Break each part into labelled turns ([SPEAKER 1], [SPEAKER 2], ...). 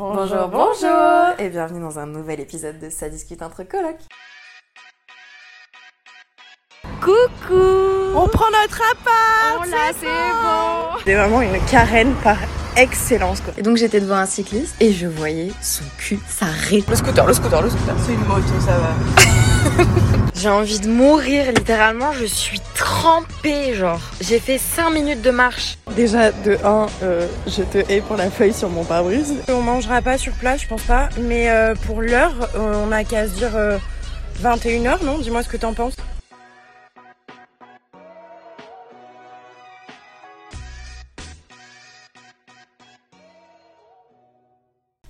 [SPEAKER 1] Bonjour, bonjour Et bienvenue dans un nouvel épisode de Ça discute entre colocs.
[SPEAKER 2] Coucou
[SPEAKER 1] Oh,
[SPEAKER 3] On prend notre appart
[SPEAKER 2] On l'a, c'est bon
[SPEAKER 3] C'est vraiment une carène par excellence quoi.
[SPEAKER 1] Et donc j'étais devant un cycliste et je voyais son cul s'arrêter.
[SPEAKER 3] Le scooter, le scooter, le scooter. C'est une moto, ça va.
[SPEAKER 4] J'ai envie de mourir, littéralement, je suis trempée, genre. J'ai fait 5 minutes de marche.
[SPEAKER 5] Déjà, de 1, je te hais pour la feuille sur mon pare-brise.
[SPEAKER 3] On mangera pas sur place, je pense pas. Mais euh, pour l'heure, euh, on a qu'à se dire euh, 21h, non Dis-moi ce que t'en penses.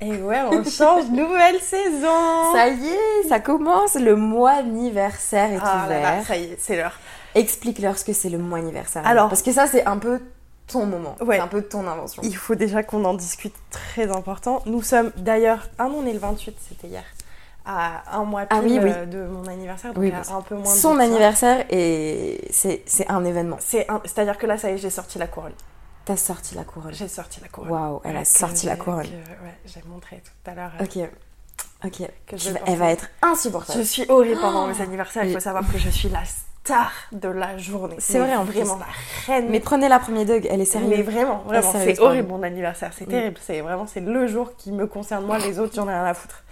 [SPEAKER 3] Et ouais, on change, nouvelle saison
[SPEAKER 1] Ça y est, ça commence, le mois anniversaire est
[SPEAKER 3] Ah là
[SPEAKER 1] ouvert.
[SPEAKER 3] là, ça y est, c'est l'heure.
[SPEAKER 1] Explique-leur ce que c'est le mois anniversaire.
[SPEAKER 3] Alors-
[SPEAKER 1] parce que ça c'est un peu ton moment,
[SPEAKER 3] Ouais.
[SPEAKER 1] c'est un peu ton invention.
[SPEAKER 3] Il faut déjà qu'on en discute, très important. Nous sommes d'ailleurs, ah non, on est le 28, c'était hier, à un mois pile
[SPEAKER 1] Ah oui, oui.
[SPEAKER 3] euh, de mon anniversaire, donc
[SPEAKER 1] Oui,
[SPEAKER 3] à
[SPEAKER 1] parce-
[SPEAKER 3] un peu moins de
[SPEAKER 1] Son
[SPEAKER 3] deux tiers.
[SPEAKER 1] anniversaire et c'est c'est un événement.
[SPEAKER 3] C'est un- C'est-à-dire que là, ça y est, j'ai sorti la couronne.
[SPEAKER 1] T'as sorti la couronne.
[SPEAKER 3] J'ai sorti la couronne.
[SPEAKER 1] Waouh, elle a
[SPEAKER 3] Que
[SPEAKER 1] sorti
[SPEAKER 3] j'ai-
[SPEAKER 1] la couronne.
[SPEAKER 3] que- ouais, j'ai montré tout à l'heure. euh,
[SPEAKER 1] Ok, ok.
[SPEAKER 3] que
[SPEAKER 1] Tu
[SPEAKER 3] je
[SPEAKER 1] vas-
[SPEAKER 3] portais.
[SPEAKER 1] elle va être insupportable.
[SPEAKER 3] Je suis horrible
[SPEAKER 1] Ah.
[SPEAKER 3] pendant mes anniversaires. Il
[SPEAKER 1] Et-
[SPEAKER 3] faut savoir que je suis la star de la journée.
[SPEAKER 1] C'est
[SPEAKER 3] Mais
[SPEAKER 1] vrai, en plus.
[SPEAKER 3] vraiment la reine.
[SPEAKER 1] Mais prenez la premier Doug, elle est
[SPEAKER 3] Mais
[SPEAKER 1] sérieuse.
[SPEAKER 3] vraiment, vraiment,
[SPEAKER 1] sérieuse,
[SPEAKER 3] c'est
[SPEAKER 1] pardon.
[SPEAKER 3] horrible mon anniversaire, c'est
[SPEAKER 1] Ah, Mm.
[SPEAKER 3] terrible, c'est vraiment c'est le jour qui me concerne moi, les autres j'en ai rien à foutre.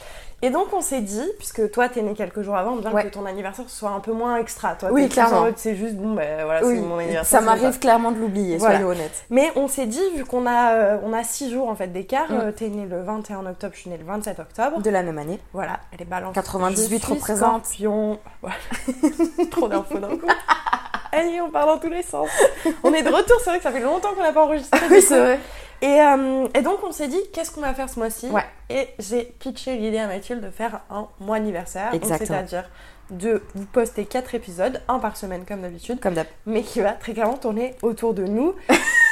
[SPEAKER 3] Et donc on s'est dit, puisque toi t'es né quelques jours avant, bien
[SPEAKER 1] Ouais.
[SPEAKER 3] que ton anniversaire soit un peu moins extra, toi
[SPEAKER 1] Oui,
[SPEAKER 3] t'es plus en
[SPEAKER 1] clairement.
[SPEAKER 3] mode, c'est juste bon ben voilà
[SPEAKER 1] Oui,
[SPEAKER 3] c'est mon anniversaire.
[SPEAKER 1] ça
[SPEAKER 3] c'est
[SPEAKER 1] m'arrive clairement de l'oublier,
[SPEAKER 3] Voilà.
[SPEAKER 1] soyons honnêtes.
[SPEAKER 3] Mais on s'est dit vu qu'on a euh, on a six jours en fait d'écart,
[SPEAKER 1] Mm.
[SPEAKER 3] euh, t'es né le 21 octobre, je suis née le 27 octobre,
[SPEAKER 1] De la même année.
[SPEAKER 3] voilà elle est balance.
[SPEAKER 1] 98
[SPEAKER 3] je suis
[SPEAKER 1] représente.
[SPEAKER 3] Scorpion. Voilà. trop d'infos d'un coup. Allez on parle dans tous les sens. On est de retour, c'est vrai que ça fait longtemps qu'on n'a pas enregistré. du coup.
[SPEAKER 1] vrai.
[SPEAKER 3] Et, euh, et donc on s'est dit qu'est-ce qu'on va faire ce mois-ci
[SPEAKER 1] Ouais.
[SPEAKER 3] Et j'ai pitché l'idée à Mathilde de faire un mois anniversaire, Donc,
[SPEAKER 1] Exactement.
[SPEAKER 3] c'est-à-dire de vous poster quatre épisodes, un par semaine comme d'habitude,
[SPEAKER 1] Comme d'hab.
[SPEAKER 3] mais qui va très clairement tourner autour de nous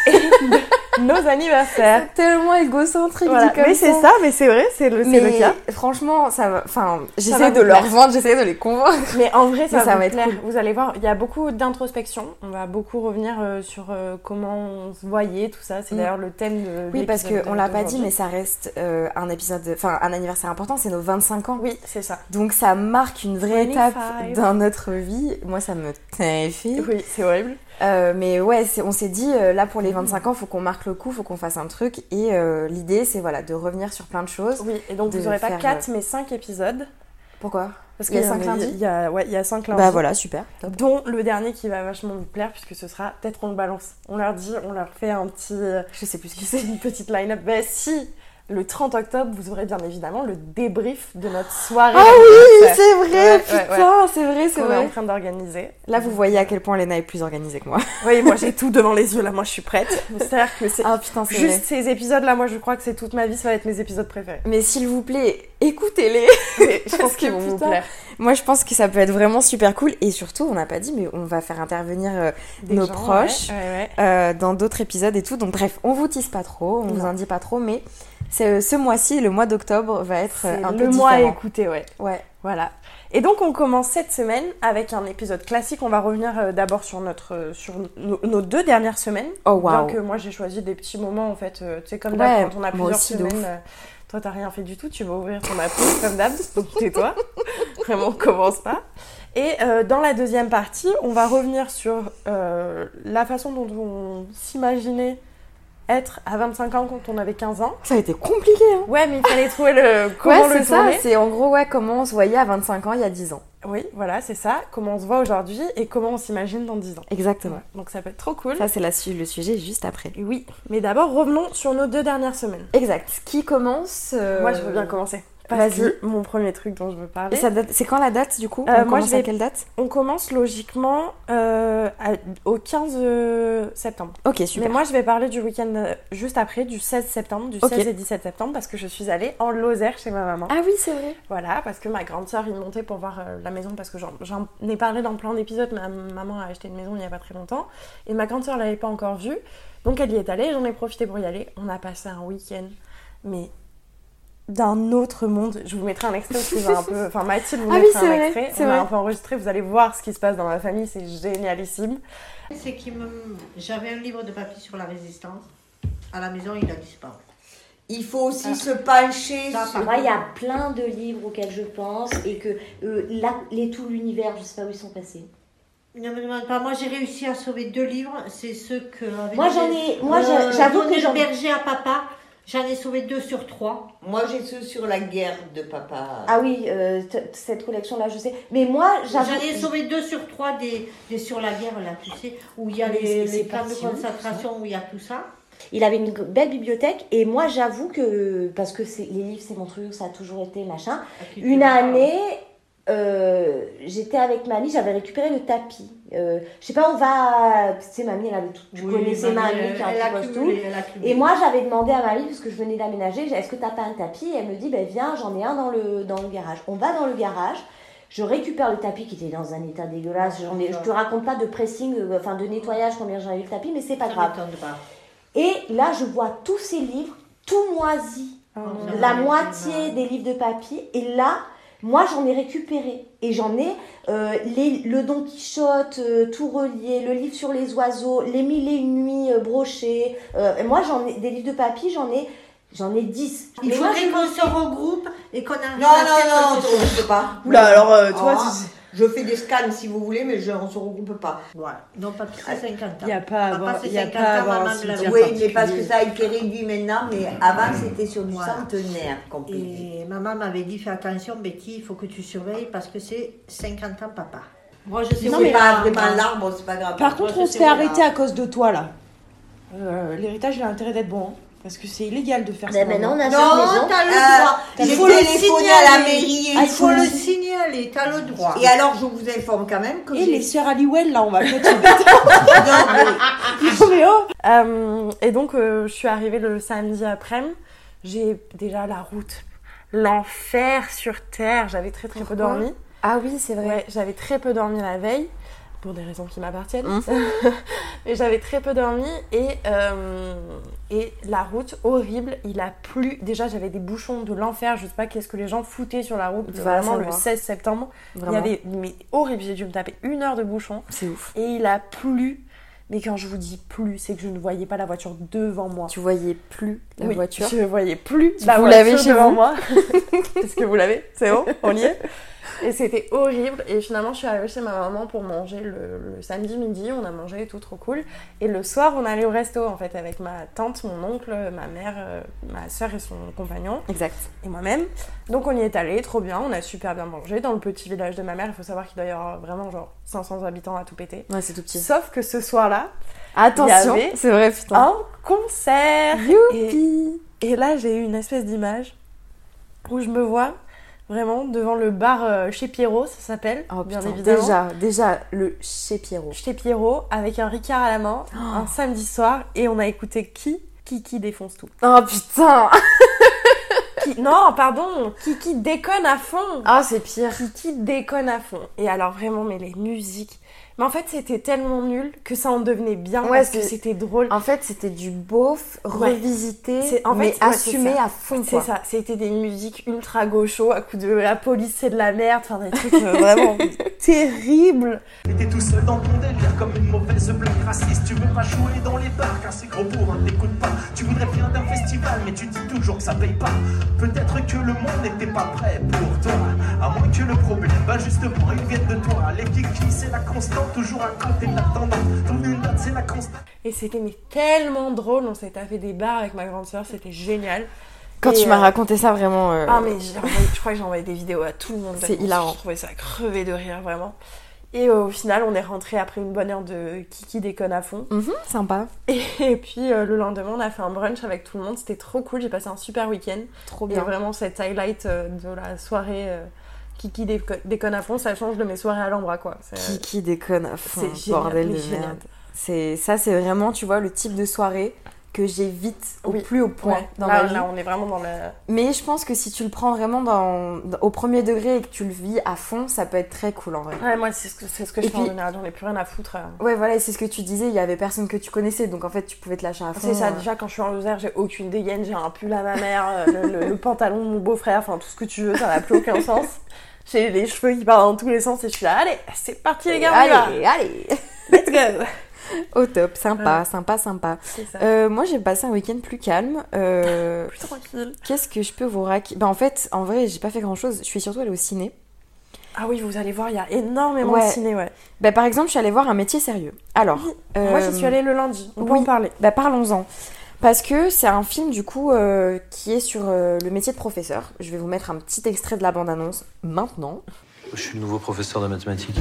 [SPEAKER 3] et de nos anniversaires.
[SPEAKER 1] Tellement égocentrique
[SPEAKER 3] Voilà.
[SPEAKER 1] dit comme
[SPEAKER 3] Mais c'est ça, mais c'est vrai, c'est le, c'est
[SPEAKER 1] Mais
[SPEAKER 3] le cas.
[SPEAKER 1] franchement, ça va. Enfin, j'essaie
[SPEAKER 3] va
[SPEAKER 1] de
[SPEAKER 3] vous
[SPEAKER 1] leur
[SPEAKER 3] plaire.
[SPEAKER 1] vendre, j'essaie de les convaincre.
[SPEAKER 3] Mais en vrai, ça,
[SPEAKER 1] Mais ça
[SPEAKER 3] va, vous
[SPEAKER 1] va être
[SPEAKER 3] plaire.
[SPEAKER 1] cool.
[SPEAKER 3] Vous allez voir, il y a beaucoup d'introspection. On va beaucoup revenir euh, sur euh, comment on se voyait, tout ça. C'est
[SPEAKER 1] Mm.
[SPEAKER 3] d'ailleurs le thème de
[SPEAKER 1] Oui, parce
[SPEAKER 3] l'épisode
[SPEAKER 1] qu'on l'a pas dit,
[SPEAKER 3] d'aujourd'hui.
[SPEAKER 1] mais ça reste euh, un épisode, de- enfin un anniversaire important, c'est nos 25 ans.
[SPEAKER 3] Oui, c'est ça.
[SPEAKER 1] Donc ça marque une vraie
[SPEAKER 3] 25.
[SPEAKER 1] étape dans notre vie. Moi, ça me terrifie.
[SPEAKER 3] Oui, c'est horrible.
[SPEAKER 1] Euh, mais ouais, c'est- on s'est dit, euh, là pour les 25 ans, faut qu'on marque le coup, faut qu'on fasse un truc. Et euh, l'idée, c'est voilà, de revenir sur plein de choses.
[SPEAKER 3] Oui, et donc
[SPEAKER 1] de
[SPEAKER 3] vous aurez pas
[SPEAKER 1] faire, euh,
[SPEAKER 3] 4 mais 5 épisodes.
[SPEAKER 1] Pourquoi
[SPEAKER 3] Parce
[SPEAKER 1] Il y a
[SPEAKER 3] qu'il y en
[SPEAKER 1] cinq lundis.
[SPEAKER 3] Il y a, ouais, il y a 5 lundis.
[SPEAKER 1] Bah voilà, super. Top.
[SPEAKER 3] Dont le dernier qui va vachement vous plaire, puisque ce sera peut-être on le balance. On leur dit, on leur fait un petit. euh,
[SPEAKER 1] Je sais plus ce que
[SPEAKER 3] Tu sais, une petite line-up. Bah si Le 30 octobre, vous aurez bien évidemment le débrief de notre soirée.
[SPEAKER 1] Ah oui,
[SPEAKER 3] d'anniversaire
[SPEAKER 1] c'est vrai,
[SPEAKER 3] Ouais, ouais,
[SPEAKER 1] putain, c'est vrai, c'est
[SPEAKER 3] qu'on est en
[SPEAKER 1] vrai.
[SPEAKER 3] train d'organiser.
[SPEAKER 1] Là, vous voyez à quel point Lena est plus organisée que moi.
[SPEAKER 3] Oui, moi j'ai tout devant les yeux, là, moi je suis prête. Mais C'est-à-dire que c'est.
[SPEAKER 1] Ah putain, c'est
[SPEAKER 3] Juste
[SPEAKER 1] vrai.
[SPEAKER 3] ces épisodes-là, moi je crois que c'est toute ma vie, ça va être mes épisodes préférés.
[SPEAKER 1] Mais s'il vous plaît, écoutez-les.
[SPEAKER 3] Je
[SPEAKER 1] Parce
[SPEAKER 3] pense
[SPEAKER 1] que,
[SPEAKER 3] qu'ils vont vous
[SPEAKER 1] putain,
[SPEAKER 3] plaire.
[SPEAKER 1] Moi, je pense que ça peut être vraiment super cool. Et surtout, on n'a pas dit, mais on va faire intervenir euh,
[SPEAKER 3] Des
[SPEAKER 1] nos
[SPEAKER 3] gens,
[SPEAKER 1] proches.
[SPEAKER 3] ouais, ouais, ouais.
[SPEAKER 1] euh, dans d'autres épisodes et tout. Donc bref, on vous tease pas trop, on vous
[SPEAKER 3] Non.
[SPEAKER 1] en dit pas trop, mais c'est- euh, ce mois-ci, le mois d'octobre, va être euh,
[SPEAKER 3] C'est
[SPEAKER 1] un
[SPEAKER 3] le
[SPEAKER 1] peu
[SPEAKER 3] mois à
[SPEAKER 1] différent.
[SPEAKER 3] écouter, ouais.
[SPEAKER 1] Ouais.
[SPEAKER 3] Voilà. Et donc on commence cette semaine avec un épisode classique. On va revenir euh, d'abord sur notre euh, sur nos, nos deux dernières semaines.
[SPEAKER 1] Oh
[SPEAKER 3] Bien
[SPEAKER 1] waouh.
[SPEAKER 3] que moi j'ai choisi des petits moments en fait. euh, tu sais comme
[SPEAKER 1] Ouais,
[SPEAKER 3] d'hab quand on a plusieurs
[SPEAKER 1] moi aussi, de
[SPEAKER 3] semaines.
[SPEAKER 1] ouf.
[SPEAKER 3] euh, toi t'as rien fait du tout. Tu vas ouvrir ton appli comme d'hab. Donc tais-toi. Vraiment on commence pas. Et euh, dans la deuxième partie, on va revenir sur euh, la façon dont on s'imaginait être à 25 ans quand on avait 15 ans.
[SPEAKER 1] Ça a été compliqué. Hein.
[SPEAKER 3] Ouais, mais il fallait trouver le comment
[SPEAKER 1] ouais, c'est
[SPEAKER 3] le
[SPEAKER 1] ça.
[SPEAKER 3] tourner.
[SPEAKER 1] C'est en gros ouais comment on se voyait à 25 ans il y a 10 ans.
[SPEAKER 3] Oui, voilà, c'est ça. Comment on se voit aujourd'hui et comment on s'imagine dans 10 ans.
[SPEAKER 1] Exactement.
[SPEAKER 3] Donc ça peut être trop cool.
[SPEAKER 1] Ça c'est la su- le sujet juste après.
[SPEAKER 3] Oui, mais d'abord revenons sur nos deux dernières semaines.
[SPEAKER 1] Exact. Qui commence euh,
[SPEAKER 3] Moi, je veux bien commencer.
[SPEAKER 1] vas-y.
[SPEAKER 3] Parce que mon premier truc dont je veux
[SPEAKER 1] Et
[SPEAKER 3] parler,
[SPEAKER 1] ça date- C'est quand la date du coup
[SPEAKER 3] Euh,
[SPEAKER 1] On
[SPEAKER 3] moi,
[SPEAKER 1] commence
[SPEAKER 3] je vais-
[SPEAKER 1] à quelle date
[SPEAKER 3] on commence logiquement euh, à- au 15 euh, septembre.
[SPEAKER 1] Ok super.
[SPEAKER 3] Mais moi, je vais parler du week-end euh, juste après, du 16 septembre, du
[SPEAKER 1] Ok.
[SPEAKER 3] 16 et 17 septembre, parce que je suis allée en Lozère chez ma maman.
[SPEAKER 1] Ah oui c'est vrai.
[SPEAKER 3] Voilà, parce que ma grande sœur est montée pour voir euh, la maison, parce que j'en- j'en ai parlé dans plein d'épisodes, ma maman a acheté une maison il n'y a pas très longtemps, et ma grande sœur l'avait pas encore vue, donc elle y est allée, j'en ai profité pour y aller, on a passé un week-end, mais d'un autre monde, je vous mettrai un extrait, parce que j'ai un peu... Enfin Mathilde vous
[SPEAKER 1] Ah oui,
[SPEAKER 3] mettra
[SPEAKER 1] c'est
[SPEAKER 3] un
[SPEAKER 1] vrai,
[SPEAKER 3] extrait,
[SPEAKER 1] c'est
[SPEAKER 3] on a
[SPEAKER 1] vrai.
[SPEAKER 3] un peu enregistré, vous allez voir ce qui se passe dans ma famille, c'est génialissime.
[SPEAKER 6] C'est que j'avais un livre de papier sur la résistance. À la maison, il a disparu. Il faut aussi se pencher
[SPEAKER 5] Ah.
[SPEAKER 7] Ça,
[SPEAKER 6] sur...
[SPEAKER 7] Moi, il y a plein de livres auxquels je pense et que euh, là, les, tout l'univers, je sais pas où ils sont passés.
[SPEAKER 6] Ne me demande pas, moi j'ai réussi à sauver deux livres, c'est ceux que... avec
[SPEAKER 7] Moi,
[SPEAKER 6] les-
[SPEAKER 7] j'en ai- moi, j'a-
[SPEAKER 6] Euh,
[SPEAKER 7] j'avoue que
[SPEAKER 6] Donner
[SPEAKER 7] j'en-
[SPEAKER 6] le berger à papa, j'en ai sauvé deux sur trois.
[SPEAKER 8] Moi, j'ai ceux sur la guerre de papa.
[SPEAKER 7] Ah oui, euh, t- cette collection-là, je sais. Mais moi,
[SPEAKER 6] J'en
[SPEAKER 7] j'avoue.
[SPEAKER 6] ai sauvé deux sur trois des, des sur la guerre, là, tu sais, où il y a
[SPEAKER 7] Mais
[SPEAKER 6] les,
[SPEAKER 7] c'est
[SPEAKER 6] les camps de
[SPEAKER 7] parti où,
[SPEAKER 6] concentration, où il y a tout ça.
[SPEAKER 7] Il avait une belle bibliothèque et moi, j'avoue que. Parce que c'est- les livres, c'est mon truc, ça a toujours été machin. Une
[SPEAKER 6] Ah.
[SPEAKER 7] année, euh, j'étais avec mamie, j'avais récupéré le tapis. Euh, je sais pas, on va. Tu sais, mamie, elle avait tout. Tu
[SPEAKER 6] Oui,
[SPEAKER 7] connais connaissais
[SPEAKER 6] mamie,
[SPEAKER 7] mamie,
[SPEAKER 6] elle-
[SPEAKER 7] qui a un
[SPEAKER 6] elle
[SPEAKER 7] petit
[SPEAKER 6] a
[SPEAKER 7] poste
[SPEAKER 6] cumulé,
[SPEAKER 7] tout.
[SPEAKER 6] elle a cumulé.
[SPEAKER 7] Et moi, j'avais demandé à mamie, parce que je venais d'aménager, j'ai- est-ce que t'as pas un tapis Et Elle me dit, ben viens, j'en ai un dans le, dans le garage. On va dans le garage. Je récupère le tapis qui était dans un état dégueulasse. J'en ai, je te raconte pas de pressing, euh, enfin de nettoyage, combien j'en ai eu le tapis, mais c'est pas
[SPEAKER 6] Ça
[SPEAKER 7] grave.
[SPEAKER 6] m'étonne pas.
[SPEAKER 7] Et là, je vois tous ces livres, tout moisis.
[SPEAKER 1] Ah
[SPEAKER 7] la moitié des livres de papier. Et là, moi, j'en ai récupéré. Et j'en ai euh, les- le Don Quichotte euh, tout relié, le livre sur les oiseaux, les mille et une nuits euh, brochés. Euh, et moi, j'en ai des livres de papier, j'en ai, j'en ai 10.
[SPEAKER 6] Il
[SPEAKER 7] Mais moi,
[SPEAKER 6] faudrait qu'on se regroupe et qu'on arrive
[SPEAKER 8] Non,
[SPEAKER 6] à
[SPEAKER 8] non,
[SPEAKER 6] faire
[SPEAKER 8] non,
[SPEAKER 6] quelque
[SPEAKER 8] on ne
[SPEAKER 6] chose.
[SPEAKER 8] se pas.
[SPEAKER 5] Oula, alors, euh, toi,
[SPEAKER 8] Ah,
[SPEAKER 5] tu-
[SPEAKER 8] Je fais des scans si vous voulez, mais je, on ne se regroupe pas.
[SPEAKER 6] Non, pas plus de 50 ans.
[SPEAKER 5] Il n'y a pas à avoir,
[SPEAKER 6] c'est
[SPEAKER 5] il y a
[SPEAKER 6] 50
[SPEAKER 5] pas à
[SPEAKER 6] ans,
[SPEAKER 5] avoir un
[SPEAKER 6] maman me l'a-
[SPEAKER 5] cimetière
[SPEAKER 8] Oui, mais
[SPEAKER 5] particulier.
[SPEAKER 8] parce que ça a été réduit maintenant, mais avant c'était sur du
[SPEAKER 6] Voilà.
[SPEAKER 8] centenaire qu'on payait.
[SPEAKER 6] Et maman m'avait dit, fais attention, Betty, il faut que tu surveilles parce que c'est 50 ans, papa. Moi, je sais
[SPEAKER 8] Si
[SPEAKER 5] Non,
[SPEAKER 8] c'est
[SPEAKER 5] mais-
[SPEAKER 8] pas vraiment l'arbre, c'est pas grave.
[SPEAKER 5] Par contre,
[SPEAKER 6] Moi,
[SPEAKER 5] on
[SPEAKER 6] je
[SPEAKER 5] se
[SPEAKER 6] sais
[SPEAKER 5] fait
[SPEAKER 6] où, là.
[SPEAKER 5] arrêter à cause de toi, là. Euh, L'héritage, il a intérêt d'être bon. hein, Parce que c'est illégal de faire ça.
[SPEAKER 7] Ben maintenant, on a sa maison.
[SPEAKER 8] non, t'as le droit.
[SPEAKER 6] Euh,
[SPEAKER 5] il
[SPEAKER 8] J'ai
[SPEAKER 5] faut le
[SPEAKER 8] téléphoné à la
[SPEAKER 5] signaler.
[SPEAKER 8] mairie et
[SPEAKER 5] Ah,
[SPEAKER 6] Il
[SPEAKER 8] tout.
[SPEAKER 6] faut le signaler, t'as le droit.
[SPEAKER 8] Et alors, je vous informe quand même que
[SPEAKER 5] Et
[SPEAKER 8] j'ai-
[SPEAKER 5] les sœurs Halliwell, là, on va peut-être se
[SPEAKER 8] Non, mais-
[SPEAKER 3] Mais oh Euh, et donc, euh, je suis arrivée le samedi après-midi. J'ai déjà la route, l'enfer sur terre. J'avais très très peu
[SPEAKER 1] Pourquoi
[SPEAKER 3] dormi.
[SPEAKER 1] Ah oui, c'est vrai.
[SPEAKER 3] Ouais, j'avais très peu dormi la veille pour des raisons qui m'appartiennent.
[SPEAKER 1] Mhm.
[SPEAKER 3] Mais j'avais très peu dormi et euh, et la route horrible. Il a plu. Déjà, j'avais des bouchons de l'enfer. Je sais pas qu'est-ce que les gens foutaient sur la route.
[SPEAKER 1] Va
[SPEAKER 3] Vraiment le
[SPEAKER 1] savoir.
[SPEAKER 3] 16 septembre,
[SPEAKER 1] Vraiment.
[SPEAKER 3] il y avait mais horrible. J'ai dû me taper une heure de bouchons.
[SPEAKER 1] C'est ouf.
[SPEAKER 3] Et il a plu. Mais quand je vous dis plu, c'est que je ne voyais pas la voiture devant moi.
[SPEAKER 1] Tu voyais plus la
[SPEAKER 3] Oui,
[SPEAKER 1] voiture.
[SPEAKER 3] Je ne voyais plus
[SPEAKER 1] Tu-
[SPEAKER 3] la
[SPEAKER 1] vous l'avez
[SPEAKER 3] voiture
[SPEAKER 1] chez
[SPEAKER 3] devant
[SPEAKER 1] vous
[SPEAKER 3] moi. Est-ce que vous l'avez C'est bon On y est Et c'était horrible. Et finalement, je suis arrivée chez ma maman pour manger le, le samedi midi. On a mangé et tout, trop cool. Et le soir, on allait au resto, en fait, avec ma tante, mon oncle, ma mère, euh, ma soeur et son compagnon
[SPEAKER 1] Exact.
[SPEAKER 3] et moi-même. Donc on y est allé, trop bien, on a super bien mangé dans le petit village de ma mère. Il faut savoir qu'il doit y avoir vraiment genre 500 habitants à tout péter.
[SPEAKER 1] Ouais, c'est tout petit.
[SPEAKER 3] Sauf que ce soir-là,
[SPEAKER 1] Attention,
[SPEAKER 3] Il y avait-
[SPEAKER 1] c'est vrai, putain.
[SPEAKER 3] un concert
[SPEAKER 1] Youpi
[SPEAKER 3] et, et là, j'ai eu une espèce d'image où je me vois vraiment devant le bar euh, chez Pierrot, ça s'appelle,
[SPEAKER 1] Oh
[SPEAKER 3] bien
[SPEAKER 1] putain,
[SPEAKER 3] évidemment.
[SPEAKER 1] déjà, déjà, le chez Pierrot.
[SPEAKER 3] Chez Pierrot, avec un Ricard à la main,
[SPEAKER 1] Oh.
[SPEAKER 3] un samedi soir, et on a écouté qui Kiki défonce tout.
[SPEAKER 1] Oh putain
[SPEAKER 3] Qui- non, pardon, Kiki déconne à fond.
[SPEAKER 1] Ah, c'est pire.
[SPEAKER 3] Kiki déconne à fond. Et alors vraiment, mais les musiques. Mais en fait, c'était tellement nul que ça en devenait bien
[SPEAKER 1] Ouais,
[SPEAKER 3] parce que
[SPEAKER 1] c'est-
[SPEAKER 3] c'était drôle.
[SPEAKER 1] En fait, c'était du beauf
[SPEAKER 3] Ouais.
[SPEAKER 1] revisité,
[SPEAKER 3] C'est- en fait,
[SPEAKER 1] mais
[SPEAKER 3] ouais, c'est
[SPEAKER 1] assumé
[SPEAKER 3] ça.
[SPEAKER 1] à fond,
[SPEAKER 3] C'est
[SPEAKER 1] quoi.
[SPEAKER 3] ça, c'était des musiques ultra gauchos à coups de la police c'est de la merde, enfin des trucs euh, vraiment terribles.
[SPEAKER 9] T'es tout seul dans ton délire comme une mauvaise blague raciste. Tu veux pas jouer dans les bars car c'est gros bourrin, t'écoutes pas. Tu voudrais bien d'un festival mais tu dis toujours que ça paye pas. Peut-être que le monde n'était pas prêt pour toi. À moins que le problème, bah justement, il vienne de toi. Les kikis, c'est la constante, toujours à côté de la tendance. Ton unade, c'est la constante.
[SPEAKER 3] Et c'était mais tellement drôle, on s'est tapé des bars avec ma grande sœur, c'était génial.
[SPEAKER 1] Quand
[SPEAKER 3] Et,
[SPEAKER 1] tu m'as
[SPEAKER 3] euh,
[SPEAKER 1] raconté ça, vraiment... euh,
[SPEAKER 3] Ah mais j'ai envoyé- je crois que j'ai envoyé des vidéos à tout le monde.
[SPEAKER 1] C'est
[SPEAKER 3] tellement
[SPEAKER 1] hilarant.
[SPEAKER 3] Je trouvais ça crevé de rire vraiment. Et euh, au final, on est rentré après une bonne heure de Kiki déconne à fond.
[SPEAKER 1] mhm, sympa.
[SPEAKER 3] Et puis euh, le lendemain, on a fait un brunch avec tout le monde. C'était trop cool. J'ai passé un super week-end.
[SPEAKER 1] Trop
[SPEAKER 3] Et
[SPEAKER 1] bien.
[SPEAKER 3] vraiment cet highlight euh, de la soirée euh, Kiki déco- déconne à fond, ça change de mes soirées à l'Ambra quoi. C'est-
[SPEAKER 1] Qui, qui déconne à fond,
[SPEAKER 3] Euh, C'est génial,
[SPEAKER 1] bordel
[SPEAKER 3] mais
[SPEAKER 1] de
[SPEAKER 3] génial.
[SPEAKER 1] merde. C'est, ça, c'est vraiment, tu vois, le type de soirée que j'évite au
[SPEAKER 3] Oui.
[SPEAKER 1] plus haut point
[SPEAKER 3] Ouais,
[SPEAKER 1] dans
[SPEAKER 3] là,
[SPEAKER 1] ma vie.
[SPEAKER 3] là, on est vraiment dans la.
[SPEAKER 1] Mais je pense que si tu le prends vraiment dans, dans- au premier degré et que tu le vis à fond, ça peut être très cool en vrai.
[SPEAKER 3] Ouais, moi, c'est ce que, c'est ce que
[SPEAKER 1] Et
[SPEAKER 3] je fais en
[SPEAKER 1] puis-
[SPEAKER 3] général, j'en ai plus rien à foutre. euh.
[SPEAKER 1] Ouais, voilà, et c'est ce que tu disais, il y avait personne que tu connaissais, donc en fait, tu pouvais te lâcher à fond. euh.
[SPEAKER 3] C'est ça, déjà quand je suis en Lozère, j'ai aucune dégaine, j'ai un pull à ma mère, euh, le, le- le pantalon de mon beau-frère, enfin tout ce que tu veux, ça n'a plus aucun sens. J'ai les cheveux qui partent dans tous les sens et je suis là, allez, c'est parti les gars, on y va.
[SPEAKER 1] allez, allez
[SPEAKER 3] let's go
[SPEAKER 1] Au top, sympa, sympa, sympa.
[SPEAKER 3] C'est ça.
[SPEAKER 1] Euh, moi, j'ai passé un week-end plus calme. Euh,
[SPEAKER 3] Plus tranquille.
[SPEAKER 1] Qu'est-ce que je peux vous raconter Bah, en fait, en vrai, j'ai pas fait grand-chose. Je suis surtout allée au ciné.
[SPEAKER 3] Ah oui, vous allez voir, il y a énormément
[SPEAKER 1] Ouais.
[SPEAKER 3] de ciné, ouais.
[SPEAKER 1] Bah, par exemple, je suis allée voir un métier sérieux. Alors,
[SPEAKER 3] Moi,
[SPEAKER 1] euh,
[SPEAKER 3] j'y suis allée le lundi. On peut
[SPEAKER 1] oui.
[SPEAKER 3] en parler.
[SPEAKER 1] Bah parlons-en. Parce que c'est un film du coup euh, qui est sur euh, le métier de professeur. Je vais vous mettre un petit extrait de la bande-annonce maintenant.
[SPEAKER 10] Je suis le nouveau professeur de mathématiques.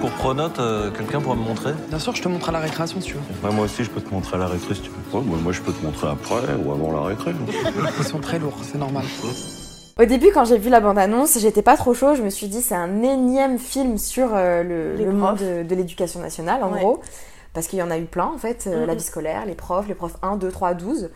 [SPEAKER 10] Pour Pronote, euh, quelqu'un pourra me montrer
[SPEAKER 11] Bien sûr, je te montre à la récréation si tu veux.
[SPEAKER 10] Moi aussi, je peux te montrer à la récré si tu veux.
[SPEAKER 12] moi, je peux te montrer après ou avant la récré.
[SPEAKER 11] Ils sont très lourds, c'est normal.
[SPEAKER 1] Au début quand j'ai vu la bande-annonce, j'étais pas trop chaud, je me suis dit c'est un énième film sur euh, le,
[SPEAKER 3] Les
[SPEAKER 1] le
[SPEAKER 3] profs.
[SPEAKER 1] monde de, de l'éducation nationale en
[SPEAKER 3] Ouais.
[SPEAKER 1] gros. Parce qu'il y en a eu plein en fait, euh,
[SPEAKER 3] Mhm.
[SPEAKER 1] la vie scolaire, les profs, les profs 1, 2, 3, 12.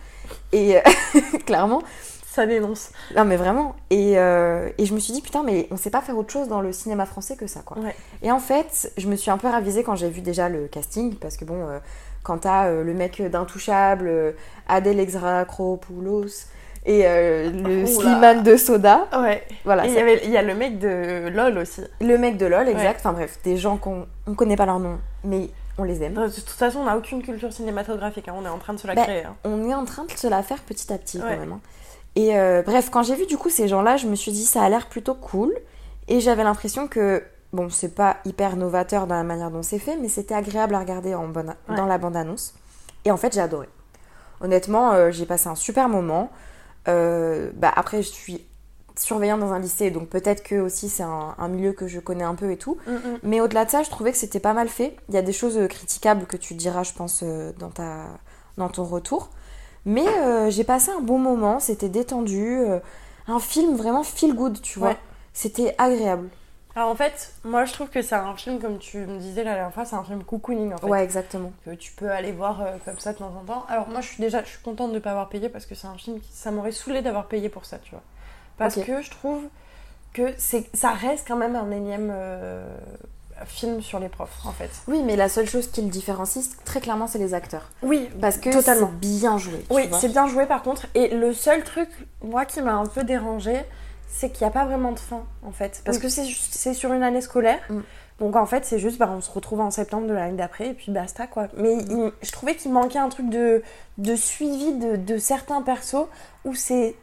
[SPEAKER 1] Et euh, clairement,
[SPEAKER 3] Ça dénonce.
[SPEAKER 1] non mais vraiment. Et, euh, et je me suis dit putain mais on sait pas faire autre chose dans le cinéma français que ça quoi.
[SPEAKER 3] Ouais.
[SPEAKER 1] Et en fait, je me suis un peu ravisée quand j'ai vu déjà le casting, parce que bon, euh, quand t'as euh, le mec d'Intouchable, euh, Adèle Exarchopoulos, et euh, le
[SPEAKER 3] Oula.
[SPEAKER 1] Slimane de Soda,
[SPEAKER 3] Ouais.
[SPEAKER 1] voilà,
[SPEAKER 3] Oh Et il y
[SPEAKER 1] c'est
[SPEAKER 3] avait- il y a le mec de LOL aussi.
[SPEAKER 1] le mec de LOL, exact, enfin bref, des gens qu'on on connaît pas leur nom, mais on les aime.
[SPEAKER 3] De toute façon, on n'a aucune culture cinématographique, hein, on est en train de se la
[SPEAKER 1] Ben,
[SPEAKER 3] créer. hein.
[SPEAKER 1] On est en train de se la faire petit à petit
[SPEAKER 3] Ouais.
[SPEAKER 1] quand même. hein. Et euh, bref, quand j'ai vu du coup ces gens-là, je me suis dit ça a l'air plutôt cool, et j'avais l'impression que bon, c'est pas hyper novateur dans la manière dont c'est fait, mais c'était agréable à regarder en bonne-
[SPEAKER 3] Ouais.
[SPEAKER 1] dans la bande-annonce. Et en fait, j'ai adoré. Honnêtement, euh, j'ai passé un super moment. Euh, bah, après, je suis surveillante dans un lycée, donc peut-être que aussi c'est un, un milieu que je connais un peu et tout.
[SPEAKER 3] Mm, mm.
[SPEAKER 1] Mais au-delà de ça, je trouvais que c'était pas mal fait. Il y a des choses euh, critiquables que tu diras, je pense, euh, dans, ta, dans ton retour. Mais euh, j'ai passé un bon moment, c'était détendu. euh, un film vraiment feel good, tu vois.
[SPEAKER 3] Ouais.
[SPEAKER 1] C'était agréable.
[SPEAKER 3] Alors en fait, moi je trouve que c'est un film, comme tu me disais la dernière fois, c'est un film cocooning en fait.
[SPEAKER 1] Ouais, exactement.
[SPEAKER 3] Que tu peux aller voir euh, comme ça de temps en temps. Alors moi je suis déjà je suis contente de ne pas avoir payé parce que c'est un film qui. Ça m'aurait saoulé d'avoir payé pour ça, tu vois. Parce
[SPEAKER 1] Ok.
[SPEAKER 3] que je trouve que c'est ça reste quand même un énième euh, film sur les profs en fait.
[SPEAKER 1] Oui, mais la seule chose qui le différencie, c'est- très clairement, c'est les acteurs.
[SPEAKER 3] Oui,
[SPEAKER 1] Parce que
[SPEAKER 3] Totalement.
[SPEAKER 1] c'est bien joué. tu
[SPEAKER 3] Oui,
[SPEAKER 1] vois.
[SPEAKER 3] c'est bien joué par contre. Et le seul truc, moi, qui m'a un peu dérangé, c'est qu'il n'y a pas vraiment de fin, en fait. Parce
[SPEAKER 1] Mm.
[SPEAKER 3] que c'est ju- c'est sur une année scolaire.
[SPEAKER 1] Mm.
[SPEAKER 3] Donc en fait, c'est juste, bah, on se retrouve en septembre de l'année d'après, et puis basta, quoi. Mais
[SPEAKER 1] Mm.
[SPEAKER 3] il- je trouvais qu'il manquait un truc de, de suivi de, de certains persos où c'est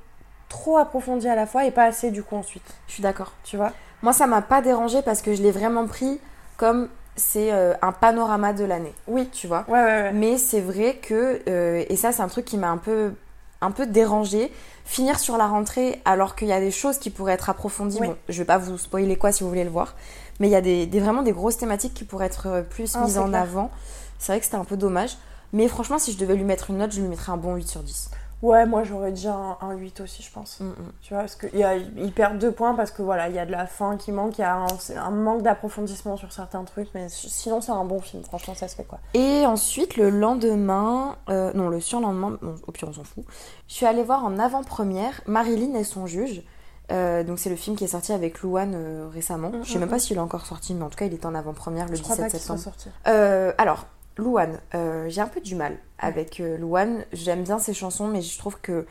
[SPEAKER 3] trop approfondi à la fois et pas assez, du coup, ensuite.
[SPEAKER 1] Je suis d'accord.
[SPEAKER 3] Tu vois
[SPEAKER 1] Moi, ça m'a pas dérangé parce que je l'ai vraiment pris comme c'est euh, un panorama de l'année. Oui, tu vois.
[SPEAKER 3] Ouais, ouais, ouais.
[SPEAKER 1] Mais c'est vrai que, euh, et ça c'est un truc qui m'a un peu, un peu dérangé, finir sur la rentrée alors qu'il y a des choses qui pourraient être approfondies.
[SPEAKER 3] Oui.
[SPEAKER 1] Bon, je vais pas vous spoiler quoi si vous voulez le voir, mais il y a des, des- vraiment des grosses thématiques qui pourraient être euh, plus
[SPEAKER 3] Ah,
[SPEAKER 1] mises
[SPEAKER 3] c'est
[SPEAKER 1] en
[SPEAKER 3] clair.
[SPEAKER 1] avant. C'est vrai que c'était un peu dommage. Mais franchement, si je devais lui mettre une note, je lui mettrais un bon 8 sur 10.
[SPEAKER 3] Ouais, moi, j'aurais déjà un, un 8 aussi, je pense.
[SPEAKER 1] Mm, mm.
[SPEAKER 3] Tu vois, parce qu'il ils perdent deux points parce que voilà, il y a de la fin qui manque, il y a un, c'est un manque d'approfondissement sur certains trucs, mais s- sinon c'est un bon film, franchement ça se fait quoi.
[SPEAKER 1] Et ensuite, le lendemain, euh, non, le surlendemain, bon, au pire on s'en fout, je suis allée voir en avant-première Marilyn et son juge. Euh, donc c'est le film qui est sorti avec Louane euh, récemment.
[SPEAKER 3] Mm,
[SPEAKER 1] je sais
[SPEAKER 3] mm,
[SPEAKER 1] même pas s'il est encore sorti, mais en tout cas il est en avant-première le
[SPEAKER 3] je crois
[SPEAKER 1] 17
[SPEAKER 3] pas qu'il soit
[SPEAKER 1] septembre.
[SPEAKER 3] sorti.
[SPEAKER 1] Euh, alors, Louane, euh, j'ai un peu du mal avec euh, Louane. J'aime bien ses chansons, mais je trouve que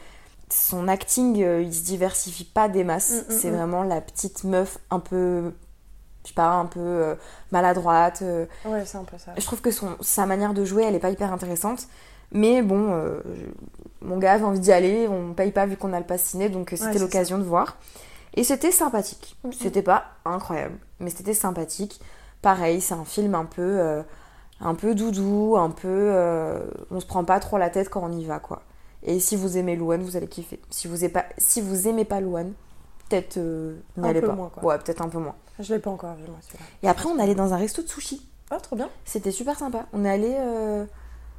[SPEAKER 1] son acting, euh, il se diversifie pas des masses.
[SPEAKER 3] Mm, mm,
[SPEAKER 1] C'est
[SPEAKER 3] mm.
[SPEAKER 1] vraiment la petite meuf un peu, je sais pas, un peu euh, maladroite. euh,
[SPEAKER 3] Ouais, c'est un peu ça.
[SPEAKER 1] je trouve que son, sa manière de jouer, elle est pas hyper intéressante. Mais bon, euh, je- mon gars avait envie d'y aller, on paye pas vu qu'on a le pass ciné, donc euh, c'était
[SPEAKER 3] c'est
[SPEAKER 1] l'occasion de voir. Et c'était sympathique.
[SPEAKER 3] Mhm.
[SPEAKER 1] C'était pas incroyable, mais c'était sympathique. Pareil, c'est un film un peu, euh, un peu doudou, un peu. euh, on se prend pas trop la tête quand on y va, quoi. Et si vous aimez Louane, vous allez kiffer. Si vous aimez pas, si vous aimez pas Louane, peut-être euh, n'y
[SPEAKER 3] Un
[SPEAKER 1] allez
[SPEAKER 3] peu
[SPEAKER 1] pas.
[SPEAKER 3] moins, quoi.
[SPEAKER 1] Ouais, peut-être un peu moins.
[SPEAKER 3] Je l'ai pas encore vu moi celui-là.
[SPEAKER 1] Et après, on allait dans un resto de sushi.
[SPEAKER 3] Oh, trop bien.
[SPEAKER 1] C'était super sympa. On est allé, euh,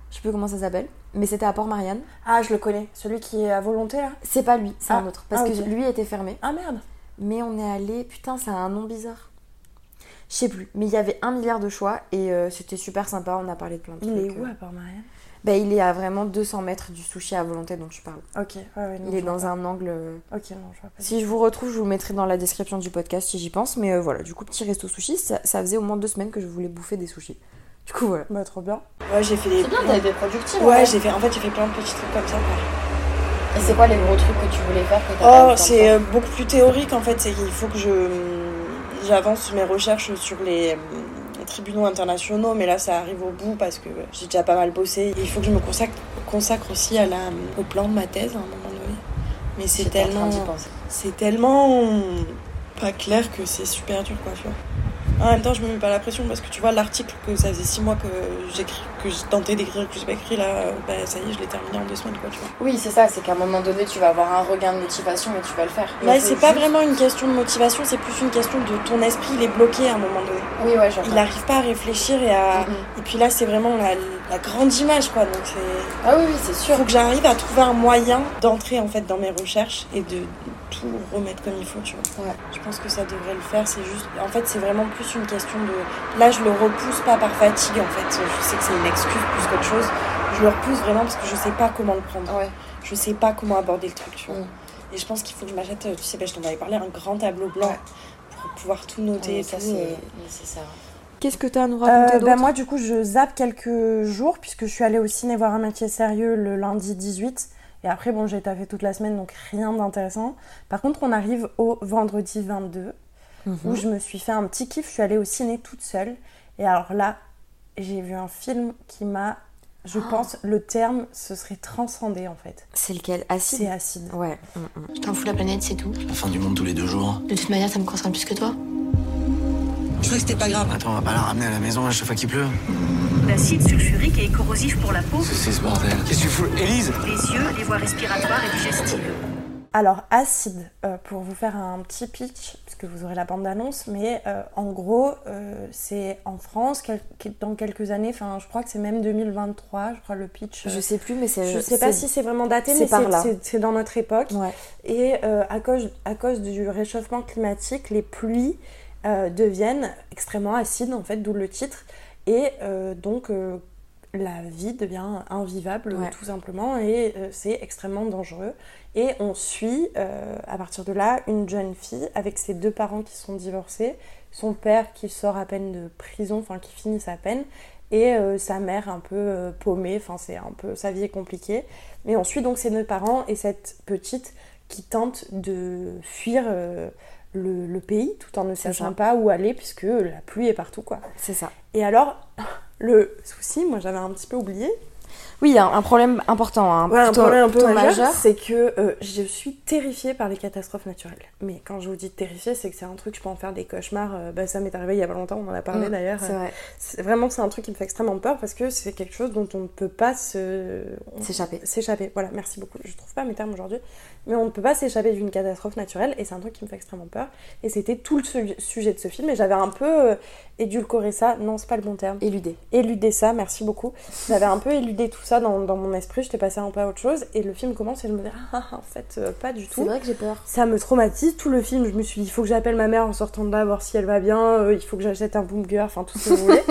[SPEAKER 1] je sais plus comment ça s'appelle, mais c'était à Port-Marianne.
[SPEAKER 3] Ah, je le connais, celui qui est à volonté là.
[SPEAKER 1] C'est pas lui, c'est
[SPEAKER 3] Ah,
[SPEAKER 1] un autre. Parce
[SPEAKER 3] ah,
[SPEAKER 1] que
[SPEAKER 3] ok.
[SPEAKER 1] lui était fermé.
[SPEAKER 3] Ah merde.
[SPEAKER 1] Mais on est allé, putain, ça a un nom bizarre. Je sais plus. Mais il y avait un milliard de choix et euh, c'était super sympa. On a parlé de plein de
[SPEAKER 3] Il
[SPEAKER 1] trucs.
[SPEAKER 3] est où
[SPEAKER 1] euh.
[SPEAKER 3] à part Marianne
[SPEAKER 1] Bah, il est à vraiment 200 mètres du sushi à volonté dont je parle.
[SPEAKER 3] Ok, ouais, ouais, non,
[SPEAKER 1] Il est
[SPEAKER 3] je vois
[SPEAKER 1] dans un angle. euh,
[SPEAKER 3] pas. Ok, non, je vois pas.
[SPEAKER 1] Si je vous retrouve, je vous le mettrai dans la description du podcast si j'y pense. Mais euh, voilà, du coup, petit resto sushi, ça, ça faisait au moins deux semaines que je voulais bouffer des sushis. Du coup, voilà.
[SPEAKER 3] Bah, trop bien.
[SPEAKER 5] Ouais, j'ai fait des.
[SPEAKER 4] C'est bien, t'as été productive.
[SPEAKER 5] Ouais, j'ai fait. En fait, j'ai fait plein de petits trucs comme ça. quoi.
[SPEAKER 4] Et c'est quoi les gros trucs que tu voulais faire que t'as pas eu le
[SPEAKER 5] Oh,
[SPEAKER 4] temps de
[SPEAKER 5] c'est
[SPEAKER 4] faire
[SPEAKER 5] euh, beaucoup
[SPEAKER 13] mm,
[SPEAKER 5] plus théorique en fait. C'est qu'il faut que je j'avance mes recherches sur les euh,
[SPEAKER 13] tribunaux internationaux, mais là ça arrive au bout parce que j'ai déjà pas mal bossé. Et il faut que je me consacre, consacre aussi à la, au plan de ma thèse à un moment donné. Mais c'est
[SPEAKER 14] J'étais en train
[SPEAKER 13] tellement.
[SPEAKER 14] d'y penser.
[SPEAKER 13] C'est tellement pas clair que c'est super dur quoi, tu vois. En même temps, je me mets pas la pression parce que tu vois, l'article que ça faisait six mois que j'écris, que je tentais d'écrire, que j'ai pas écrit, là, euh, bah, ça y est, je l'ai terminé en deux semaines quoi, tu vois.
[SPEAKER 14] Oui, c'est ça, c'est qu'à un moment donné, tu vas avoir un regain de motivation et tu vas le faire.
[SPEAKER 13] Bah, c'est pas
[SPEAKER 14] juste-
[SPEAKER 13] vraiment une question de motivation, c'est plus une question de ton esprit, il est bloqué à un moment donné.
[SPEAKER 14] Oui, ouais, j'entends. Mm-hmm.
[SPEAKER 13] Il n'arrive pas à réfléchir et à. Et puis là, c'est vraiment la, la grande image, quoi. Donc c'est.
[SPEAKER 14] Ah oui, oui, c'est sûr.
[SPEAKER 13] Faut que j'arrive à trouver un moyen d'entrer en fait dans mes recherches et de tout remettre comme il faut, tu vois. Je pense que ça devrait le faire. C'est juste. En fait, c'est vraiment plus une question de. Là, je le repousse pas par fatigue, en fait. Je sais que c'est une excuse plus qu'autre chose. Je le repousse vraiment parce que je sais pas comment le prendre. Je sais pas comment aborder le truc, tu
[SPEAKER 14] Mm.
[SPEAKER 13] vois. Et je pense qu'il faut que je m'achète, euh, tu sais, ben, je t'en avais parlé, un grand tableau blanc pour pouvoir tout noter
[SPEAKER 14] Ouais,
[SPEAKER 13] et
[SPEAKER 14] ça,
[SPEAKER 13] tout, euh,
[SPEAKER 14] c'est
[SPEAKER 13] et-
[SPEAKER 14] nécessaire.
[SPEAKER 1] Qu'est-ce que t'as à nous raconter
[SPEAKER 3] Euh,
[SPEAKER 1] d'autre
[SPEAKER 3] ben Moi, du coup, je zappe quelques jours puisque je suis allée au ciné voir un métier sérieux le lundi 18. Et après, bon, j'ai taffé toute la semaine, donc rien d'intéressant. Par contre, on arrive au vendredi 22
[SPEAKER 1] Mhm.
[SPEAKER 3] où je me suis fait un petit kiff. Je suis allée au ciné toute seule. Et alors là, j'ai vu un film qui m'a, je
[SPEAKER 1] Ah.
[SPEAKER 3] pense, le terme, ce serait transcendé en fait.
[SPEAKER 1] C'est lequel Acide
[SPEAKER 3] C'est acide.
[SPEAKER 1] Ouais.
[SPEAKER 15] Je t'en fous la planète, c'est tout.
[SPEAKER 10] La fin du monde tous les deux jours.
[SPEAKER 15] De toute manière, ça me concerne plus que toi.
[SPEAKER 16] Je croyais que c'était pas grave.
[SPEAKER 10] Attends, on va pas la ramener à la maison à chaque fois qu'il pleut.
[SPEAKER 16] L'acide sulfurique est corrosif pour la peau,
[SPEAKER 10] C'est c'est ce bordel. Qu'est-ce que tu fous, Élise
[SPEAKER 16] les yeux, les voies respiratoires et digestives.
[SPEAKER 3] Alors, Acide, euh, pour vous faire un petit pitch, parce que vous aurez la bande-annonce, mais euh, en gros, euh, c'est en France, quel- quel- dans quelques années, enfin, je crois que c'est même 2023, je crois, le pitch. euh,
[SPEAKER 1] Je sais plus, mais c'est.
[SPEAKER 3] Je sais pas si c'est vraiment daté,
[SPEAKER 1] c'est
[SPEAKER 3] mais
[SPEAKER 1] par
[SPEAKER 3] c'est-
[SPEAKER 1] là.
[SPEAKER 3] c'est- c'est dans notre époque. Et euh, à, cause, à cause du réchauffement climatique, les pluies euh, deviennent extrêmement acides, en fait, d'où le titre. Et euh, donc, euh, la vie devient invivable,
[SPEAKER 1] Ouais.
[SPEAKER 3] tout simplement, et euh, c'est extrêmement dangereux. Et on suit, euh, à partir de là, une jeune fille avec ses deux parents qui sont divorcés, son père qui sort à peine de prison, enfin qui finit sa peine, et euh, sa mère un peu euh, paumée, enfin c'est un peu sa vie est compliquée. Mais on suit donc ses deux parents et cette petite qui tente de fuir euh, le, le pays tout en ne
[SPEAKER 1] C'est
[SPEAKER 3] sachant
[SPEAKER 1] ça.
[SPEAKER 3] pas où aller puisque la pluie est partout quoi.
[SPEAKER 1] C'est ça.
[SPEAKER 3] Et alors le souci, moi j'avais un petit peu oublié,
[SPEAKER 1] Oui, un, un problème important. hein,
[SPEAKER 3] Ouais, un
[SPEAKER 1] plutôt-
[SPEAKER 3] problème un peu
[SPEAKER 1] plutôt
[SPEAKER 3] majeur, c'est que euh, je suis terrifiée par les catastrophes naturelles. Mais quand je vous dis terrifiée, c'est que c'est un truc, je peux en faire des cauchemars. euh, bah, ça m'est arrivé il y a pas longtemps, on en a parlé
[SPEAKER 1] Mm,
[SPEAKER 3] d'ailleurs.
[SPEAKER 1] c'est
[SPEAKER 3] euh,
[SPEAKER 1] vrai.
[SPEAKER 3] c'est- vraiment, c'est un truc qui me fait extrêmement peur parce que c'est quelque chose dont on ne peut pas se... on-
[SPEAKER 1] S'échapper.
[SPEAKER 3] S'échapper, voilà, merci beaucoup. Je trouve pas mes termes aujourd'hui. Mais on ne peut pas s'échapper d'une catastrophe naturelle et c'est un truc qui me fait extrêmement peur. Et c'était tout le su- sujet de ce film et j'avais un peu euh, édulcoré ça. Non, c'est pas le bon terme.
[SPEAKER 1] Éluder.
[SPEAKER 3] Éluder ça, merci beaucoup. J'avais un peu éludé tout ça dans, dans mon esprit, j'étais passée un peu à autre chose, et le film commence et je me dis, ah, en fait, euh, pas du tout.
[SPEAKER 1] C'est vrai que j'ai peur.
[SPEAKER 3] Ça me traumatise tout le film. Je me suis dit, il faut que j'appelle ma mère en sortant de là, voir si elle va bien, euh, il faut que j'achète un boomger, enfin tout ce que vous voulez.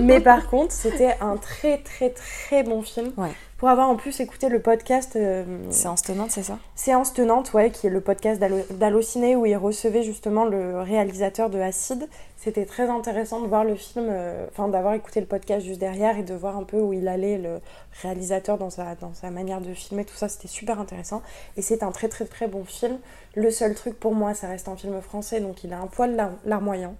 [SPEAKER 3] Mais par contre, c'était un très très très bon film.
[SPEAKER 1] Ouais.
[SPEAKER 3] Pour avoir en plus écouté le podcast. euh,
[SPEAKER 1] Séance tenante, c'est ça
[SPEAKER 3] Séance tenante, ouais, qui est le podcast d'Allo- d'Allociné où il recevait justement le réalisateur de Acide. C'était très intéressant de voir le film, euh, enfin d'avoir écouté le podcast juste derrière et de voir un peu où il allait, le réalisateur dans sa, dans sa manière de filmer, tout ça, c'était super intéressant. Et c'est un très très très bon film. Le seul truc pour moi, ça reste un film français, donc il a un poil lar- larmoyant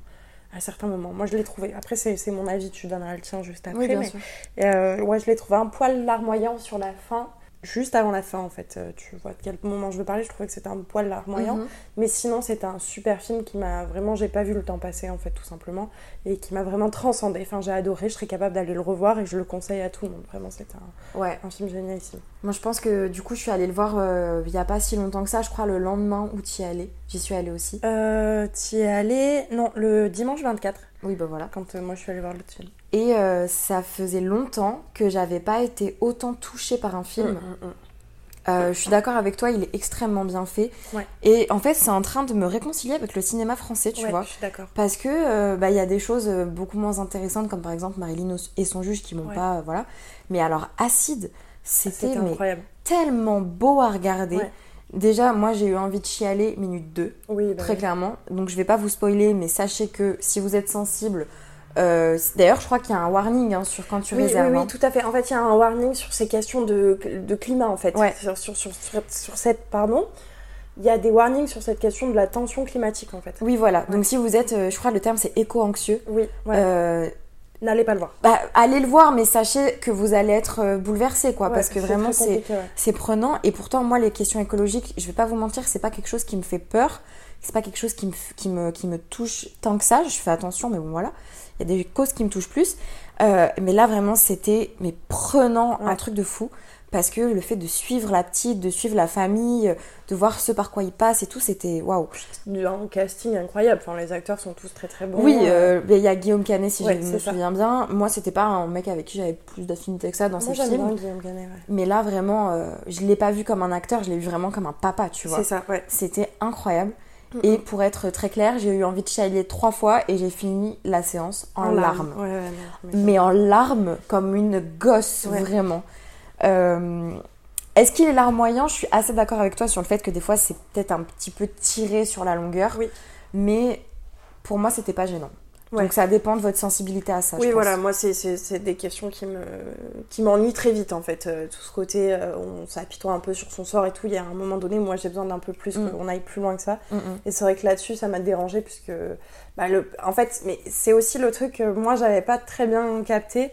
[SPEAKER 3] à certains moments. Moi, je l'ai trouvé. Après, c'est c'est mon avis, tu donneras le tien juste après.
[SPEAKER 1] bien
[SPEAKER 3] mais,
[SPEAKER 1] sûr.
[SPEAKER 3] euh, ouais, je l'ai trouvé un poil larmoyant sur la fin, juste avant la fin en fait. Euh, tu vois de quel moment je veux parler, je trouvais que c'était un poil larmoyant.
[SPEAKER 1] Mhm.
[SPEAKER 3] Mais sinon, c'était un super film qui m'a vraiment, j'ai pas vu le temps passer en fait, tout simplement, et qui m'a vraiment transcendé. Enfin, j'ai adoré, je serais capable d'aller le revoir et je le conseille à tout le monde. Vraiment, c'est un,
[SPEAKER 1] Ouais.
[SPEAKER 3] un film génialissime.
[SPEAKER 1] Moi, je pense que du coup, je suis allée le voir euh, il y a pas si longtemps que ça, je crois, le lendemain où tu y allais. J'y suis allée aussi.
[SPEAKER 3] Euh, T'y es allé Non, le dimanche 24.
[SPEAKER 1] Oui, bah voilà.
[SPEAKER 3] Quand euh, moi je suis allée voir l'autre film.
[SPEAKER 1] Et euh, ça faisait longtemps que j'avais pas été autant touchée par un
[SPEAKER 3] Mm,
[SPEAKER 1] film.
[SPEAKER 3] mm, mm.
[SPEAKER 1] Euh, je suis d'accord avec toi, il est extrêmement bien fait.
[SPEAKER 3] Ouais.
[SPEAKER 1] Et en fait, c'est en train de me réconcilier avec le cinéma français, tu
[SPEAKER 3] Ouais,
[SPEAKER 1] vois.
[SPEAKER 3] je suis d'accord.
[SPEAKER 1] Parce que euh, bah, il y a des choses euh, beaucoup moins intéressantes, comme par exemple Marilyn et son juge qui m'ont
[SPEAKER 3] Ouais. Ah,
[SPEAKER 1] pas. euh, voilà. Mais alors, Acide, c'était
[SPEAKER 3] c'était
[SPEAKER 1] mais,
[SPEAKER 3] incroyable.
[SPEAKER 1] tellement beau à regarder.
[SPEAKER 3] Ouais.
[SPEAKER 1] Déjà, moi j'ai eu envie de chialer minute 2,
[SPEAKER 3] Oui, bah
[SPEAKER 1] très
[SPEAKER 3] oui.
[SPEAKER 1] clairement. Donc je vais pas vous spoiler, mais sachez que si vous êtes sensible. euh, c- D'ailleurs, je crois qu'il y a un warning hein, sur quand tu
[SPEAKER 3] oui,
[SPEAKER 1] réserves.
[SPEAKER 3] Oui, oui,
[SPEAKER 1] hein.
[SPEAKER 3] tout à fait. En fait, il y a un warning sur ces questions de, de climat, en fait.
[SPEAKER 1] Ouais.
[SPEAKER 3] Sur, sur, sur, sur- sur cette, pardon, il y a des warnings sur cette question de la tension climatique, en fait.
[SPEAKER 1] Oui, voilà. Donc si vous êtes, euh, je crois que le terme c'est éco-anxieux.
[SPEAKER 3] Oui,
[SPEAKER 1] euh,
[SPEAKER 3] N'allez pas le voir.
[SPEAKER 1] Bah, allez le voir, mais sachez que vous allez être euh, bouleversé, quoi,
[SPEAKER 3] Ouais,
[SPEAKER 1] parce que
[SPEAKER 3] c'est
[SPEAKER 1] vraiment,
[SPEAKER 3] très
[SPEAKER 1] c'est
[SPEAKER 3] compliqué, ouais.
[SPEAKER 1] c'est prenant. Et pourtant, moi, les questions écologiques, je vais pas vous mentir, c'est pas quelque chose qui me fait peur, c'est pas quelque chose qui me, f- qui, me, qui me touche tant que ça. Je fais attention, mais bon, voilà. Il y a des causes qui me touchent plus. Euh, mais là, vraiment, c'était mais prenant, un truc de fou. Parce que le fait de suivre la petite, de suivre la famille, de voir ce par quoi ils passent et tout, c'était waouh.
[SPEAKER 3] Un casting incroyable. Enfin, les acteurs sont tous très très bons.
[SPEAKER 1] Oui, euh, mais il y a Guillaume Canet, si
[SPEAKER 3] Ouais,
[SPEAKER 1] je me
[SPEAKER 3] c'est ça.
[SPEAKER 1] souviens bien. Moi, c'était pas un mec avec qui j'avais plus d'affinité que ça dans
[SPEAKER 3] Moi,
[SPEAKER 1] ses
[SPEAKER 3] j'aime bien
[SPEAKER 1] films.
[SPEAKER 3] Guillaume Canet, ouais.
[SPEAKER 1] Mais là, vraiment, euh, je l'ai pas vu comme un acteur, je l'ai vu vraiment comme un papa, tu vois.
[SPEAKER 3] C'est ça, ouais.
[SPEAKER 1] C'était incroyable.
[SPEAKER 3] Mhm.
[SPEAKER 1] Et pour être très claire, j'ai eu envie de chialer trois fois et j'ai fini la séance en, larmes.
[SPEAKER 3] Ouais, ouais, non, mais-
[SPEAKER 1] Mais euh, en larmes, comme une gosse,
[SPEAKER 3] Ouais.
[SPEAKER 1] vraiment. Euh, Est-ce qu'il est larmoyant Je suis assez d'accord avec toi sur le fait que des fois, c'est peut-être un petit peu tiré sur la longueur. Mais pour moi, c'était pas gênant.
[SPEAKER 3] Ouais.
[SPEAKER 1] Donc ça dépend de votre sensibilité à ça. je
[SPEAKER 3] Oui,
[SPEAKER 1] pense.
[SPEAKER 3] voilà, moi, c'est- c'est c'est des questions qui me qui m'ennuient très vite, en fait. Euh, Tout ce côté, euh, on s'apitoie un peu sur son sort et tout. Il y a un moment donné, moi, j'ai besoin d'un peu plus,
[SPEAKER 1] Mm.
[SPEAKER 3] qu'on aille plus loin que ça.
[SPEAKER 1] Mm, mm.
[SPEAKER 3] Et c'est vrai que là-dessus, ça m'a dérangé puisque, bah, le, en fait, mais c'est aussi le truc que moi, j'avais pas très bien capté,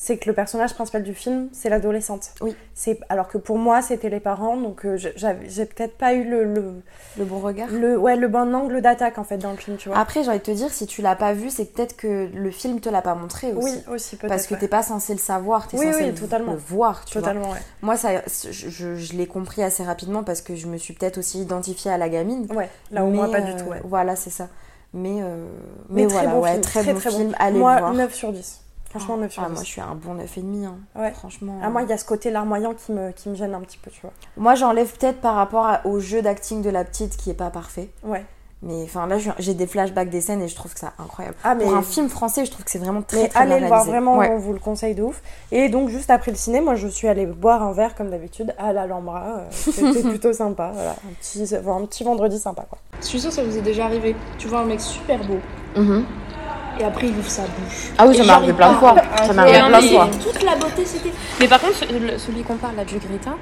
[SPEAKER 3] c'est que le personnage principal du film, c'est l'adolescente.
[SPEAKER 1] Oui.
[SPEAKER 3] C'est alors que pour moi, c'était les parents, donc euh, je- j'avais- j'ai peut-être pas eu le le,
[SPEAKER 1] le bon regard.
[SPEAKER 3] Le ouais, le bon angle d'attaque en fait dans le film, tu vois.
[SPEAKER 1] Après, j'ai envie de te dire, si tu l'as pas vu, c'est peut-être que le film te l'a pas montré aussi.
[SPEAKER 3] Oui, aussi, peut-être,
[SPEAKER 1] Parce que
[SPEAKER 3] ouais.
[SPEAKER 1] t'es pas censé le savoir, t'es
[SPEAKER 3] Oui,
[SPEAKER 1] censé
[SPEAKER 3] oui,
[SPEAKER 1] le-
[SPEAKER 3] totalement.
[SPEAKER 1] le voir, tu
[SPEAKER 3] Totalement,
[SPEAKER 1] vois.
[SPEAKER 3] ouais.
[SPEAKER 1] Moi, ça, je, je- je l'ai compris assez rapidement parce que je me suis peut-être aussi identifiée à la gamine.
[SPEAKER 3] Ouais, là, au moins,
[SPEAKER 1] Mais, euh,
[SPEAKER 3] pas du tout, ouais.
[SPEAKER 1] Voilà, c'est ça. Mais, euh,
[SPEAKER 3] Mais,
[SPEAKER 1] mais,
[SPEAKER 3] très
[SPEAKER 1] voilà,
[SPEAKER 3] bon
[SPEAKER 1] ouais,
[SPEAKER 3] film,
[SPEAKER 1] très, bon film, allez
[SPEAKER 3] Moi,
[SPEAKER 1] le voir.
[SPEAKER 3] 9 sur 10. Franchement,
[SPEAKER 1] Ah,
[SPEAKER 3] 9 sur
[SPEAKER 1] ah,
[SPEAKER 3] 10.
[SPEAKER 1] moi, je suis un bon 9,5. Hein.
[SPEAKER 3] Ouais.
[SPEAKER 1] Franchement. euh,
[SPEAKER 3] Ah, moi, il y a ce côté larmoyant qui me, qui me gêne un petit peu, tu vois.
[SPEAKER 1] Moi, j'enlève peut-être par rapport à- au jeu d'acting de la petite qui est pas parfait.
[SPEAKER 3] Ouais.
[SPEAKER 1] Mais enfin là, je- j'ai des flashbacks des scènes et je trouve que c'est incroyable.
[SPEAKER 3] Ah, mais-
[SPEAKER 1] Pour un film français, je trouve que c'est vraiment très
[SPEAKER 3] Mais
[SPEAKER 1] très
[SPEAKER 3] allez
[SPEAKER 1] bien
[SPEAKER 3] le voir,
[SPEAKER 1] réalisé.
[SPEAKER 3] vraiment,
[SPEAKER 1] Ouais.
[SPEAKER 3] on vous le conseille de ouf. Et donc, juste après le ciné, moi, je suis allée boire un verre, comme d'habitude, à l'Alhambra. euh, C'était plutôt sympa, voilà. Un petit, un petit vendredi sympa, quoi.
[SPEAKER 17] Je suis sûre que ça vous est déjà arrivé. Tu vois un mec super beau et après il ouvre sa bouche.
[SPEAKER 1] Ah oui, ça
[SPEAKER 17] Et
[SPEAKER 1] m'est
[SPEAKER 17] genre,
[SPEAKER 1] arrivé
[SPEAKER 17] il
[SPEAKER 1] plein de
[SPEAKER 17] parle.
[SPEAKER 1] fois. Ça m'est arrivé
[SPEAKER 17] Et
[SPEAKER 1] plein de
[SPEAKER 17] mais
[SPEAKER 1] fois.
[SPEAKER 17] Toute la beauté c'était. Mais par contre, ce- celui qu'on parle là du Greta,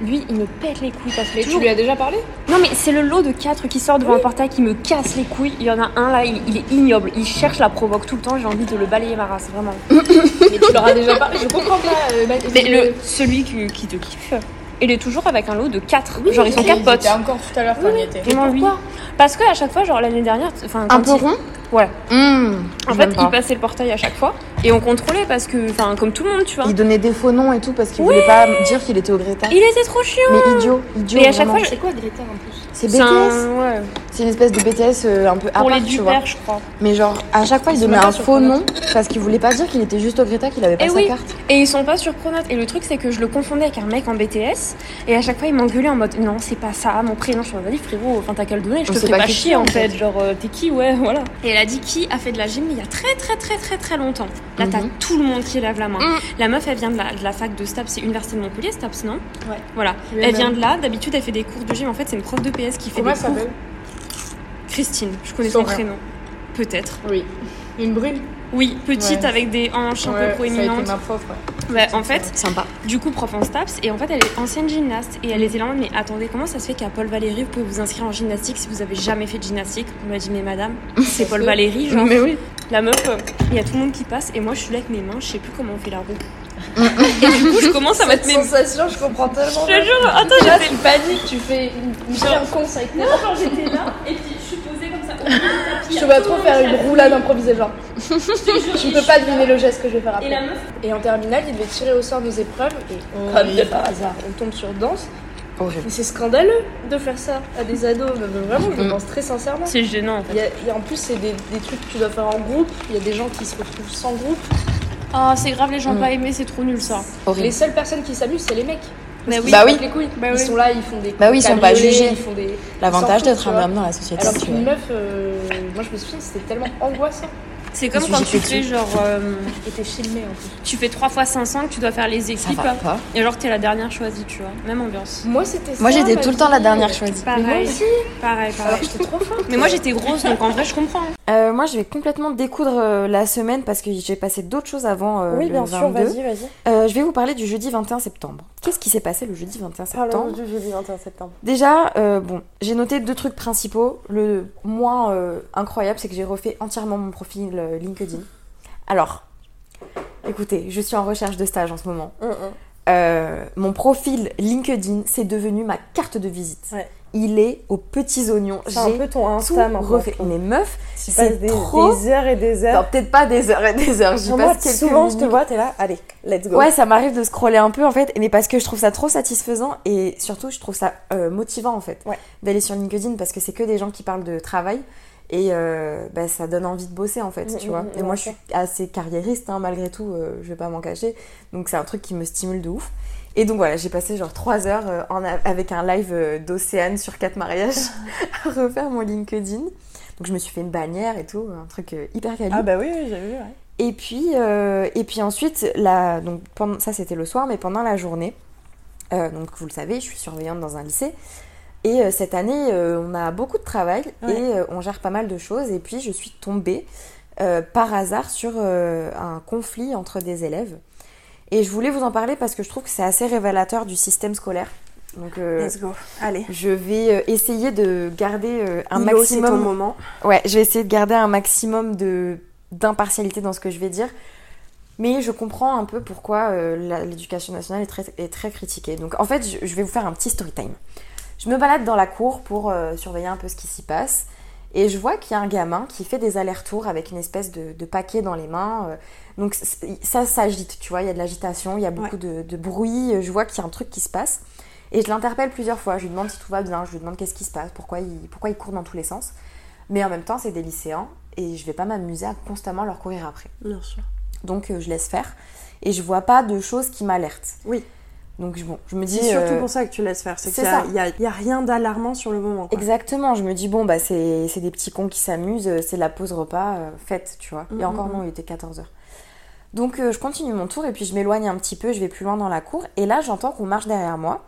[SPEAKER 17] lui il me pète les couilles parce que
[SPEAKER 14] tu lui as déjà parlé
[SPEAKER 17] Non mais c'est le lot de quatre qui sort devant un portail qui me casse les couilles. Il y en a un là, il, il est ignoble, il cherche la provoque tout le temps. J'ai envie de le balayer ma race vraiment.
[SPEAKER 14] Mais tu leur as déjà parlé, je comprends pas. euh, Mathilde.
[SPEAKER 17] Mais le celui qui, qui te kiffe, il est toujours avec un lot de 4. genre ils sont
[SPEAKER 14] oui,
[SPEAKER 17] quatre potes.
[SPEAKER 14] j'étais encore tout à l'heure quand on y était.
[SPEAKER 17] Vraiment lui. Parce que à chaque fois, genre l'année dernière, enfin
[SPEAKER 14] Un
[SPEAKER 17] quand
[SPEAKER 14] peu
[SPEAKER 17] il-
[SPEAKER 14] rond
[SPEAKER 17] Ouais. en
[SPEAKER 1] Hum, je
[SPEAKER 17] fait,
[SPEAKER 1] l'aime pas.
[SPEAKER 17] il passait le portail à chaque fois et on contrôlait parce que, enfin comme tout le monde, tu vois.
[SPEAKER 1] Il donnait des faux noms et tout parce qu'il
[SPEAKER 17] Oui.
[SPEAKER 1] voulait pas dire qu'il était au Greta.
[SPEAKER 17] Il était trop chiant.
[SPEAKER 1] Mais idiot, idiot.
[SPEAKER 17] Mais à chaque
[SPEAKER 1] vraiment.
[SPEAKER 17] fois, je- Greta en plus
[SPEAKER 1] C'est
[SPEAKER 17] C'est
[SPEAKER 1] BTS.
[SPEAKER 17] un-
[SPEAKER 1] C'est une espèce de BTS euh, un peu à
[SPEAKER 17] Pour les
[SPEAKER 1] part, tu vois.
[SPEAKER 17] divers, je crois.
[SPEAKER 1] Mais genre à chaque fois,
[SPEAKER 17] Ils
[SPEAKER 1] il
[SPEAKER 17] sont
[SPEAKER 1] donnait
[SPEAKER 17] même pas
[SPEAKER 1] un
[SPEAKER 17] sur
[SPEAKER 1] faux
[SPEAKER 17] Internet.
[SPEAKER 1] nom parce qu'il voulait pas dire qu'il était juste au Greta, qu'il avait pas
[SPEAKER 14] Eh
[SPEAKER 17] Et
[SPEAKER 1] sa
[SPEAKER 17] oui,
[SPEAKER 1] carte.
[SPEAKER 17] et ils sont pas surprenantes. Et le truc, c'est que je le confondais avec un mec en BTS, et à chaque fois, il m'engueulait en mode non, c'est pas ça, mon prénom. Je me vas-y, frérot, enfin, t'as qu'à le donner, je
[SPEAKER 14] On
[SPEAKER 17] te
[SPEAKER 14] sait
[SPEAKER 17] fais
[SPEAKER 14] pas
[SPEAKER 17] pas,
[SPEAKER 14] qui tu es,
[SPEAKER 17] chier
[SPEAKER 14] en
[SPEAKER 17] en fait.
[SPEAKER 14] fait.
[SPEAKER 17] Genre, euh, t'es qui, ouais, voilà. Et elle a dit qui a fait de la gym il y a très, très, très, très, très longtemps. Là, t'as
[SPEAKER 14] Mhm.
[SPEAKER 17] tout le monde qui lève la main.
[SPEAKER 14] Mm.
[SPEAKER 17] La meuf, elle vient de la, de la fac de STAPS, c'est Université de Montpellier, STAPS, non
[SPEAKER 14] Ouais.
[SPEAKER 17] Voilà.
[SPEAKER 14] Oui,
[SPEAKER 17] elle
[SPEAKER 14] même.
[SPEAKER 17] vient de là, d'habitude, elle fait des cours de gym. En fait, c'est une prof de PS qui fait
[SPEAKER 14] Comment
[SPEAKER 17] des
[SPEAKER 14] elle
[SPEAKER 17] cours.
[SPEAKER 14] s'appelle
[SPEAKER 17] Christine, je connais son
[SPEAKER 14] Saurin.
[SPEAKER 17] prénom. Peut-être.
[SPEAKER 14] Oui. Une brune
[SPEAKER 17] Oui, petite
[SPEAKER 14] Ouais.
[SPEAKER 17] avec des hanches un
[SPEAKER 14] Ouais,
[SPEAKER 17] peu
[SPEAKER 14] Ça a
[SPEAKER 17] proéminentes.
[SPEAKER 14] été ma prof, ouais.
[SPEAKER 17] Ouais, Bah, en fait, sympa. Du coup, prof en STAPS, et en fait, elle est ancienne gymnaste. Et elle était là en mode, mais attendez, comment ça se fait qu'à Paul Valéry, vous pouvez vous inscrire en gymnastique si vous avez jamais fait de gymnastique On m'a dit, mais madame, c'est Paul
[SPEAKER 14] se-
[SPEAKER 17] Valéry, genre.
[SPEAKER 14] Mais oui.
[SPEAKER 17] La meuf, euh, il y a tout le monde qui passe, et moi, je suis là avec mes mains, je sais plus comment on fait la roue. et du coup, je commence à mettre mes.
[SPEAKER 14] sensation, je comprends tellement.
[SPEAKER 17] Je te jure, attends,
[SPEAKER 14] Là,
[SPEAKER 17] j'étais-
[SPEAKER 14] tu paniques, tu fais une
[SPEAKER 17] Genre-
[SPEAKER 14] circonce avec
[SPEAKER 17] Non,
[SPEAKER 14] moi.
[SPEAKER 17] genre, j'étais là, et puis je suis posée comme ça. au milieu du tapis,
[SPEAKER 14] Je
[SPEAKER 17] à
[SPEAKER 14] te vois
[SPEAKER 17] tout
[SPEAKER 14] trop
[SPEAKER 17] moment,
[SPEAKER 14] faire
[SPEAKER 17] j'ai
[SPEAKER 14] une
[SPEAKER 17] la-
[SPEAKER 14] roulade improvisée, genre. Tu peux pas deviner le geste que je vais faire après.
[SPEAKER 17] Et la meuf
[SPEAKER 14] Et en terminale, il devait tirer au sort nos épreuves et on,
[SPEAKER 17] Comme de par
[SPEAKER 14] hasard. on tombe sur danse. Mais c'est scandaleux de faire ça à des ados, mais vraiment, je
[SPEAKER 17] Mm.
[SPEAKER 14] pense très sincèrement.
[SPEAKER 17] C'est gênant, en fait.
[SPEAKER 14] Il y a- il y a- en plus, c'est des, des trucs que tu dois faire en groupe. Il y a des gens qui se retrouvent sans groupe. Ah, c'est grave, les
[SPEAKER 17] gens Mm. pas
[SPEAKER 14] aimés, c'est trop nul ça.
[SPEAKER 17] Horrible.
[SPEAKER 14] Les seules personnes qui s'amusent, c'est les mecs. Parce
[SPEAKER 17] Bah
[SPEAKER 14] qu'ils
[SPEAKER 17] oui.
[SPEAKER 14] se
[SPEAKER 17] Bah
[SPEAKER 14] battent
[SPEAKER 17] oui.
[SPEAKER 14] Les couilles. Ah
[SPEAKER 17] Bah
[SPEAKER 14] ils
[SPEAKER 17] oui.
[SPEAKER 14] sont là, ils font des.
[SPEAKER 1] Bah oui, ils sont pas
[SPEAKER 14] cabriolets,
[SPEAKER 1] jugés.
[SPEAKER 14] ils font des-
[SPEAKER 1] L'avantage
[SPEAKER 14] ils s'en foutent,
[SPEAKER 1] d'être
[SPEAKER 14] tu
[SPEAKER 1] un
[SPEAKER 14] vois.
[SPEAKER 1] homme dans la société,
[SPEAKER 14] Alors
[SPEAKER 1] c'est
[SPEAKER 14] qu'une
[SPEAKER 1] vrai.
[SPEAKER 14] meuf, euh, moi je me souviens, c'était tellement angoissant.
[SPEAKER 17] C'est comme quand tu fais genre. euh,
[SPEAKER 14] Et t'es filmé en plus.
[SPEAKER 17] tu fais 3 fois 500 que tu dois faire les équipes. hein.
[SPEAKER 1] va pas.
[SPEAKER 17] Et genre, t'es la dernière choisie, tu vois. Même ambiance.
[SPEAKER 14] Moi, c'était
[SPEAKER 1] Moi, ça, j'étais ma tout le temps la vie. dernière choisie.
[SPEAKER 17] Pareil.
[SPEAKER 1] Mais moi aussi.
[SPEAKER 17] Pareil, pareil.
[SPEAKER 1] Alors,
[SPEAKER 14] j'étais trop forte.
[SPEAKER 17] Mais moi, j'étais grosse, donc en vrai, je comprends. hein.
[SPEAKER 1] Euh, moi, je vais complètement découdre euh, la semaine parce que j'ai passé d'autres choses avant. euh,
[SPEAKER 3] Oui,
[SPEAKER 1] le
[SPEAKER 3] bien sûr,
[SPEAKER 1] 22.
[SPEAKER 3] vas-y, vas-y.
[SPEAKER 1] Euh, je vais vous parler du jeudi 21 septembre. Qu'est-ce qui s'est passé le jeudi 21 septembre
[SPEAKER 3] Parlons du jeudi 21 septembre.
[SPEAKER 1] Déjà, euh, bon, j'ai noté deux trucs principaux. Le moins euh, incroyable, c'est que j'ai refait entièrement mon profil euh, LinkedIn. Alors, Écoutez, je suis en recherche de stage en ce moment.
[SPEAKER 3] Mm, mm.
[SPEAKER 1] Euh, mon profil LinkedIn, c'est devenu ma carte de visite.
[SPEAKER 3] Ouais.
[SPEAKER 1] Il est aux petits oignons.
[SPEAKER 3] C'est un
[SPEAKER 1] J'ai
[SPEAKER 3] peu ton
[SPEAKER 1] tout
[SPEAKER 3] Insta, maintenant,
[SPEAKER 1] refait.
[SPEAKER 3] je trouve.
[SPEAKER 1] Mais meuf,
[SPEAKER 3] Tu passes
[SPEAKER 1] c'est
[SPEAKER 3] des,
[SPEAKER 1] trop.
[SPEAKER 3] des heures et des heures.
[SPEAKER 1] Non, peut-être pas des heures et des heures. J'y
[SPEAKER 3] Non, moi,
[SPEAKER 1] passe quelques
[SPEAKER 3] souvent, je te
[SPEAKER 1] minutes.
[SPEAKER 3] vois, t'es là, allez, let's go.
[SPEAKER 1] Ouais, ça m'arrive de scroller un peu en fait, mais parce que je trouve ça trop satisfaisant et surtout je trouve ça euh, motivant en fait d'aller sur LinkedIn parce que c'est que des gens qui parlent de travail et euh, bah, ça donne envie de bosser en fait,
[SPEAKER 3] Mm,
[SPEAKER 1] tu
[SPEAKER 3] mm,
[SPEAKER 1] vois.
[SPEAKER 3] mm,
[SPEAKER 1] Et
[SPEAKER 3] bien
[SPEAKER 1] moi je
[SPEAKER 3] sûr.
[SPEAKER 1] suis assez carriériste hein, malgré tout, euh, je vais pas m'en cacher, donc c'est un truc qui me stimule de ouf. Et donc voilà, j'ai passé genre 3 heures euh, en a- avec un live euh, d'Océane sur 4 mariages à refaire mon LinkedIn. Donc je me suis fait une bannière et tout, un truc euh, hyper quali.
[SPEAKER 3] Ah bah oui, oui, j'ai vu, ouais.
[SPEAKER 1] Et puis, euh, et puis ensuite, la, donc pendant, ça c'était le soir, mais pendant la journée, euh, donc vous le savez, je suis surveillante dans un lycée. Et euh, cette année, euh, on a beaucoup de travail
[SPEAKER 3] Ouais.
[SPEAKER 1] et euh, on gère pas mal de choses. Et puis, je suis tombée euh, par hasard sur euh, un conflit entre des élèves. Et je voulais vous en parler parce que je trouve que c'est assez révélateur du système scolaire. Donc, euh,
[SPEAKER 3] Let's go. Allez.
[SPEAKER 1] je vais euh, essayer de garder euh, un
[SPEAKER 3] Milo, c'est
[SPEAKER 1] maximum.
[SPEAKER 3] ton moment.
[SPEAKER 1] Ouais, je vais essayer de garder un maximum de d'impartialité dans ce que je vais dire. Mais je comprends un peu pourquoi euh, la- l'éducation nationale est très, est très critiquée. Donc en fait, je, je vais vous faire un petit story time. Je me balade dans la cour pour euh, surveiller un peu ce qui s'y passe. Et je vois qu'il y a un gamin qui fait des allers-retours avec une espèce de, de paquet dans les mains. euh, donc c- ça s'agite, tu vois, il y a de l'agitation, il y a beaucoup de, de bruit, euh, je vois qu'il y a un truc qui se passe. Et je l'interpelle plusieurs fois, je lui demande si tout va bien, je lui demande qu'est-ce qui se passe, pourquoi il, pourquoi il court dans tous les sens. Mais en même temps, c'est des lycéens et je vais pas m'amuser à constamment leur courir après.
[SPEAKER 3] Bien sûr.
[SPEAKER 1] Donc euh, je laisse faire et je vois pas de choses qui m'alertent.
[SPEAKER 3] Oui.
[SPEAKER 1] Donc je- bon, je me dis.
[SPEAKER 3] C'est surtout
[SPEAKER 1] euh,
[SPEAKER 3] pour ça que tu laisses faire. C'est
[SPEAKER 1] c'est
[SPEAKER 3] qu'il y a-
[SPEAKER 1] ça.
[SPEAKER 3] il y a, il y a rien d'alarmant sur le moment. quoi.
[SPEAKER 1] Exactement, je me dis, bon, bah, c'est c'est des petits cons qui s'amusent, euh, c'est la pause repas, euh, fête, tu vois.
[SPEAKER 3] Mm,
[SPEAKER 1] Et encore
[SPEAKER 3] mm,
[SPEAKER 1] non,
[SPEAKER 3] mm.
[SPEAKER 1] il était 14h. Donc euh, je continue mon tour et puis je m'éloigne un petit peu, je vais plus loin dans la cour. Et là, j'entends qu'on marche derrière moi.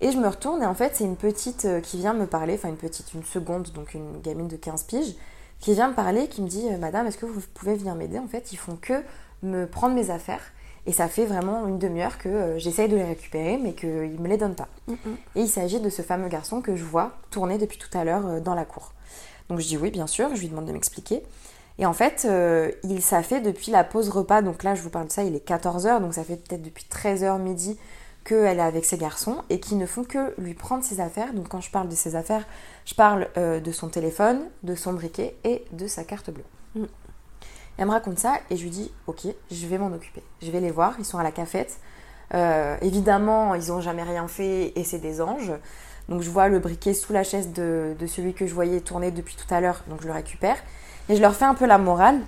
[SPEAKER 1] Et je me retourne et en fait, c'est une petite euh, qui vient me parler, enfin une petite, une seconde, donc une gamine de 15 piges, qui vient me parler, qui me dit euh, Madame, est-ce que vous pouvez venir m'aider En fait, ils font que me prendre mes affaires. Et ça fait vraiment une demi-heure que euh, j'essaye de les récupérer, mais qu'ils ne me les donnent pas.
[SPEAKER 3] Mm,
[SPEAKER 1] Et il s'agit de ce fameux garçon que je vois tourner depuis tout à l'heure euh, dans la cour. Donc je dis oui, bien sûr, je lui demande de m'expliquer. Et en fait, euh, il ça fait depuis la pause repas, donc là je vous parle de ça, il est 14h, donc ça fait peut-être depuis 13h midi qu'elle est avec ses garçons et qui ne font que lui prendre ses affaires. Donc quand je parle de ses affaires, je parle euh, de son téléphone, de son briquet et de sa carte bleue.
[SPEAKER 3] Mm.
[SPEAKER 1] Elle me raconte ça et je lui dis ok, je vais m'en occuper. Je vais les voir, ils sont à la cafette. Euh, évidemment, ils n'ont jamais rien fait et c'est des anges. Donc je vois le briquet sous la chaise de, de celui que je voyais tourner depuis tout à l'heure, donc je le récupère. Et je leur fais un peu la morale.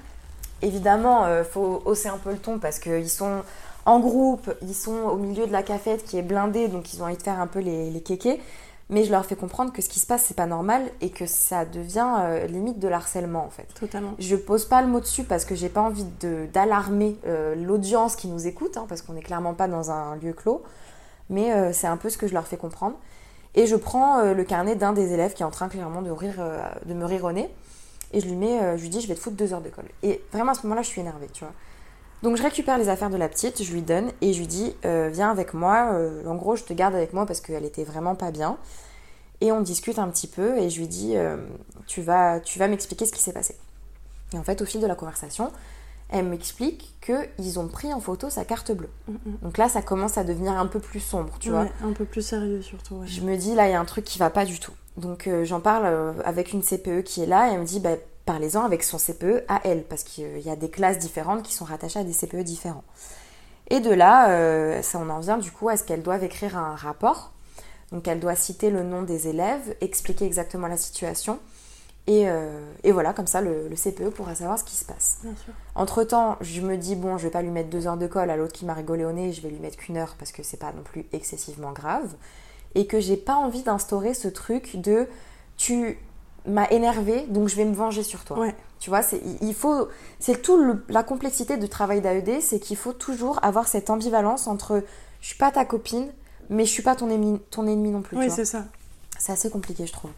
[SPEAKER 1] Évidemment, euh, faut hausser un peu le ton parce qu'ils sont en groupe, ils sont au milieu de la cafette qui est blindée, donc ils ont envie de faire un peu les, les kékés. Mais je leur fais comprendre que ce qui se passe, c'est pas normal et que ça devient euh, limite de l'harcèlement en fait.
[SPEAKER 3] Totalement.
[SPEAKER 1] Je pose pas le mot dessus parce que j'ai pas envie de- d'alarmer euh, l'audience qui nous écoute, hein, parce qu'on n'est clairement pas dans un lieu clos. Mais euh, c'est un peu ce que je leur fais comprendre. Et je prends euh, le carnet d'un des élèves qui est en train clairement de, rire, euh, de me rire au nez. Et je lui mets, euh, je lui dis, je vais te foutre deux heures de colle. Et vraiment à ce moment-là, je suis énervée, tu vois. Donc je récupère les affaires de la petite, je lui donne et je lui dis, euh, viens avec moi. euh, en gros, je te garde avec moi parce qu'elle était vraiment pas bien. Et on discute un petit peu et je lui dis, euh, tu vas, tu vas m'expliquer ce qui s'est passé. Et en fait, au fil de la conversation, elle m'explique qu'ils ont pris en photo sa carte bleue. Donc là, ça commence à devenir un peu plus sombre, tu vois.
[SPEAKER 3] Ouais, Un peu plus sérieux, surtout. ouais.
[SPEAKER 1] Je me dis, là, il y a un truc qui va pas du tout. Donc, euh, j'en parle euh, avec une CPE qui est là et elle me dit, bah, parlez-en avec son CPE à elle, parce qu'il euh, y a des classes différentes qui sont rattachées à des CPE différents. Et de là, euh, ça, on en vient du coup à ce qu'elles doivent écrire un rapport. Donc, elle doit citer le nom des élèves, expliquer exactement la situation. Et, euh, et voilà, comme ça, le- le CPE pourra savoir ce qui se passe.
[SPEAKER 3] Bien sûr.
[SPEAKER 1] Entre temps, je me dis, bon, je vais pas lui mettre deux heures de colle à l'autre qui m'a rigolé au nez, je vais lui mettre qu'une heure parce que c'est pas non plus excessivement grave. Et que j'ai pas envie d'instaurer ce truc de tu m'as énervé, donc je vais me venger sur toi.
[SPEAKER 3] Ouais.
[SPEAKER 1] Tu vois, c'est, il- il faut, c'est tout le- la complexité du travail d'AED, c'est qu'il faut toujours avoir cette ambivalence entre je suis pas ta copine, mais je suis pas ton ennemi, ton ennemi non plus. tu
[SPEAKER 3] Oui,
[SPEAKER 1] vois.
[SPEAKER 3] c'est ça.
[SPEAKER 1] C'est assez compliqué, je trouve.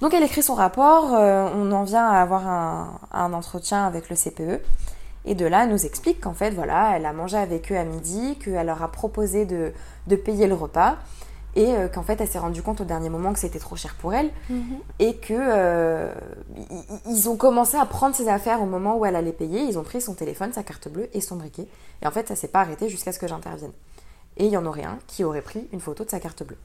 [SPEAKER 1] Donc elle écrit son rapport, euh, on en vient à avoir un, un entretien avec le CPE. Et de là, elle nous explique qu'en fait, voilà, elle a mangé avec eux à midi, qu'elle leur a proposé de, de payer le repas. et euh, qu'en fait elle s'est rendue compte au dernier moment que c'était trop cher pour elle
[SPEAKER 18] Mhm.
[SPEAKER 1] et que euh, i- ils ont commencé à prendre ses affaires au moment où elle allait payer. Ils ont pris son téléphone, sa carte bleue et son briquet. Et en fait, ça s'est pas arrêté jusqu'à ce que j'intervienne. Et il y en aurait un qui aurait pris une photo de sa carte bleue.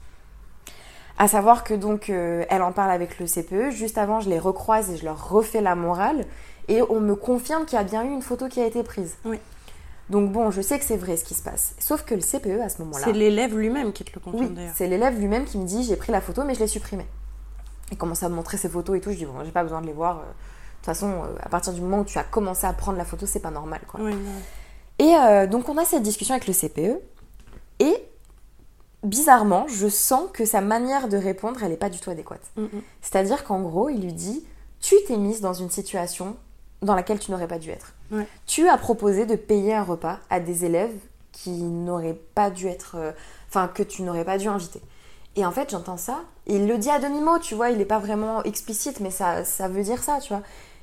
[SPEAKER 1] À savoir que donc euh, elle en parle avec le CPE. Juste avant, je les recroise et je leur refais la morale et on me confirme qu'il y a bien eu une photo qui a été prise.
[SPEAKER 3] Oui.
[SPEAKER 1] Donc bon, je sais que c'est vrai ce qui se passe. Sauf que le CPE à ce moment-là.
[SPEAKER 3] C'est l'élève lui-même qui te le confirme
[SPEAKER 1] Oui,
[SPEAKER 3] d'ailleurs.
[SPEAKER 1] c'est l'élève lui-même qui me dit j'ai pris la photo mais je l'ai supprimée. Il commence à me montrer ses photos et tout, je dis bon j'ai pas besoin de les voir. euh, De toute façon, euh, à partir du moment où tu as commencé à prendre la photo, c'est pas normal quoi.
[SPEAKER 3] Oui,
[SPEAKER 1] Et euh, donc on a cette discussion avec le E. CPE et bizarrement, je sens que sa manière de répondre, elle n'est pas du tout adéquate.
[SPEAKER 3] Mhm.
[SPEAKER 1] C'est-à-dire qu'en gros, il lui dit tu t'es mise dans une situation dans laquelle tu n'aurais pas dû être.
[SPEAKER 3] Ouais.
[SPEAKER 1] Tu as proposé de payer un repas à des élèves qui n'auraient pas dû être. euh, Enfin, que tu n'aurais pas dû inviter. Et en fait, j'entends ça, et il le dit à demi-mot, tu vois, il n'est pas vraiment explicite, mais ça, ça veut dire ça, tu vois.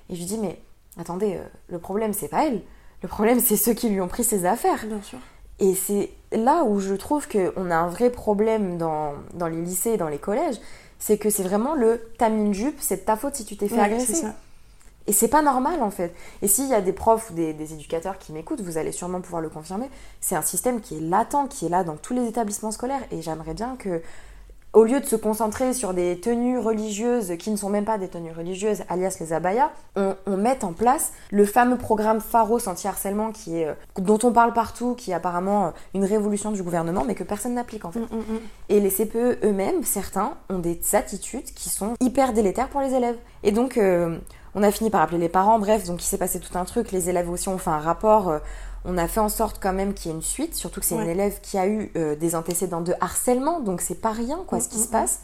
[SPEAKER 1] Et je lui dis, mais attendez, euh, le problème, c'est pas elle. Le problème, c'est ceux qui lui ont pris ses affaires.
[SPEAKER 3] Bien sûr.
[SPEAKER 1] Et c'est là où je trouve qu'on a un vrai problème dans, dans les lycées et dans les collèges, c'est que c'est vraiment le t'as mis une jupe, c'est de ta faute si tu t'es fait
[SPEAKER 3] Ouais,
[SPEAKER 1] agresser.
[SPEAKER 3] c'est ça.
[SPEAKER 1] Et c'est pas normal en fait. Et s'il y a des profs ou des, des éducateurs qui m'écoutent, vous allez sûrement pouvoir le confirmer. C'est un système qui est latent, qui est là dans tous les établissements scolaires. Et j'aimerais bien que, au lieu de se concentrer sur des tenues religieuses qui ne sont même pas des tenues religieuses, alias les abayas, on, on mette en place le fameux programme Pharos anti-harcèlement qui est, euh, dont on parle partout, qui est apparemment euh, une révolution du gouvernement, mais que personne n'applique en fait. Et les CPE eux-mêmes, certains, ont des attitudes qui sont hyper délétères pour les élèves. Et donc, euh, on a fini par appeler les parents, bref, donc il s'est passé tout un truc, les élèves aussi ont fait un rapport, euh, on a fait en sorte quand même qu'il y ait une suite, surtout que c'est une
[SPEAKER 3] Ouais.
[SPEAKER 1] élève qui a eu euh, des antécédents de harcèlement, donc c'est pas rien quoi ce qui
[SPEAKER 3] Mhm.
[SPEAKER 1] se passe.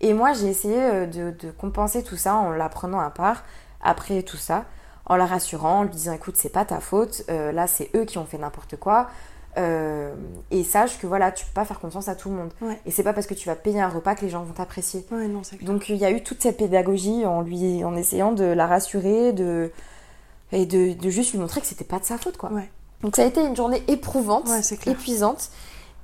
[SPEAKER 1] Et moi, j'ai essayé euh, de, de compenser tout ça en la prenant à part, après tout ça, en la rassurant, en lui disant écoute, c'est pas ta faute, euh, là, c'est eux qui ont fait n'importe quoi. euh, et sache que voilà, tu peux pas faire confiance à tout le monde.
[SPEAKER 3] Ouais.
[SPEAKER 1] Et c'est pas parce que tu vas payer un repas que les gens vont t'apprécier.
[SPEAKER 3] Ouais, non, c'est clair.
[SPEAKER 1] Donc il y a eu toute cette pédagogie en lui, en essayant de la rassurer, de et de, de juste lui montrer que c'était pas de sa faute quoi. Donc ça a été une journée éprouvante,
[SPEAKER 3] Ouais, c'est clair.
[SPEAKER 1] épuisante,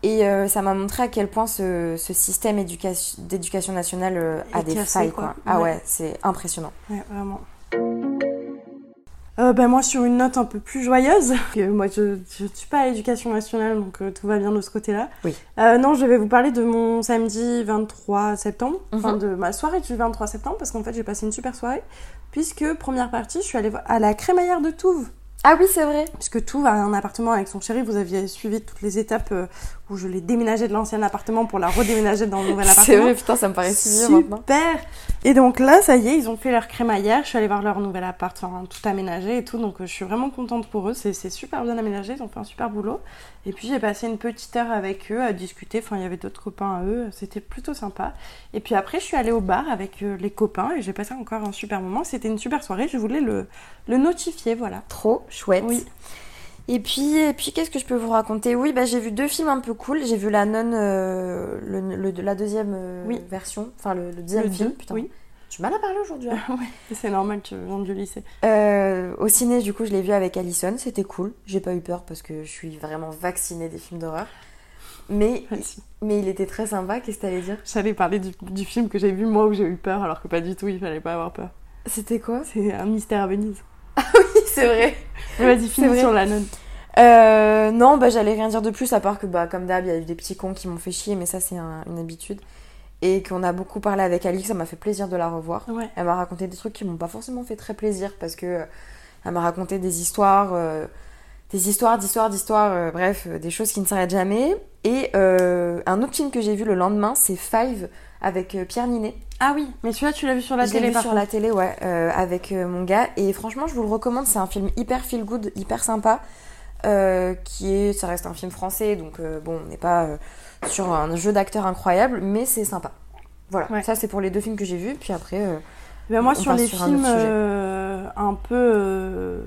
[SPEAKER 1] et euh, ça m'a montré à quel point ce, ce système éducation- d'éducation nationale euh, a
[SPEAKER 3] Est
[SPEAKER 1] des
[SPEAKER 3] cassé,
[SPEAKER 1] failles
[SPEAKER 3] quoi.
[SPEAKER 1] quoi. Ah
[SPEAKER 3] Ouais.
[SPEAKER 1] ouais, c'est impressionnant.
[SPEAKER 3] Ouais, vraiment. Euh, ben moi, sur une note un peu plus joyeuse, que moi je ne suis pas à l'éducation nationale, donc euh, tout va bien de ce côté-là.
[SPEAKER 1] Oui.
[SPEAKER 3] Euh, non, je vais vous parler de mon samedi 23 septembre, enfin
[SPEAKER 1] Mhm.
[SPEAKER 3] de ma soirée du 23 septembre, parce qu'en fait j'ai passé une super soirée, puisque première partie, je suis allée vo- à la crémaillère de Touves.
[SPEAKER 1] Ah oui, c'est vrai.
[SPEAKER 3] Puisque Touves a un appartement avec son chéri, vous aviez suivi toutes les étapes euh, où je l'ai déménagé de l'ancien appartement pour Bah, la redéménager dans le nouvel appartement.
[SPEAKER 1] C'est vrai, putain, ça me paraît si vieux maintenant.
[SPEAKER 3] Super Et donc là, ça y est, ils ont fait leur crémaillère. Je suis allée voir leur nouvel appart, enfin, tout aménagé et tout. Donc euh, je suis vraiment contente pour eux. C'est c'est super bien aménagé, ils ont fait un super boulot. Et puis j'ai passé une petite heure avec eux à discuter. Enfin, il y avait d'autres copains à eux. C'était plutôt sympa. Et puis après, je suis allée au bar avec euh, les copains et j'ai passé encore un super moment. C'était une super soirée. Je voulais le, le notifier, voilà.
[SPEAKER 1] Trop chouette.
[SPEAKER 3] Oui.
[SPEAKER 1] Et puis, et puis qu'est-ce que je peux vous raconter Oui, bah, j'ai vu deux films un peu cool. J'ai vu La Nonne, euh, le- le- la deuxième euh,
[SPEAKER 3] Oui.
[SPEAKER 1] version, enfin le, le deuxième
[SPEAKER 3] Le
[SPEAKER 1] film,
[SPEAKER 3] deux,
[SPEAKER 1] putain.
[SPEAKER 3] oui.
[SPEAKER 1] Tu m'as mal à parler aujourd'hui. hein.
[SPEAKER 3] Ouais, c'est normal, tu viens du lycée.
[SPEAKER 1] Euh, au ciné, du coup, je l'ai vu avec Allison, c'était cool. J'ai pas eu peur parce que je suis vraiment vaccinée des films d'horreur. Mais, mais il était très sympa, qu'est-ce que t'allais dire
[SPEAKER 3] J'allais parler du, du film que j'ai vu moi où j'ai eu peur, alors que pas du tout, il fallait pas avoir peur.
[SPEAKER 1] C'était quoi
[SPEAKER 3] C'est un mystère à Venise.
[SPEAKER 1] c'est vrai.
[SPEAKER 3] Mais Ah, vas-y, finis
[SPEAKER 1] C'est vrai.
[SPEAKER 3] sur la nonne.
[SPEAKER 1] Euh, non, bah, j'allais rien dire de plus, à part que, bah, comme d'hab, il y a eu des petits cons qui m'ont fait chier, mais ça, c'est un- une habitude. Et qu'on a beaucoup parlé avec Alix, ça m'a fait plaisir de la revoir.
[SPEAKER 3] Ouais.
[SPEAKER 1] Elle m'a raconté des trucs qui m'ont pas forcément fait très plaisir, parce que euh, elle m'a raconté des histoires, euh, des histoires, d'histoires, d'histoires, euh, bref, euh, des choses qui ne s'arrêtent jamais. Et euh, un autre film que j'ai vu le lendemain, c'est Five, avec euh, Pierre Ninet.
[SPEAKER 3] Ah oui, mais celui-là, tu l'as vu sur la
[SPEAKER 1] Je l'ai
[SPEAKER 3] télé,
[SPEAKER 1] vu
[SPEAKER 3] par
[SPEAKER 1] sur la télé, ouais, euh, avec euh, mon gars. Et franchement, je vous le recommande. C'est un film hyper feel good, hyper sympa. euh, qui est, ça reste un film français, donc euh, bon, on n'est pas euh, sur un jeu d'acteur incroyable, mais c'est sympa. Voilà. Ça, c'est pour les deux films que j'ai vus. Puis après, euh,
[SPEAKER 3] Ben moi,
[SPEAKER 1] on
[SPEAKER 3] sur
[SPEAKER 1] passe
[SPEAKER 3] les euh,
[SPEAKER 1] sur un autre
[SPEAKER 3] films
[SPEAKER 1] sujet.
[SPEAKER 3] euh, un peu euh,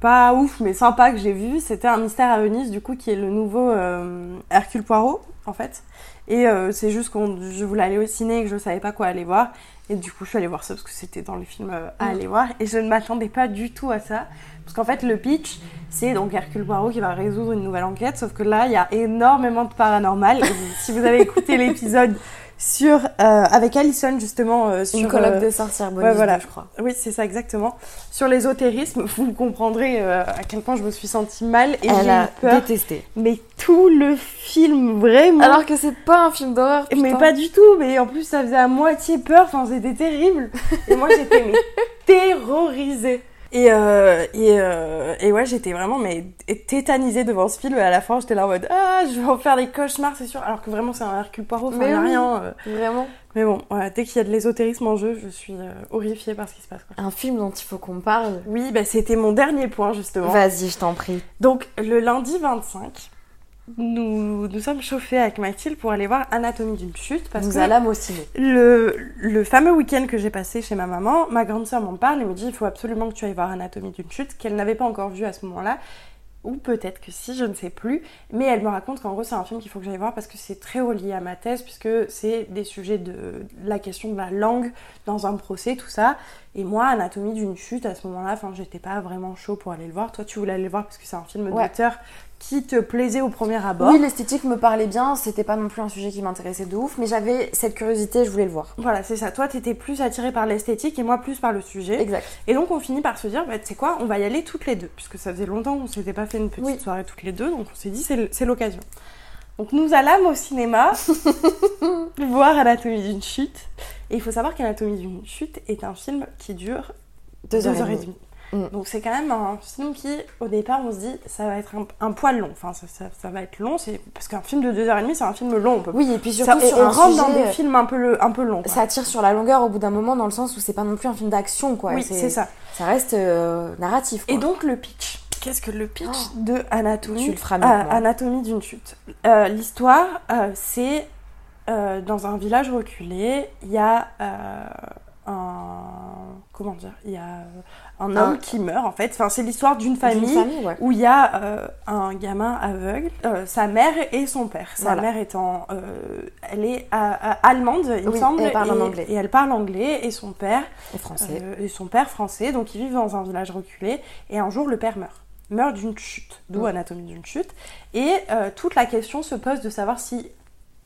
[SPEAKER 3] pas ouf mais sympa que j'ai vu, c'était un mystère à Venise du coup qui est le nouveau euh, Hercule Poirot en fait. Et euh, c'est juste que je voulais aller au ciné et que je savais pas quoi aller voir. Et du coup je suis allée voir ça parce que c'était dans les films euh, à
[SPEAKER 13] Mm.
[SPEAKER 3] aller voir et je ne m'attendais pas du tout à ça. Parce qu'en fait le pitch c'est donc Hercule Poirot qui va résoudre une nouvelle enquête sauf que là il y a énormément de paranormal. Et vous- si vous avez écouté l'épisode sur euh, avec Allison justement euh, sur
[SPEAKER 1] Une colloque
[SPEAKER 3] euh,
[SPEAKER 1] de sorcières
[SPEAKER 3] ouais,
[SPEAKER 1] Bonnie,
[SPEAKER 3] voilà.
[SPEAKER 1] je crois.
[SPEAKER 3] Oui, c'est ça exactement. Sur l'ésotérisme, vous comprendrez euh, à quel point je me suis sentie mal et
[SPEAKER 1] Elle
[SPEAKER 3] j'ai
[SPEAKER 1] a
[SPEAKER 3] eu peur.
[SPEAKER 1] détesté.
[SPEAKER 3] Mais tout le film vraiment.
[SPEAKER 1] Alors que c'est pas un film d'horreur.
[SPEAKER 3] Mais
[SPEAKER 1] putain.
[SPEAKER 3] pas du tout, mais en plus ça faisait à moitié peur, enfin c'était terrible. Et moi j'étais mais, terrorisée. Et, euh, et, euh, et ouais, j'étais vraiment mais tétanisée devant ce film et à la fin j'étais là en mode Ah, je vais en faire des cauchemars, c'est sûr. Alors que vraiment c'est un Hercule Poirot, enfin
[SPEAKER 1] Mais
[SPEAKER 3] il y a
[SPEAKER 1] oui,
[SPEAKER 3] rien. euh.
[SPEAKER 1] Vraiment.
[SPEAKER 3] Mais bon, voilà, dès qu'il y a de l'ésotérisme en jeu, je suis euh, horrifiée par ce qui se passe.
[SPEAKER 1] Un film dont il faut qu'on parle.
[SPEAKER 3] Oui, bah c'était mon dernier point justement.
[SPEAKER 1] Vas-y, je t'en prie.
[SPEAKER 3] Donc le lundi 25, nous nous sommes chauffés avec Mathilde pour aller voir Anatomie d'une chute parce
[SPEAKER 1] Nous
[SPEAKER 3] que
[SPEAKER 1] allâmes au ciné.
[SPEAKER 3] le, le fameux week-end que j'ai passé chez ma maman, ma grande sœur m'en parle et me dit il faut absolument que tu ailles voir Anatomie d'une chute qu'elle n'avait pas encore vu à ce moment-là. Ou peut-être que si, je ne sais plus. Mais elle me raconte qu'en gros, c'est un film qu'il faut que j'aille voir parce que c'est très relié à ma thèse, puisque c'est des sujets de la question de la langue dans un procès, tout ça. Et moi, Anatomie d'une chute, à ce moment-là, enfin, j'étais pas vraiment chaud pour aller le voir. Toi, tu voulais aller le voir parce que c'est un film
[SPEAKER 1] Ouais.
[SPEAKER 3] d'auteur qui te plaisait au premier abord.
[SPEAKER 1] Oui, l'esthétique me parlait bien, c'était pas non plus un sujet qui m'intéressait de ouf, mais j'avais cette curiosité, je voulais le voir.
[SPEAKER 3] Voilà, c'est ça. Toi, t'étais plus attirée par l'esthétique et moi plus par le sujet.
[SPEAKER 1] Exact.
[SPEAKER 3] Et donc, on finit par se dire, bah, tu sais quoi, on va y aller toutes les deux. Puisque ça faisait longtemps qu'on s'était pas fait une petite soirée toutes les deux, donc on s'est dit, c'est le- c'est l'occasion. Donc, nous allâmes au cinéma voir Anatomie d'une chute. Et il faut savoir qu'Anatomie d'une chute est un film qui dure
[SPEAKER 1] Deux
[SPEAKER 3] deux
[SPEAKER 1] heures et
[SPEAKER 3] heures et
[SPEAKER 1] demie. Mm.
[SPEAKER 3] demie. Donc c'est quand même un film qui, au départ, on se dit, ça va être un, un poil long. Enfin, ça, ça- ça va être long, c'est parce qu'un film de deux heures et demie, c'est un film long. On peut...
[SPEAKER 1] Oui, et puis
[SPEAKER 3] Ça-
[SPEAKER 1] surtout sur
[SPEAKER 3] on
[SPEAKER 1] un
[SPEAKER 3] rentre
[SPEAKER 1] sujet,
[SPEAKER 3] dans des
[SPEAKER 1] euh,
[SPEAKER 3] films un peu, le- un peu longs. quoi.
[SPEAKER 1] Ça tire sur la longueur au bout d'un moment, dans le sens où c'est pas non plus un film d'action, quoi.
[SPEAKER 3] Oui, c'est ça.
[SPEAKER 1] Ça reste euh, narratif, quoi.
[SPEAKER 3] Et donc le pitch. Qu'est-ce que le pitch de Anatomie
[SPEAKER 1] Oh. Tu le feras
[SPEAKER 3] euh,
[SPEAKER 1] maintenant.
[SPEAKER 3] Anatomie d'une chute. Euh, L'histoire, euh, c'est euh, dans un village reculé, il y a euh, un comment dire, il y a euh, un homme
[SPEAKER 1] Un-
[SPEAKER 3] qui meurt en fait. Enfin, c'est l'histoire d'une famille,
[SPEAKER 1] famille, ouais.
[SPEAKER 3] où il y a euh, un gamin aveugle, euh, sa mère et son père. Sa
[SPEAKER 1] Voilà.
[SPEAKER 3] mère étant, euh, elle est euh, allemande, il me
[SPEAKER 1] Oui,
[SPEAKER 3] semble,
[SPEAKER 1] elle parle en
[SPEAKER 3] et-
[SPEAKER 1] anglais.
[SPEAKER 3] et elle parle anglais et son père
[SPEAKER 1] Et français.
[SPEAKER 3] euh, et son père français, donc ils vivent dans un village reculé, et un jour le père meurt. Meurt d'une chute, d'où
[SPEAKER 1] Mm.
[SPEAKER 3] anatomie d'une chute. Et euh, toute la question se pose de savoir si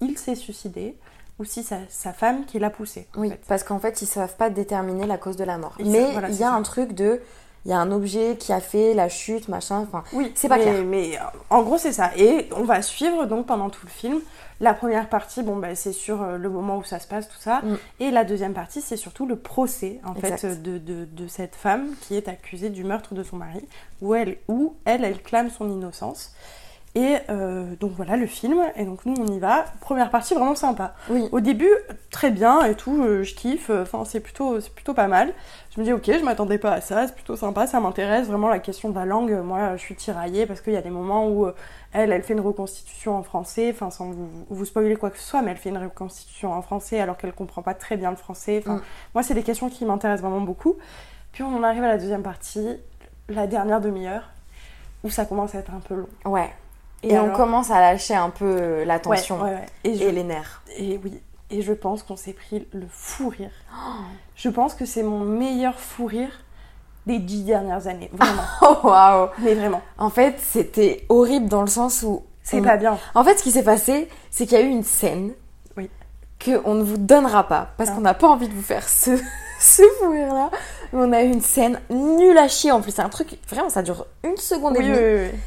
[SPEAKER 3] il s'est suicidé ou si sa, sa femme qui l'a poussé.
[SPEAKER 1] Oui, parce qu'en fait, ils savent pas déterminer la cause de la mort.
[SPEAKER 3] Ils savent-
[SPEAKER 1] mais
[SPEAKER 3] voilà,
[SPEAKER 1] il
[SPEAKER 3] c'est
[SPEAKER 1] y a
[SPEAKER 3] ça.
[SPEAKER 1] un truc de. Il y a un objet qui a fait la chute, machin. Enfin,
[SPEAKER 3] Oui,
[SPEAKER 1] c'est pas
[SPEAKER 3] mais,
[SPEAKER 1] clair.
[SPEAKER 3] Mais euh, en gros, c'est ça. Et on va suivre donc pendant tout le film. La première partie, bon, bah, c'est sur euh, le moment où ça se passe, tout ça.
[SPEAKER 1] Mm.
[SPEAKER 3] Et la deuxième partie, c'est surtout le procès, en
[SPEAKER 1] Exact.
[SPEAKER 3] fait, euh, de, de- de cette femme qui est accusée du meurtre de son mari, où elle, où elle, elle clame son innocence. Et euh, donc voilà le film. Et donc nous, on y va. Première partie, vraiment sympa. Au début, très bien et tout, euh, je kiffe. Enfin, c'est plutôt, c'est plutôt pas mal. Je me dis, ok, je m'attendais pas à ça. C'est plutôt sympa. Ça m'intéresse vraiment la question de la langue. Moi, je suis tiraillée parce qu'il y a des moments où euh, elle, elle fait une reconstitution en français. Enfin, sans vous, vous spoiler quoi que ce soit, mais elle fait une reconstitution en français alors qu'elle comprend pas très bien le français. Enfin,
[SPEAKER 1] Mm.
[SPEAKER 3] moi, c'est des questions qui m'intéressent vraiment beaucoup. Puis on en arrive à la deuxième partie, la dernière demi-heure, où ça commence à être un peu long.
[SPEAKER 1] Ouais. Et,
[SPEAKER 3] Et
[SPEAKER 1] on
[SPEAKER 3] alors
[SPEAKER 1] commence à lâcher un peu euh, la
[SPEAKER 3] Ouais,
[SPEAKER 1] tension
[SPEAKER 3] ouais, ouais.
[SPEAKER 1] Et,
[SPEAKER 3] je-
[SPEAKER 1] les nerfs.
[SPEAKER 3] Et oui, et je pense qu'on s'est pris le fou rire. Je pense que c'est mon meilleur fou rire des dix dernières années, vraiment.
[SPEAKER 1] Oh, waouh
[SPEAKER 3] Mais vraiment.
[SPEAKER 1] En fait, c'était horrible dans le sens où.
[SPEAKER 3] C'est
[SPEAKER 1] on-
[SPEAKER 3] pas bien.
[SPEAKER 1] En fait, ce qui s'est passé, c'est qu'il y a eu une scène
[SPEAKER 3] Oui. Ah.
[SPEAKER 1] que on ne vous donnera pas parce qu'on n'a pas envie de vous faire ce, ce fou rire-là. Mais on a eu une scène nulle à chier en plus. C'est un truc, vraiment, ça dure une seconde et
[SPEAKER 3] Oui,
[SPEAKER 1] demie.
[SPEAKER 3] oui, oui,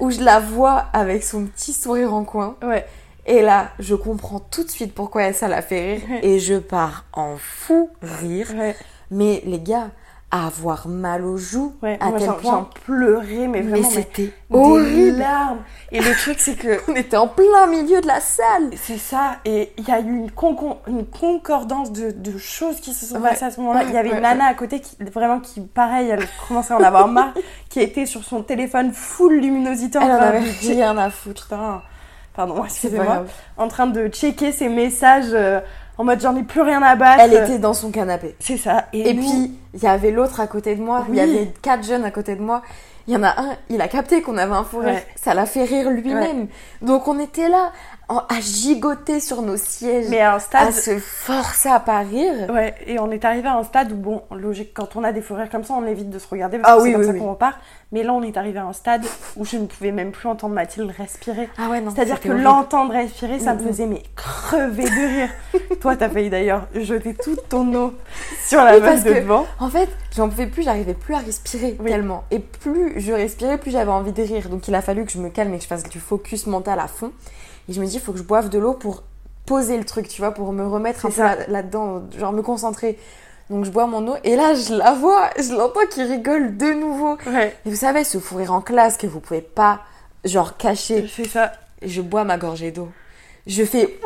[SPEAKER 1] Où je la vois avec son petit sourire en coin.
[SPEAKER 3] Ouais.
[SPEAKER 1] Et là, je comprends tout de suite pourquoi ça l'a fait rire.
[SPEAKER 3] Ouais.
[SPEAKER 1] Et je pars en fou rire.
[SPEAKER 3] Ouais.
[SPEAKER 1] Mais les gars, à avoir mal aux joues,
[SPEAKER 3] Ouais,
[SPEAKER 1] à
[SPEAKER 3] moi,
[SPEAKER 1] tel
[SPEAKER 3] j'en-
[SPEAKER 1] point.
[SPEAKER 3] j'en pleurais, mais vraiment.
[SPEAKER 1] c'était
[SPEAKER 3] des
[SPEAKER 1] horrible.
[SPEAKER 3] larmes. Et le truc, c'est que.
[SPEAKER 1] On était en plein milieu de la salle.
[SPEAKER 3] C'est ça, et il y a eu une, concon- une concordance de, de choses qui se sont
[SPEAKER 1] Ouais.
[SPEAKER 3] passées à ce moment-là.
[SPEAKER 1] Ouais,
[SPEAKER 3] il y avait
[SPEAKER 1] ouais,
[SPEAKER 3] une nana à côté qui, vraiment, qui, pareil, elle commençait à en avoir marre, qui était sur son téléphone full luminosité
[SPEAKER 1] Elle en
[SPEAKER 3] train
[SPEAKER 1] avait
[SPEAKER 3] de-
[SPEAKER 1] rien à foutre. hein.
[SPEAKER 3] Putain, pardon,
[SPEAKER 1] pas
[SPEAKER 3] excusez-moi.
[SPEAKER 1] grave.
[SPEAKER 3] En train de checker ses messages euh, en mode j'en ai plus rien à battre.
[SPEAKER 1] Elle était dans son canapé.
[SPEAKER 3] C'est ça. Et,
[SPEAKER 1] Et
[SPEAKER 3] nous-
[SPEAKER 1] puis, il y avait l'autre à côté de moi, il y
[SPEAKER 3] Oui.
[SPEAKER 1] avait quatre jeunes à côté de moi. Il y en a un, il a capté qu'on avait un fou rire.
[SPEAKER 3] Ouais.
[SPEAKER 1] Ça l'a fait rire lui-même. Donc on était là, en- à gigoter sur nos sièges.
[SPEAKER 3] Mais à un stade-
[SPEAKER 1] À se forcer à pas rire.
[SPEAKER 3] Ouais, et on est arrivé à un stade où, bon, logique, quand on a des fous rires comme ça, on évite de se regarder
[SPEAKER 1] Ah
[SPEAKER 3] parce que
[SPEAKER 1] oui,
[SPEAKER 3] c'est comme
[SPEAKER 1] oui,
[SPEAKER 3] ça
[SPEAKER 1] oui.
[SPEAKER 3] qu'on repart. Mais là, on est arrivé à un stade où je ne pouvais même plus entendre Mathilde respirer.
[SPEAKER 1] Ah ouais, non.
[SPEAKER 3] C'est-à-dire
[SPEAKER 1] c'était
[SPEAKER 3] que
[SPEAKER 1] horrible.
[SPEAKER 3] l'entendre respirer, ça me
[SPEAKER 1] Mm, mm.
[SPEAKER 3] faisait mais crever de rire. Toi, t'as failli d'ailleurs jeter toute ton eau sur la
[SPEAKER 1] Oui,
[SPEAKER 3] meuf
[SPEAKER 1] parce
[SPEAKER 3] de
[SPEAKER 1] que,
[SPEAKER 3] devant.
[SPEAKER 1] En fait, j'en pouvais plus, j'arrivais plus à respirer tellement. Et plus je respirais, plus j'avais envie de rire. Donc il a fallu que je me calme et que je fasse du focus mental à fond. Et je me dis, il faut que je boive de l'eau pour poser le truc, tu vois, pour me remettre un peu là- là-dedans, genre me concentrer. Donc je bois mon eau et là je la vois, je l'entends qui rigole de nouveau. Et vous savez, ce fou rire en classe que vous pouvez pas, genre cacher.
[SPEAKER 3] C'est ça.
[SPEAKER 1] Je bois ma gorgée d'eau. Je fais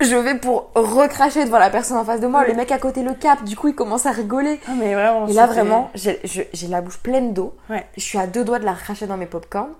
[SPEAKER 1] je vais pour recracher devant la personne en face de moi. Le mec à côté le cap, du coup, il commence à rigoler.
[SPEAKER 3] Ah, mais vraiment,
[SPEAKER 1] Et là,
[SPEAKER 3] c'était-
[SPEAKER 1] vraiment, j'ai je- j'ai la bouche pleine d'eau. Je suis à deux doigts de la recracher dans mes popcorns.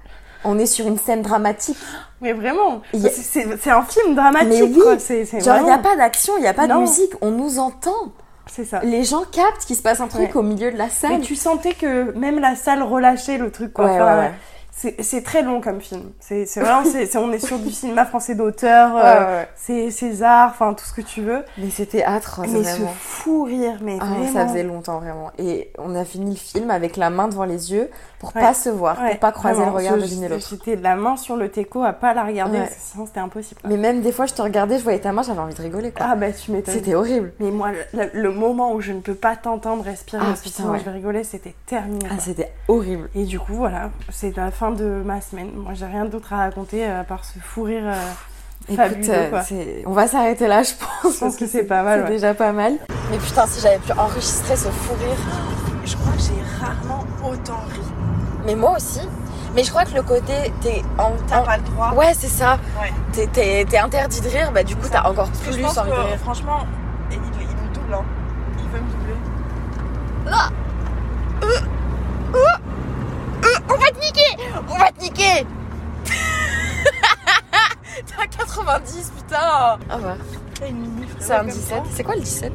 [SPEAKER 1] On est sur une scène dramatique.
[SPEAKER 3] Mais vraiment,
[SPEAKER 1] Il y a-
[SPEAKER 3] c'est- c'est c'est un film dramatique.
[SPEAKER 1] Mais oui,
[SPEAKER 3] quoi. C'est- c'est
[SPEAKER 1] genre, il n'y a
[SPEAKER 3] vraiment-
[SPEAKER 1] pas d'action, il n'y a pas
[SPEAKER 3] Non.
[SPEAKER 1] de musique, on nous entend.
[SPEAKER 3] C'est ça.
[SPEAKER 1] Les gens captent qu'il se passe un truc
[SPEAKER 3] Ouais.
[SPEAKER 1] au milieu de la salle.
[SPEAKER 3] Mais tu sentais que même la salle relâchait le truc, quoi.
[SPEAKER 1] Ouais,
[SPEAKER 3] Enfin,
[SPEAKER 1] ouais, ouais.
[SPEAKER 3] C'est, c'est très long comme film. C'est, c'est vraiment, c'est, c'est- on est sur du cinéma français d'auteur,
[SPEAKER 1] Ouais,
[SPEAKER 3] euh,
[SPEAKER 1] ouais.
[SPEAKER 3] c'est César, enfin tout ce que tu veux.
[SPEAKER 1] Mais c'était atroce,
[SPEAKER 3] Mais ce
[SPEAKER 1] vraiment.
[SPEAKER 3] fou rire, mais
[SPEAKER 1] Ah,
[SPEAKER 3] vraiment.
[SPEAKER 1] ça faisait longtemps vraiment. Et on a fini le film avec la main devant les yeux pour
[SPEAKER 3] Ouais.
[SPEAKER 1] pas se voir,
[SPEAKER 3] Ouais,
[SPEAKER 1] pour pas croiser
[SPEAKER 3] vraiment,
[SPEAKER 1] le regard
[SPEAKER 3] je-
[SPEAKER 1] de l'une et l'autre.
[SPEAKER 3] J'étais de la main sur le teco à pas la regarder,
[SPEAKER 1] Ouais.
[SPEAKER 3] parce que sinon c'était impossible.
[SPEAKER 1] Mais même des fois, je te regardais, je voyais ta main, j'avais envie de rigoler quoi.
[SPEAKER 3] Ah bah tu m'étonnes.
[SPEAKER 1] C'était horrible.
[SPEAKER 3] Mais moi, le, le moment où je ne peux pas t'entendre respirer,
[SPEAKER 1] Ah,
[SPEAKER 3] parce que
[SPEAKER 1] putain,
[SPEAKER 3] sinon
[SPEAKER 1] ouais.
[SPEAKER 3] je vais rigoler, c'était terminé.
[SPEAKER 1] Ah,
[SPEAKER 3] quoi.
[SPEAKER 1] c'était horrible.
[SPEAKER 3] Et du coup, voilà, c'est la fin de ma semaine. Moi, j'ai rien d'autre à raconter euh, à part ce fou rire euh,
[SPEAKER 1] Écoute,
[SPEAKER 3] fabuleux.
[SPEAKER 1] euh,
[SPEAKER 3] quoi.
[SPEAKER 1] c'est- on va s'arrêter là, je pense.
[SPEAKER 3] Je pense que c'est pas mal.
[SPEAKER 1] C'est
[SPEAKER 3] ouais.
[SPEAKER 1] déjà pas mal.
[SPEAKER 13] Mais putain, si j'avais pu enregistrer ce fou rire, je crois que j'ai rarement autant ri.
[SPEAKER 4] Mais moi aussi. Mais je crois que le côté, t'es en. T'as
[SPEAKER 13] pas le droit.
[SPEAKER 4] Ouais, c'est ça.
[SPEAKER 13] Ouais.
[SPEAKER 4] T'es- T'es t'es interdit de rire, bah du coup, t'as encore
[SPEAKER 13] Parce que
[SPEAKER 4] plus
[SPEAKER 13] je pense
[SPEAKER 4] envie de
[SPEAKER 13] que,
[SPEAKER 4] rire.
[SPEAKER 13] franchement, il, il me double, hein. Il veut me doubler.
[SPEAKER 4] on va te niquer On va te niquer T'as 90, putain Au revoir. C'est un 17. C'est quoi le 17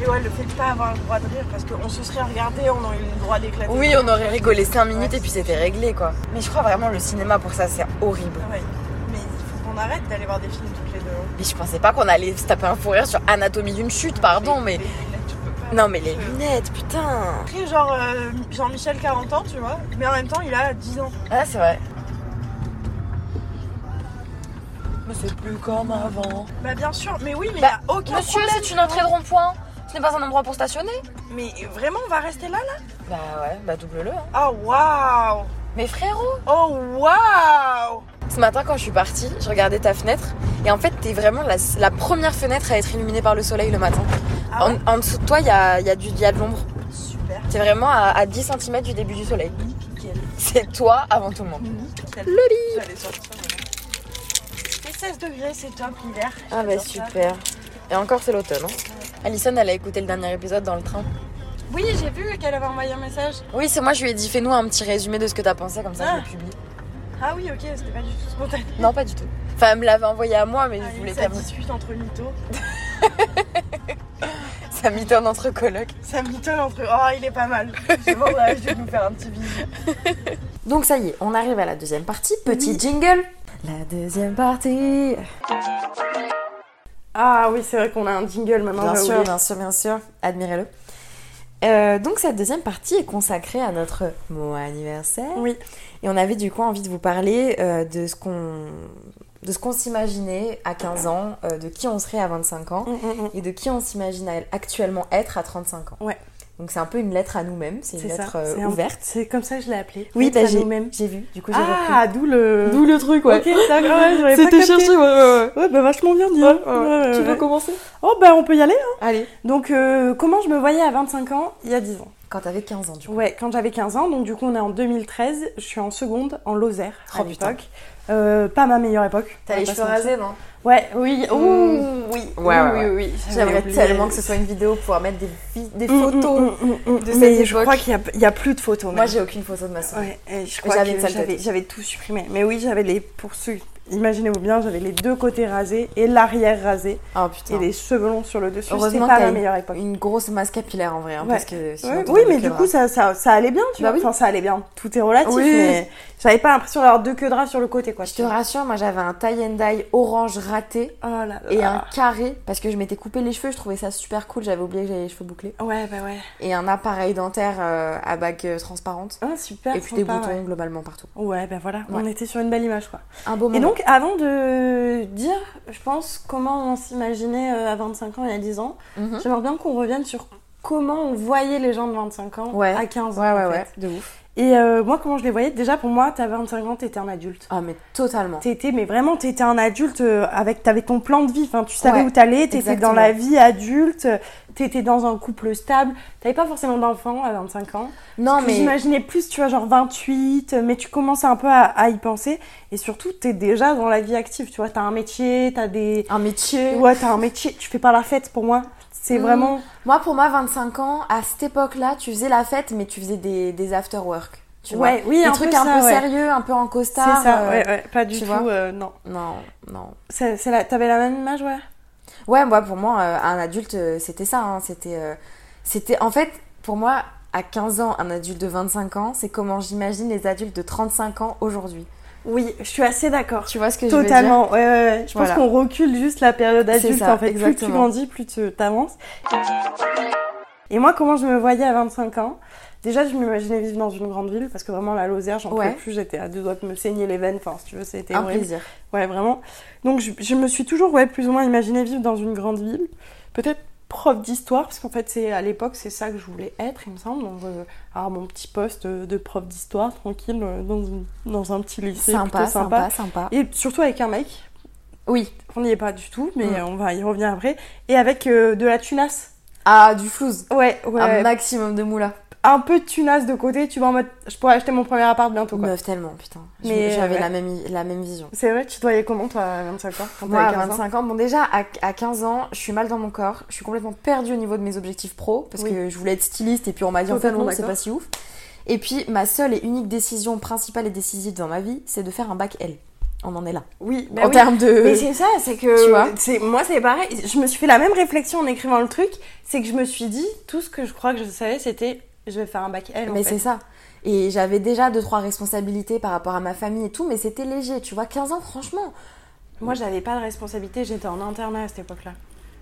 [SPEAKER 13] Mais ouais, le fait de pas avoir le droit de rire, parce qu'on se serait regardé, on aurait eu le droit d'éclater.
[SPEAKER 4] Oui, on aurait rigolé 5 minutes et puis c'était réglé, quoi. Mais je crois vraiment le cinéma pour ça, c'est horrible.
[SPEAKER 13] Ouais. Mais il faut qu'on arrête d'aller voir des films toutes les deux.
[SPEAKER 4] Mais je pensais pas qu'on allait se taper un fou rire sur Anatomie d'une chute, pardon, mais. Non, mais les lunettes, putain
[SPEAKER 13] Après, genre euh, Jean-Michel 40 ans, tu vois, mais en même temps, il a 10 ans.
[SPEAKER 4] Ah, c'est vrai.
[SPEAKER 13] Mais c'est plus comme avant. Bah, bien sûr, mais oui, mais
[SPEAKER 4] Bah,
[SPEAKER 13] il y a aucun
[SPEAKER 4] monsieur,
[SPEAKER 13] problème.
[SPEAKER 4] c'est une entrée de rond-point. Ce n'est pas un endroit pour stationner.
[SPEAKER 13] Mais vraiment, on va rester là, là
[SPEAKER 4] Bah ouais, bah double-le. Hein.
[SPEAKER 13] Ah, waouh
[SPEAKER 4] Mais frérot
[SPEAKER 13] Oh, waouh
[SPEAKER 4] Ce matin, quand je suis partie, je regardais ta fenêtre. Et en fait, t'es vraiment la, la première fenêtre à être illuminée par le soleil le matin.
[SPEAKER 13] Ah
[SPEAKER 4] En-
[SPEAKER 13] ouais
[SPEAKER 4] en, dessous de toi, il y a, il y a du- il y a de l'ombre.
[SPEAKER 13] Super.
[SPEAKER 4] T'es vraiment à, à 10 cm du début du soleil.
[SPEAKER 13] Nickel.
[SPEAKER 4] C'est toi avant tout le monde.
[SPEAKER 13] Nickel.
[SPEAKER 4] Loli
[SPEAKER 13] J'allais sortir ça, voilà. Fait 16 degrés, c'est top l'hiver.
[SPEAKER 4] Ah bah
[SPEAKER 13] J'adore ça.
[SPEAKER 4] super. Et encore, c'est l'automne. Hein. Alison, elle a écouté le dernier épisode dans le train.
[SPEAKER 13] Oui, j'ai vu qu'elle avait envoyé un message.
[SPEAKER 4] Oui, c'est moi, je lui ai dit, fais-nous un petit résumé de ce que t'as pensé, comme ça
[SPEAKER 13] Ah.
[SPEAKER 4] je le publie.
[SPEAKER 13] Ah oui, ok, c'était pas du tout spontané.
[SPEAKER 4] Non, pas du tout. Enfin, elle me l'avait envoyé à moi, mais
[SPEAKER 13] Ah,
[SPEAKER 4] je voulais
[SPEAKER 13] ça
[SPEAKER 4] pas.
[SPEAKER 13] discute entre mythos.
[SPEAKER 4] Ça mitonne entre colocs.
[SPEAKER 13] Ça mitonne entre. Oh, il est pas mal. C'est bon, bah, je vais nous faire un petit bisou.
[SPEAKER 1] Donc ça y est, on arrive à la deuxième partie. Petit jingle. La deuxième partie.
[SPEAKER 3] Ah oui, c'est vrai qu'on a un jingle maintenant.
[SPEAKER 13] bah
[SPEAKER 1] Bien
[SPEAKER 3] j'avais
[SPEAKER 1] sûr,
[SPEAKER 3] oublié.
[SPEAKER 1] bien sûr, bien sûr. Admirez-le. Euh, donc cette deuxième partie est consacrée à notre mot anniversaire.
[SPEAKER 3] Oui.
[SPEAKER 1] Et on avait du coup envie de vous parler euh, de ce qu'on de ce qu'on s'imaginait à 15 ans, euh, de qui on serait à 25 ans
[SPEAKER 13] mm,
[SPEAKER 1] et de qui on s'imagine à- actuellement être à 35 ans.
[SPEAKER 3] Ouais.
[SPEAKER 1] Donc c'est un peu une lettre à nous-mêmes, c'est une
[SPEAKER 3] C'est
[SPEAKER 1] lettre
[SPEAKER 3] ça,
[SPEAKER 1] euh,
[SPEAKER 3] c'est un-
[SPEAKER 1] ouverte.
[SPEAKER 3] C'est comme ça que je l'ai appelé.
[SPEAKER 1] Oui,
[SPEAKER 3] Lettre
[SPEAKER 1] bah,
[SPEAKER 3] à
[SPEAKER 1] j'ai-
[SPEAKER 3] nous-mêmes.
[SPEAKER 1] j'ai vu. Du coup, j'ai
[SPEAKER 3] Ah, d'où le.
[SPEAKER 1] D'où le truc, ouais.
[SPEAKER 3] Ok, d'accord, ouais, j'avais pas
[SPEAKER 1] C'était
[SPEAKER 3] capté.
[SPEAKER 1] cherché, ouais, ouais,
[SPEAKER 3] Ouais, bah vachement bien dit.
[SPEAKER 1] ouais. Ouais, ouais,
[SPEAKER 3] Ouais,
[SPEAKER 1] Tu
[SPEAKER 3] ouais,
[SPEAKER 1] veux
[SPEAKER 3] ouais.
[SPEAKER 1] commencer
[SPEAKER 3] Oh, bah on peut y aller, hein.
[SPEAKER 1] Allez.
[SPEAKER 3] Donc, euh, comment je me voyais à 25 ans, il y a 10 ans
[SPEAKER 1] Quand t'avais 15 ans, du coup.
[SPEAKER 3] Ouais, quand j'avais 15 ans, donc du coup on est en 2013, je suis en seconde en Lozère à
[SPEAKER 1] Oh, putain.
[SPEAKER 3] l'époque. Euh, pas ma meilleure époque. on
[SPEAKER 1] T'as
[SPEAKER 3] va
[SPEAKER 1] les
[SPEAKER 3] pas
[SPEAKER 1] cheveux
[SPEAKER 3] se mentir.
[SPEAKER 1] rasés, non
[SPEAKER 3] Ouais, oui, ouh,
[SPEAKER 1] Mmh.
[SPEAKER 3] oui, oui,
[SPEAKER 1] Ouais, ouais,
[SPEAKER 3] oui,
[SPEAKER 1] ouais.
[SPEAKER 3] oui, j'avais
[SPEAKER 1] J'aimerais
[SPEAKER 3] oublié.
[SPEAKER 1] tellement que ce soit une vidéo pour pouvoir mettre des, vi- des photos
[SPEAKER 3] Mm, mm, mm, mm, mm.
[SPEAKER 1] de cette
[SPEAKER 3] Mais
[SPEAKER 1] époque.
[SPEAKER 3] je crois qu'il n'y a, plus de photos.
[SPEAKER 1] Moi,
[SPEAKER 3] même.
[SPEAKER 1] j'ai aucune photo de ma soeur.
[SPEAKER 3] Ouais, et je crois
[SPEAKER 1] J'avais
[SPEAKER 3] que
[SPEAKER 1] une sale
[SPEAKER 3] j'avais,
[SPEAKER 1] tête.
[SPEAKER 3] j'avais tout supprimé. Mais oui, j'avais les poursuites. Imaginez-vous bien, j'avais les deux côtés rasés et l'arrière rasé. Et les cheveux longs sur le dessus. C'était
[SPEAKER 1] Heureusement
[SPEAKER 3] pas
[SPEAKER 1] que
[SPEAKER 3] la meilleure époque.
[SPEAKER 1] Oh, une grosse masse capillaire en vrai, hein,
[SPEAKER 3] Ouais.
[SPEAKER 1] parce que sinon,
[SPEAKER 3] Ouais,
[SPEAKER 1] t'en
[SPEAKER 3] oui,
[SPEAKER 1] as
[SPEAKER 3] mais
[SPEAKER 1] que
[SPEAKER 3] du
[SPEAKER 1] le
[SPEAKER 3] coup,
[SPEAKER 1] bras.
[SPEAKER 3] ça, ça, ça allait bien, tu
[SPEAKER 1] Bah
[SPEAKER 3] vois.
[SPEAKER 1] oui.
[SPEAKER 3] Enfin, ça allait bien. Tout est relatif,
[SPEAKER 1] Oui.
[SPEAKER 3] mais j'avais pas l'impression d'avoir deux queues de rats sur le côté, quoi.
[SPEAKER 1] Je te rassure, moi j'avais un tie and dye orange raté
[SPEAKER 3] Oh
[SPEAKER 1] et
[SPEAKER 3] Ah.
[SPEAKER 1] un carré parce que je m'étais coupé les cheveux, je trouvais ça super cool, j'avais oublié que j'avais les cheveux bouclés.
[SPEAKER 3] Ouais, bah ouais.
[SPEAKER 1] Et un appareil dentaire euh, à bague euh, transparente.
[SPEAKER 3] Ah, super.
[SPEAKER 1] et puis des
[SPEAKER 3] sympa,
[SPEAKER 1] boutons
[SPEAKER 3] ouais.
[SPEAKER 1] globalement partout.
[SPEAKER 3] Ouais, ben voilà, on
[SPEAKER 1] Ouais.
[SPEAKER 3] était sur une belle image, quoi.
[SPEAKER 1] Un beau
[SPEAKER 3] Et
[SPEAKER 1] moment.
[SPEAKER 3] donc, avant de dire, je pense, comment on s'imaginait euh, à 25 ans et à 10 ans,
[SPEAKER 1] Mhm.
[SPEAKER 3] j'aimerais bien qu'on revienne sur comment on voyait les gens de 25 ans
[SPEAKER 1] Ouais.
[SPEAKER 3] à 15 ans.
[SPEAKER 1] ah Ouais,
[SPEAKER 3] en
[SPEAKER 1] ouais,
[SPEAKER 3] fait.
[SPEAKER 1] ouais, de ouf.
[SPEAKER 3] Et euh, moi, comment je les voyais Déjà, pour moi, t'as 25 ans, t'étais un adulte.
[SPEAKER 1] Ah, mais totalement.
[SPEAKER 3] T'étais, mais vraiment, t'étais un adulte euh, avec, t'avais ton plan de vie. Enfin, tu savais
[SPEAKER 1] Ouais,
[SPEAKER 3] où t'allais. T'étais
[SPEAKER 1] exactement.
[SPEAKER 3] dans la vie adulte. euh, T'étais dans un couple stable. T'avais pas forcément d'enfant à 25 ans.
[SPEAKER 1] Non,
[SPEAKER 3] Parce que
[SPEAKER 1] mais-
[SPEAKER 3] J'imaginais plus, tu vois, genre 28. Mais tu commences un peu à, à y penser. Et surtout, t'es déjà dans la vie active. Tu vois, t'as un métier, t'as des.
[SPEAKER 1] Un métier.
[SPEAKER 3] Ouais, t'as un métier. Tu fais pas la fête pour moi. C'est
[SPEAKER 1] Mm.
[SPEAKER 3] vraiment.
[SPEAKER 1] Moi, pour moi, 25 ans, à cette époque-là, tu faisais la fête, mais tu faisais des, des after-work. Tu
[SPEAKER 3] Ouais,
[SPEAKER 1] vois
[SPEAKER 3] oui,
[SPEAKER 1] Des
[SPEAKER 3] un
[SPEAKER 1] trucs
[SPEAKER 3] peu
[SPEAKER 1] un
[SPEAKER 3] ça,
[SPEAKER 1] peu
[SPEAKER 3] ouais.
[SPEAKER 1] sérieux, un peu en costard.
[SPEAKER 3] C'est ça,
[SPEAKER 1] euh,
[SPEAKER 3] ouais, ouais, pas du
[SPEAKER 1] tu
[SPEAKER 3] tout,
[SPEAKER 1] vois
[SPEAKER 3] euh, non.
[SPEAKER 1] Non, non.
[SPEAKER 3] C'est, c'est la... T'avais la même image, ouais
[SPEAKER 1] Ouais, moi, pour moi, euh, un adulte, euh, c'était ça. hein, c'était, euh, c'était, en fait, pour moi, à 15 ans, un adulte de 25 ans, c'est comment j'imagine les adultes de 35 ans aujourd'hui.
[SPEAKER 3] Oui, je suis assez d'accord.
[SPEAKER 1] Tu vois ce que
[SPEAKER 3] Totalement,
[SPEAKER 1] je
[SPEAKER 3] ouais,
[SPEAKER 1] veux dire
[SPEAKER 3] ouais, ouais. Je pense
[SPEAKER 1] Voilà.
[SPEAKER 3] qu'on recule juste la période
[SPEAKER 1] C'est
[SPEAKER 3] adulte
[SPEAKER 1] ça,
[SPEAKER 3] en fait. Plus tu
[SPEAKER 1] exactement.
[SPEAKER 3] grandis, plus tu t'avances. Et moi, comment je me voyais à 25 ans Déjà, je m'imaginais vivre dans une grande ville parce que vraiment la Lozère, j'en
[SPEAKER 1] Ouais.
[SPEAKER 3] pouvais plus. J'étais à deux doigts de me saigner les veines. Enfin, si tu veux, c'était
[SPEAKER 1] Un
[SPEAKER 3] horrible.
[SPEAKER 1] plaisir.
[SPEAKER 3] Ouais, vraiment. Donc, je, je me suis toujours, ouais, plus ou moins imaginé vivre dans une grande ville. Peut-être prof d'histoire parce qu'en fait, c'est à l'époque, c'est ça que je voulais être, il me semble. Donc, euh, avoir mon petit poste de prof d'histoire tranquille euh, dans, une- dans un petit lycée.
[SPEAKER 1] Sympa,
[SPEAKER 3] plutôt
[SPEAKER 1] sympa, sympa.
[SPEAKER 3] Et surtout avec un mec.
[SPEAKER 1] Oui.
[SPEAKER 3] On n'y est pas du tout, mais
[SPEAKER 1] Mm.
[SPEAKER 3] on va y revenir après. Et avec euh, de la tunasse.
[SPEAKER 1] Ah, du flouze. Ah,
[SPEAKER 3] Ouais, ouais.
[SPEAKER 1] Un maximum de moula.
[SPEAKER 3] Un peu de tunasse de côté, tu vas en mode je pourrais acheter mon premier appart bientôt quoi.
[SPEAKER 1] Meuf, tellement, putain. Je-
[SPEAKER 3] Mais, euh,
[SPEAKER 1] J'avais
[SPEAKER 3] ouais.
[SPEAKER 1] la, même, i- la même vision.
[SPEAKER 3] C'est vrai, tu te voyais comment toi à 25 ans quand
[SPEAKER 1] Moi,
[SPEAKER 3] t'avais
[SPEAKER 1] à
[SPEAKER 3] 15 ans
[SPEAKER 1] 25 ans, bon, déjà, à, à 15 ans, je suis mal dans mon corps. Je suis complètement perdue au niveau de mes objectifs pro parce
[SPEAKER 3] Oui.
[SPEAKER 1] que je voulais être styliste et puis on m'a dit en fait,
[SPEAKER 3] Totalement
[SPEAKER 1] non, c'est
[SPEAKER 3] d'accord.
[SPEAKER 1] pas si ouf. Et puis, ma seule et unique décision principale et décisive dans ma vie, c'est de faire un bac L. On en est là.
[SPEAKER 3] Oui, bah
[SPEAKER 1] En
[SPEAKER 3] oui.
[SPEAKER 1] termes de-
[SPEAKER 3] Mais c'est ça, c'est que.
[SPEAKER 1] Tu vois
[SPEAKER 3] c'est- Moi, c'est pareil. Je me suis fait la même réflexion en écrivant le truc. C'est que je me suis dit, tout ce que je crois que je savais, c'était je vais faire un bac L. en
[SPEAKER 1] Mais
[SPEAKER 3] fait.
[SPEAKER 1] c'est ça. Et j'avais déjà deux, trois responsabilités par rapport à ma famille et tout, mais c'était léger. Tu vois, 15 ans, franchement.
[SPEAKER 3] Moi, j'avais pas de responsabilité, j'étais en internat à cette époque-là.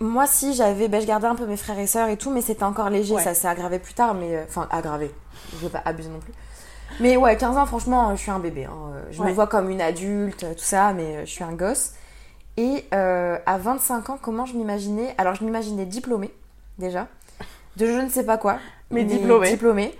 [SPEAKER 1] Moi, si, j'avais, ben, je gardais un peu mes frères et sœurs et tout, mais c'était encore léger.
[SPEAKER 3] Ouais.
[SPEAKER 1] Ça s'est aggravé plus tard, mais. euh, Enfin, aggravé. Je vais pas abuser non plus. Mais ouais, 15 ans, franchement, euh, je suis un bébé. hein. Euh, Je
[SPEAKER 3] Ouais.
[SPEAKER 1] me vois comme une adulte, euh, tout ça, mais euh, je suis un gosse. Et euh, à 25 ans, comment je m'imaginais Alors, je m'imaginais diplômée, déjà, de je ne sais pas quoi.
[SPEAKER 3] Mais diplômée.
[SPEAKER 1] Diplômée.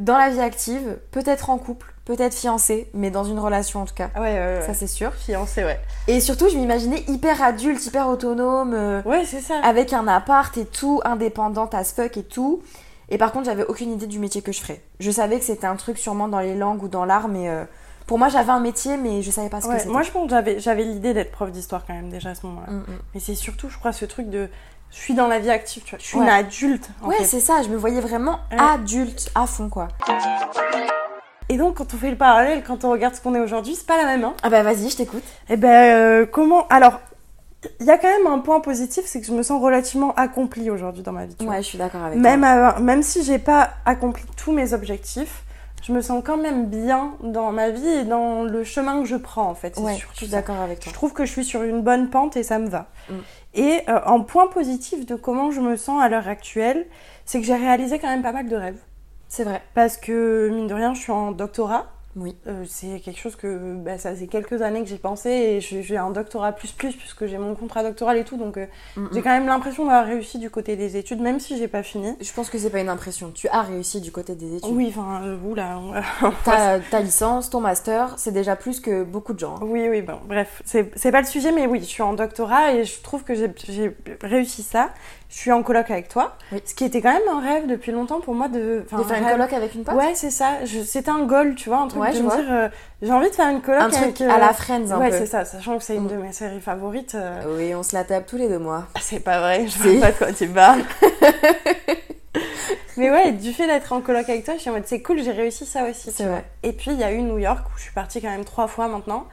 [SPEAKER 1] Dans la vie active, peut-être en couple, peut-être fiancée, mais dans une relation en tout cas.
[SPEAKER 3] Ouais, ouais, ouais.
[SPEAKER 1] Ça, c'est sûr.
[SPEAKER 3] Fiancée, ouais.
[SPEAKER 1] Et surtout, je m'imaginais hyper adulte, hyper autonome. euh,
[SPEAKER 3] Ouais, c'est ça.
[SPEAKER 1] Avec un appart et tout, indépendante as fuck et tout. Et par contre, j'avais aucune idée du métier que je ferais. Je savais que c'était un truc sûrement dans les langues ou dans l'art, mais euh, pour moi, j'avais un métier, mais je savais pas ce
[SPEAKER 3] Ouais,
[SPEAKER 1] que c'était.
[SPEAKER 3] moi, je pense que j'avais, j'avais l'idée d'être prof d'histoire quand même déjà à ce moment-là.
[SPEAKER 1] Mm, mm.
[SPEAKER 3] Mais c'est surtout, je crois, ce truc de je suis dans la vie active, tu vois. Je suis une
[SPEAKER 1] Ouais.
[SPEAKER 3] adulte. en
[SPEAKER 1] ouais,
[SPEAKER 3] fait.
[SPEAKER 1] c'est ça, je me voyais vraiment
[SPEAKER 3] Ouais.
[SPEAKER 1] adulte à fond, quoi.
[SPEAKER 3] Et donc, quand on fait le parallèle, quand on regarde ce qu'on est aujourd'hui, c'est pas la même. Hein.
[SPEAKER 1] Ah bah vas-y, je t'écoute.
[SPEAKER 3] Eh ben, euh, comment. Alors, il y a quand même un point positif, c'est que je me sens relativement accomplie aujourd'hui dans ma vie. tu vois.
[SPEAKER 1] Ouais, je suis d'accord avec
[SPEAKER 3] même,
[SPEAKER 1] toi.
[SPEAKER 3] à- même si j'ai pas accompli tous mes objectifs, je me sens quand même bien dans ma vie et dans le chemin que je prends en fait. C'est
[SPEAKER 1] Ouais,
[SPEAKER 3] surtout
[SPEAKER 1] je suis
[SPEAKER 3] ça.
[SPEAKER 1] d'accord avec toi.
[SPEAKER 3] Je trouve que je suis sur une bonne pente et ça me va.
[SPEAKER 1] Mm.
[SPEAKER 3] Et euh, en point positif de comment je me sens à l'heure actuelle, c'est que j'ai réalisé quand même pas mal de rêves.
[SPEAKER 1] C'est vrai.
[SPEAKER 3] Parce que mine de rien, je suis en doctorat.
[SPEAKER 1] Oui.
[SPEAKER 3] Euh, c'est quelque chose que bah, ça fait quelques années que j'ai pensé et je- j'ai un doctorat plus plus puisque j'ai mon contrat doctoral et tout donc euh,
[SPEAKER 1] Mm,
[SPEAKER 3] j'ai
[SPEAKER 1] mm.
[SPEAKER 3] quand même l'impression d'avoir réussi du côté des études même si j'ai pas fini.
[SPEAKER 1] Je pense que c'est pas une impression. Tu as réussi du côté des études.
[SPEAKER 3] Oui, enfin, euh, oula. on va-
[SPEAKER 1] Ta, ta licence, ton master, c'est déjà plus que beaucoup de gens. hein.
[SPEAKER 3] Oui, oui, bon, bref, c'est c'est pas le sujet, mais oui, je suis en doctorat et je trouve que j'ai- j'ai réussi ça. je suis en coloc avec toi. Ce qui était quand même un rêve depuis longtemps pour moi de. enfin,
[SPEAKER 1] De faire une
[SPEAKER 3] rêve.
[SPEAKER 1] coloc avec une pote
[SPEAKER 3] Ouais, c'est ça. Je- C'était un goal, tu vois, un truc
[SPEAKER 1] Ouais,
[SPEAKER 3] de
[SPEAKER 1] je
[SPEAKER 3] me
[SPEAKER 1] vois.
[SPEAKER 3] dire euh, j'ai envie de faire une coloc
[SPEAKER 1] Un truc
[SPEAKER 3] avec, euh,
[SPEAKER 1] à la Friends, un
[SPEAKER 3] ouais,
[SPEAKER 1] peu. Mm.
[SPEAKER 3] c'est ça. Sachant que c'est une de mes séries favorites. euh, bah,
[SPEAKER 1] Oui, on se la tape tous les deux mois.
[SPEAKER 3] C'est pas vrai, je
[SPEAKER 1] Si.
[SPEAKER 3] sais pas de quoi tu parles. Mais ouais, du fait d'être en coloc avec toi, je suis en mode c'est cool, j'ai réussi ça aussi. tu
[SPEAKER 1] vrai.
[SPEAKER 3] vois. Et puis il y a eu New York où je suis partie quand même trois fois maintenant.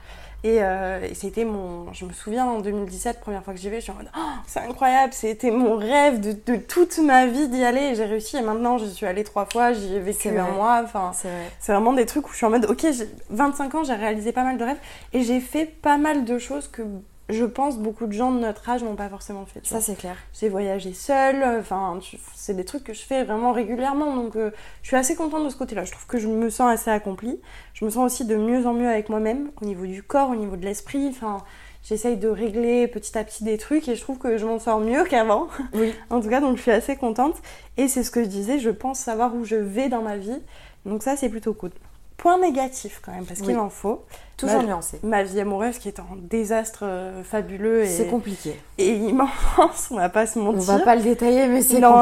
[SPEAKER 3] Et, euh, et c'était mon. Je me souviens en 2017, première fois que j'y vais, je suis en mode Oh, c'est incroyable, c'était mon rêve de, de toute ma vie d'y aller et j'ai réussi. Et maintenant, je suis allée trois fois, j'y ai vécu
[SPEAKER 1] C'est
[SPEAKER 3] un
[SPEAKER 1] vrai.
[SPEAKER 3] mois. Enfin,
[SPEAKER 1] C'est vrai.
[SPEAKER 3] c'est vraiment des trucs où je suis en mode, ok, j'ai 25 ans, j'ai réalisé pas mal de rêves et j'ai fait pas mal de choses que je pense beaucoup de gens de notre âge n'ont pas forcément fait. tu
[SPEAKER 1] Ça,
[SPEAKER 3] vois.
[SPEAKER 1] c'est clair.
[SPEAKER 3] J'ai voyagé seule, enfin, tu- c'est des trucs que je fais vraiment régulièrement, donc euh, je suis assez contente de ce côté-là. Je trouve que je me sens assez accomplie. Je me sens aussi de mieux en mieux avec moi-même, au niveau du corps, au niveau de l'esprit, enfin. J'essaye de régler petit à petit des trucs et je trouve que je m'en sors mieux qu'avant. en tout cas, donc je suis assez contente. Et c'est ce que je disais, je pense savoir où je vais dans ma vie. Donc ça, c'est plutôt cool. Point négatif quand même, parce
[SPEAKER 1] Oui.
[SPEAKER 3] qu'il en faut.
[SPEAKER 1] Toujours
[SPEAKER 3] Ma-
[SPEAKER 1] nuancé.
[SPEAKER 3] Ma vie amoureuse qui est un désastre euh, fabuleux. et-
[SPEAKER 1] C'est compliqué.
[SPEAKER 3] Et immense, on va pas se mentir.
[SPEAKER 1] va pas le détailler, mais c'est
[SPEAKER 3] Non,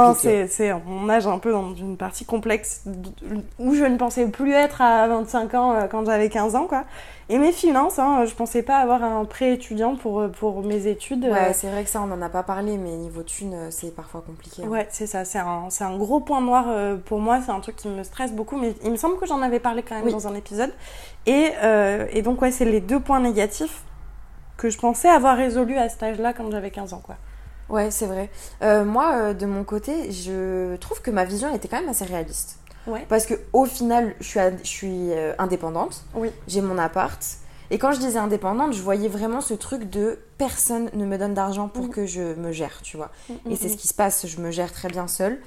[SPEAKER 3] c'est-
[SPEAKER 1] compliqué.
[SPEAKER 3] c'est- on nage un peu dans une partie complexe d- où je ne pensais plus être à 25 ans euh, quand j'avais 15 ans, quoi. Et mes finances, hein, je pensais pas avoir un prêt étudiant pour, euh, pour mes études. euh,
[SPEAKER 1] Ouais, c'est vrai que ça, on en a pas parlé, mais niveau thune, euh, c'est parfois compliqué. hein.
[SPEAKER 3] Ouais, c'est ça, c'est un, c'est un gros point noir euh, pour moi, c'est un truc qui me stresse beaucoup, mais il me semble que j'en avais parlé quand même
[SPEAKER 1] Oui.
[SPEAKER 3] dans un épisode. Et, euh, et donc, ouais, c'est les deux points négatifs que je pensais avoir résolus à cet âge-là quand j'avais 15 ans, quoi.
[SPEAKER 1] Ouais, c'est vrai. Euh, moi, euh, de mon côté, je trouve que ma vision elle était quand même assez réaliste.
[SPEAKER 3] Ouais.
[SPEAKER 1] Parce que au final, je suis, ad- je suis euh, indépendante. J'ai mon appart. Et quand je disais indépendante, je voyais vraiment ce truc de personne ne me donne d'argent pour que je me gère, tu vois.
[SPEAKER 3] Mm,
[SPEAKER 1] Et
[SPEAKER 3] mm,
[SPEAKER 1] c'est ce
[SPEAKER 3] mm.
[SPEAKER 1] qui se passe, je me gère très bien seule.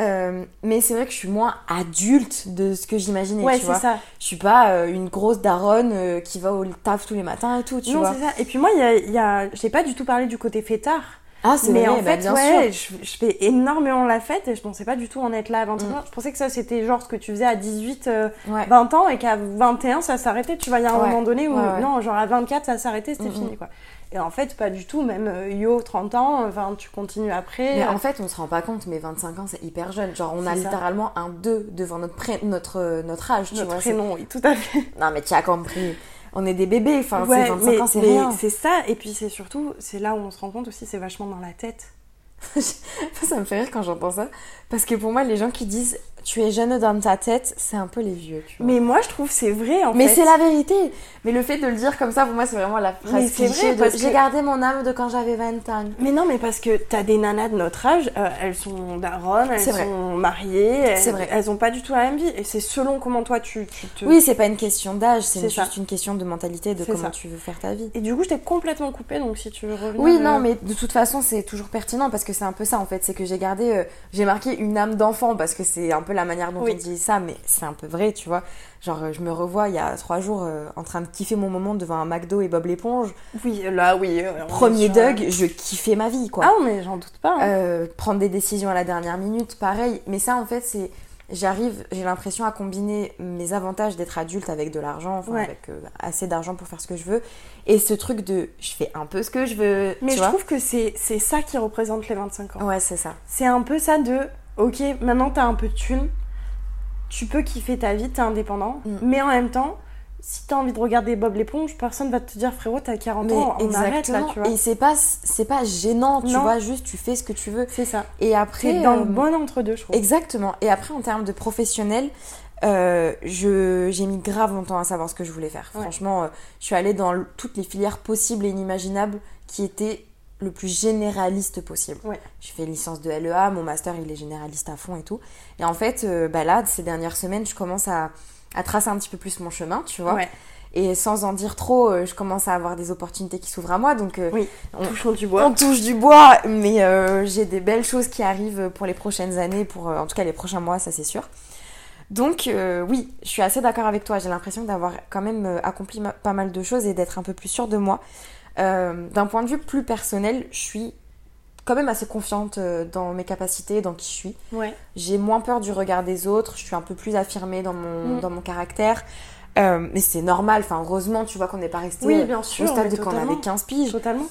[SPEAKER 1] Euh, mais c'est vrai que je suis moins adulte de ce que j'imaginais,
[SPEAKER 3] Ouais,
[SPEAKER 1] tu
[SPEAKER 3] c'est
[SPEAKER 1] vois.
[SPEAKER 3] ça.
[SPEAKER 1] Je suis pas euh, une grosse daronne euh, qui va au taf tous les matins et tout, tu
[SPEAKER 3] non,
[SPEAKER 1] vois.
[SPEAKER 3] c'est ça. Et puis moi, il y a, il y a... j'ai pas du tout parlé du côté fêtard.
[SPEAKER 1] Ah, c'est
[SPEAKER 3] Mais
[SPEAKER 1] vrai,
[SPEAKER 3] en
[SPEAKER 1] bah,
[SPEAKER 3] fait,
[SPEAKER 1] bien
[SPEAKER 3] ouais,
[SPEAKER 1] sûr. Mm.
[SPEAKER 3] Je, je fais énormément la fête et je pensais pas du tout en être là à 21 ans. Je pensais que ça, c'était genre ce que tu faisais à 18, euh, 20 ans et qu'à 21, ça s'arrêtait. Tu vois, il y a un
[SPEAKER 1] Ouais.
[SPEAKER 3] moment donné où,
[SPEAKER 1] Ouais, Mm, ouais.
[SPEAKER 3] non, genre à 24, ça s'arrêtait, c'était fini, quoi. Et en fait, pas du tout, même euh, yo, 30 ans, enfin, tu continues après.
[SPEAKER 1] Mais
[SPEAKER 3] Euh,
[SPEAKER 1] en fait, on se rend pas compte, mais 25 ans, c'est hyper jeune. Genre, on a
[SPEAKER 3] C'est ça.
[SPEAKER 1] littéralement un 2 devant notre, pré- notre, euh, notre âge, tu
[SPEAKER 3] Notre
[SPEAKER 1] vois.
[SPEAKER 3] prénom, oui, tout à fait.
[SPEAKER 1] Non, mais tu as compris. On est des bébés, enfin,
[SPEAKER 3] Ouais,
[SPEAKER 1] c'est 25
[SPEAKER 3] mais-
[SPEAKER 1] ans, c'est
[SPEAKER 3] mais
[SPEAKER 1] rien.
[SPEAKER 3] C'est ça, et puis c'est surtout, c'est là où on se rend compte aussi, c'est vachement dans la tête.
[SPEAKER 1] ça me fait rire quand j'entends ça. Parce que pour moi, les gens qui disent tu es jeune dans ta tête, c'est un peu les vieux, tu vois.
[SPEAKER 3] Mais moi, je trouve c'est vrai, en
[SPEAKER 1] mais
[SPEAKER 3] fait.
[SPEAKER 1] c'est la vérité. Mais le fait de le dire comme ça, pour moi, c'est vraiment la phrase
[SPEAKER 3] Mais c'est
[SPEAKER 1] cliché
[SPEAKER 3] vrai,
[SPEAKER 1] de,
[SPEAKER 3] parce que-
[SPEAKER 1] J'ai gardé mon âme de quand j'avais 20 ans.
[SPEAKER 3] Mais non, mais parce que t'as des nanas de notre âge, euh, elles sont daronnes, elles
[SPEAKER 1] C'est vrai.
[SPEAKER 3] sont mariées,
[SPEAKER 1] C'est
[SPEAKER 3] elles,
[SPEAKER 1] vrai.
[SPEAKER 3] elles ont pas du tout la même vie. Et c'est selon comment toi tu, tu te.
[SPEAKER 1] Oui, c'est pas une question d'âge, c'est
[SPEAKER 3] C'est ça.
[SPEAKER 1] juste une question de mentalité, de
[SPEAKER 3] C'est
[SPEAKER 1] comment
[SPEAKER 3] ça.
[SPEAKER 1] tu veux faire ta vie.
[SPEAKER 3] Et du coup, je t'ai complètement coupé, donc si tu veux revenir.
[SPEAKER 1] Oui,
[SPEAKER 3] euh,
[SPEAKER 1] non, mais de toute façon, c'est toujours pertinent parce que c'est un peu ça en fait. C'est que j'ai gardé, euh, j'ai marqué une âme d'enfant parce que c'est un peu la manière dont
[SPEAKER 3] Oui.
[SPEAKER 1] on dit ça, mais c'est un peu vrai, tu vois. Genre, euh, je me revois il y a trois jours euh, en train de kiffer mon moment devant un McDo et Bob l'éponge.
[SPEAKER 3] Oui, là, oui. euh, on est
[SPEAKER 1] Premier
[SPEAKER 3] sur-
[SPEAKER 1] Doug, je kiffais ma vie, quoi.
[SPEAKER 3] Ah, mais j'en doute pas. hein.
[SPEAKER 1] Euh, prendre des décisions à la dernière minute, pareil. Mais ça, en fait, c'est. J'arrive, j'ai l'impression à combiner mes avantages d'être adulte avec de l'argent, enfin
[SPEAKER 3] Ouais.
[SPEAKER 1] avec euh, assez d'argent pour faire ce que je veux, et ce truc de je fais un peu ce que je veux.
[SPEAKER 3] mais je
[SPEAKER 1] tu vois Oh.
[SPEAKER 3] trouve que c'est c'est ça qui représente les 25 ans.
[SPEAKER 1] Ouais, c'est ça.
[SPEAKER 3] C'est un peu ça de, ok, maintenant t'as un peu de thunes, tu peux kiffer ta vie, t'es indépendant,
[SPEAKER 1] Mm.
[SPEAKER 3] mais en même temps, si t'as envie de regarder Bob l'éponge, personne va te dire frérot, t'as 40
[SPEAKER 1] Mais
[SPEAKER 3] ans, on arrête là,
[SPEAKER 1] exactement.
[SPEAKER 3] tu vois.
[SPEAKER 1] Et c'est pas, c'est pas gênant, tu
[SPEAKER 3] Non.
[SPEAKER 1] vois, juste tu fais ce que tu veux.
[SPEAKER 3] C'est ça.
[SPEAKER 1] Et après.
[SPEAKER 3] C'est dans le
[SPEAKER 1] euh,
[SPEAKER 3] bon entre-deux, je trouve.
[SPEAKER 1] Exactement. Et après, en termes de professionnel, euh, je, j'ai mis grave longtemps à savoir ce que je voulais faire.
[SPEAKER 3] Ouais.
[SPEAKER 1] Franchement, euh, je suis allée dans l- toutes les filières possibles et inimaginables qui étaient le plus généraliste possible.
[SPEAKER 3] Ouais.
[SPEAKER 1] J'ai fait licence de LEA, mon master il est généraliste à fond et tout. Et en fait, euh, bah là, ces dernières semaines, je commence à, à tracer un petit peu plus mon chemin, tu vois.
[SPEAKER 3] Ouais.
[SPEAKER 1] Et sans en dire trop, euh, je commence à avoir des opportunités qui s'ouvrent à moi. Donc, euh, on,
[SPEAKER 3] Touchons du bois.
[SPEAKER 1] on touche du bois, mais euh, j'ai des belles choses qui arrivent pour les prochaines années, pour euh, en tout cas les prochains mois, ça c'est sûr. Donc euh, oui, je suis assez d'accord avec toi. J'ai l'impression d'avoir quand même euh, accompli ma- pas mal de choses et d'être un peu plus sûre de moi. Euh, D'un point de vue plus personnel, je suis quand même assez confiante euh, dans mes capacités, dans qui je suis.
[SPEAKER 3] Ouais.
[SPEAKER 1] J'ai moins peur du regard des autres, je suis un peu plus affirmée dans mon,
[SPEAKER 3] Mm.
[SPEAKER 1] dans mon caractère. Euh, mais c'est normal, enfin heureusement, tu vois qu'on n'est pas resté
[SPEAKER 3] Oui,
[SPEAKER 1] euh,
[SPEAKER 3] bien sûr,
[SPEAKER 1] au stade
[SPEAKER 3] mais
[SPEAKER 1] de quand on
[SPEAKER 3] totalement.
[SPEAKER 1] avait 15 piges.
[SPEAKER 3] Totalement.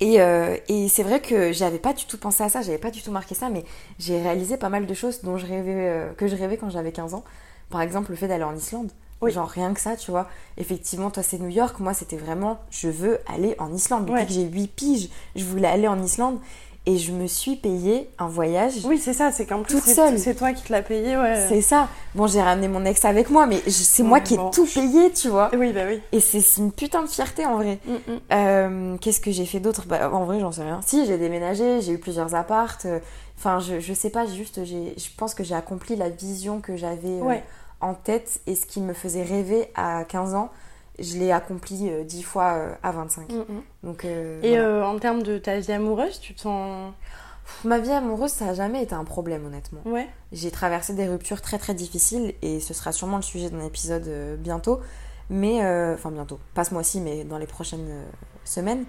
[SPEAKER 1] Et, euh, et c'est vrai que j'avais pas du tout pensé à ça, j'avais pas du tout marqué ça, mais j'ai réalisé pas mal de choses dont je rêvais, euh, que je rêvais quand j'avais 15 ans. Par exemple, le fait d'aller en Islande. Genre rien que ça, tu vois. Effectivement, toi c'est New York, moi c'était vraiment je veux aller en Islande. Depuis que j'ai 8 piges, je voulais aller en Islande et je me suis payé un voyage.
[SPEAKER 3] Oui, c'est ça, c'est qu'en plus
[SPEAKER 1] Toute
[SPEAKER 3] c'est-
[SPEAKER 1] seule.
[SPEAKER 3] c'est toi qui te l'as payé, ouais.
[SPEAKER 1] C'est ça. Bon, j'ai ramené mon ex avec moi, mais je- c'est moi
[SPEAKER 3] Ouais,
[SPEAKER 1] qui
[SPEAKER 3] bon.
[SPEAKER 1] ai tout payé, tu vois.
[SPEAKER 3] Oui, bah oui.
[SPEAKER 1] Et c'est c'est une putain de fierté en vrai. Euh, Qu'est-ce que j'ai fait d'autre Bah, En vrai, j'en sais rien. Si, j'ai déménagé, j'ai eu plusieurs appartes. euh, Enfin, je, je sais pas, j'ai juste, j'ai- je pense que j'ai accompli la vision que j'avais euh,
[SPEAKER 3] Ouais.
[SPEAKER 1] en tête et ce qui me faisait rêver à 15 ans, je l'ai accompli euh, 10 fois euh, à 25.
[SPEAKER 3] Mhm.
[SPEAKER 1] Donc, euh,
[SPEAKER 3] Et
[SPEAKER 1] voilà.
[SPEAKER 3] euh, en termes de ta vie amoureuse, tu te sens.
[SPEAKER 1] Pff, Ma vie amoureuse, ça a jamais été un problème, honnêtement.
[SPEAKER 3] Ouais.
[SPEAKER 1] J'ai traversé des ruptures très très difficiles et ce sera sûrement le sujet d'un épisode euh, bientôt. Mais, euh, enfin bientôt, pas ce mois-ci, mais dans les prochaines euh, semaines.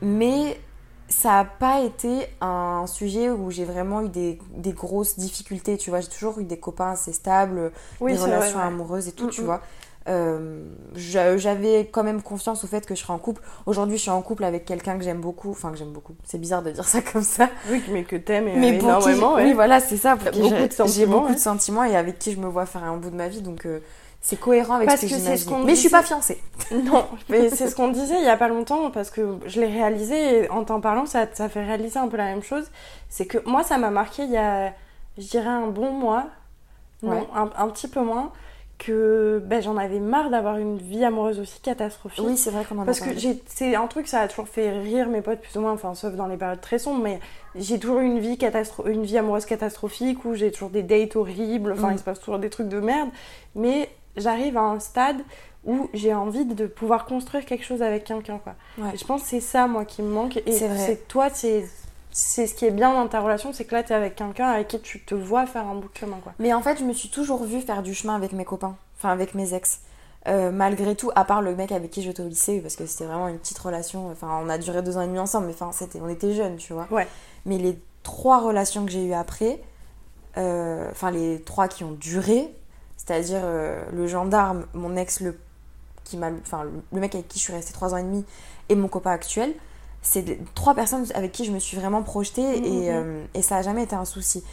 [SPEAKER 1] Mais ça n'a pas été un sujet où j'ai vraiment eu des, des grosses difficultés, tu vois. J'ai toujours eu des copains assez stables,
[SPEAKER 3] Oui,
[SPEAKER 1] des
[SPEAKER 3] c'est vrai,
[SPEAKER 1] relations
[SPEAKER 3] ouais.
[SPEAKER 1] amoureuses et tout,
[SPEAKER 3] Mm,
[SPEAKER 1] tu
[SPEAKER 3] mm.
[SPEAKER 1] vois. Euh, j'a- j'avais quand même confiance au fait que je serais en couple. Aujourd'hui, je suis en couple avec quelqu'un que j'aime beaucoup. Enfin, que j'aime beaucoup. C'est bizarre de dire ça comme ça Euh,
[SPEAKER 3] Oui, mais que t'aimes euh,
[SPEAKER 1] mais pour qui-
[SPEAKER 3] énormément. ouais.
[SPEAKER 1] oui voilà c'est
[SPEAKER 3] T'as
[SPEAKER 1] ça pour qui
[SPEAKER 3] beaucoup
[SPEAKER 1] j'ai-
[SPEAKER 3] de
[SPEAKER 1] j'ai
[SPEAKER 3] sentiments. hein.
[SPEAKER 1] beaucoup de sentiments et avec qui je me vois faire un bout de ma vie donc euh, c'est cohérent avec
[SPEAKER 3] Parce
[SPEAKER 1] ce que,
[SPEAKER 3] que c'est
[SPEAKER 1] j'imagine
[SPEAKER 3] ce qu'on
[SPEAKER 1] mais je suis
[SPEAKER 3] disait.
[SPEAKER 1] pas fiancée
[SPEAKER 3] Non, mais c'est ce qu'on disait il y a pas longtemps parce que je l'ai réalisé et en t'en parlant, ça, ça fait réaliser un peu la même chose. C'est que moi, ça m'a marqué il y a, je dirais, un bon mois, non,
[SPEAKER 1] Ouais.
[SPEAKER 3] un, un petit peu moins, que ben, j'en avais marre d'avoir une vie amoureuse aussi catastrophique.
[SPEAKER 1] oui c'est vrai qu'on en a
[SPEAKER 3] Parce que
[SPEAKER 1] parlé.
[SPEAKER 3] j'ai- c'est un truc, ça a toujours fait rire mes potes, plus ou moins, enfin, sauf dans les périodes très sombres, mais j'ai toujours eu une vie, catastro- une vie amoureuse catastrophique où j'ai toujours des dates horribles, enfin,
[SPEAKER 1] Mm.
[SPEAKER 3] il se passe toujours des trucs de merde. Mais j'arrive à un stade où j'ai envie de pouvoir construire quelque chose avec quelqu'un, quoi.
[SPEAKER 1] Ouais.
[SPEAKER 3] Et je pense que c'est ça, moi, qui me manque. Et
[SPEAKER 1] C'est vrai.
[SPEAKER 3] c'est toi, c'est. C'est ce qui est bien dans ta relation, c'est que là, t'es avec quelqu'un avec qui tu te vois faire un bout de chemin, quoi.
[SPEAKER 1] mais en fait je me suis toujours vue faire du chemin avec mes copains enfin avec mes ex Euh, malgré tout à part le mec avec qui j'étais au lycée parce que c'était vraiment une petite relation enfin on a duré deux ans et demi ensemble mais enfin c'était on était jeunes tu vois mais les trois relations que j'ai eues après euh, enfin les trois qui ont duré c'est-à-dire euh, le gendarme mon ex le qui m'a enfin le mec avec qui je suis restée trois ans et demi et mon copain actuel c'est des- trois personnes avec qui je me suis vraiment projetée et,
[SPEAKER 4] Mhm.
[SPEAKER 1] euh, et ça a jamais été un souci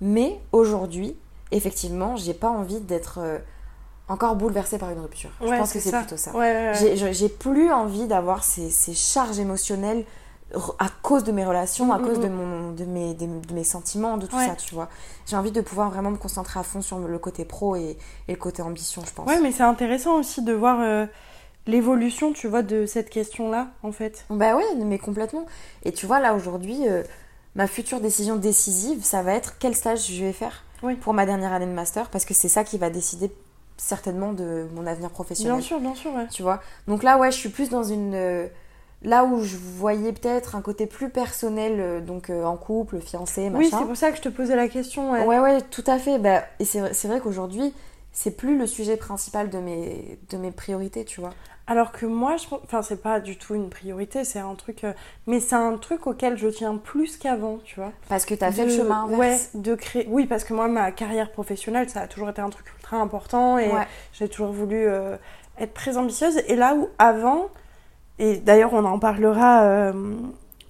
[SPEAKER 1] mais aujourd'hui effectivement j'ai pas envie d'être euh, encore bouleversée par une rupture je
[SPEAKER 3] Ouais,
[SPEAKER 1] pense que
[SPEAKER 3] c'est
[SPEAKER 1] c'est
[SPEAKER 3] ça.
[SPEAKER 1] plutôt ça
[SPEAKER 3] Ouais, ouais, ouais.
[SPEAKER 1] J'ai- je- j'ai plus envie d'avoir ces, ces charges émotionnelles r- à cause de mes relations, à
[SPEAKER 3] Mm,
[SPEAKER 1] cause
[SPEAKER 3] mm,
[SPEAKER 1] de,
[SPEAKER 3] mm.
[SPEAKER 1] mon, de, mes, de, de mes sentiments, de tout
[SPEAKER 3] Ouais.
[SPEAKER 1] ça, tu vois. J'ai envie de pouvoir vraiment me concentrer à fond sur le côté pro et, et le côté ambition, je pense.
[SPEAKER 3] Ouais, mais c'est intéressant aussi de voir euh, l'évolution, tu vois, de cette question-là, en fait.
[SPEAKER 1] Bah ouais, mais complètement. Et tu vois, là, aujourd'hui, euh, ma future décision décisive, ça va être quel stage je vais faire pour ma dernière année de master, parce que c'est ça qui va décider certainement de mon avenir professionnel.
[SPEAKER 3] Bien sûr, bien sûr, ouais.
[SPEAKER 1] tu vois. Donc là, ouais, je suis plus dans une. euh, Là où je voyais peut-être un côté plus personnel, euh, donc euh, en couple, fiancé, machin.
[SPEAKER 3] Oui, c'est pour ça que je te posais la question. Ouais,
[SPEAKER 1] Ouais, ouais, tout à fait. Bah, et c'est vrai, c'est vrai qu'aujourd'hui, c'est plus le sujet principal de mes, de mes priorités, tu vois.
[SPEAKER 3] Alors que moi, je pense... Enfin, c'est pas du tout une priorité, c'est un truc... euh, Mais c'est un truc auquel je tiens plus qu'avant, tu vois.
[SPEAKER 1] Parce que t'as fait le chemin inverse.
[SPEAKER 3] Ouais, de créer... Oui, parce que moi, ma carrière professionnelle, ça a toujours été un truc ultra important et
[SPEAKER 1] Ouais.
[SPEAKER 3] j'ai toujours voulu euh, être très ambitieuse. Et là où avant, et d'ailleurs, on en parlera euh,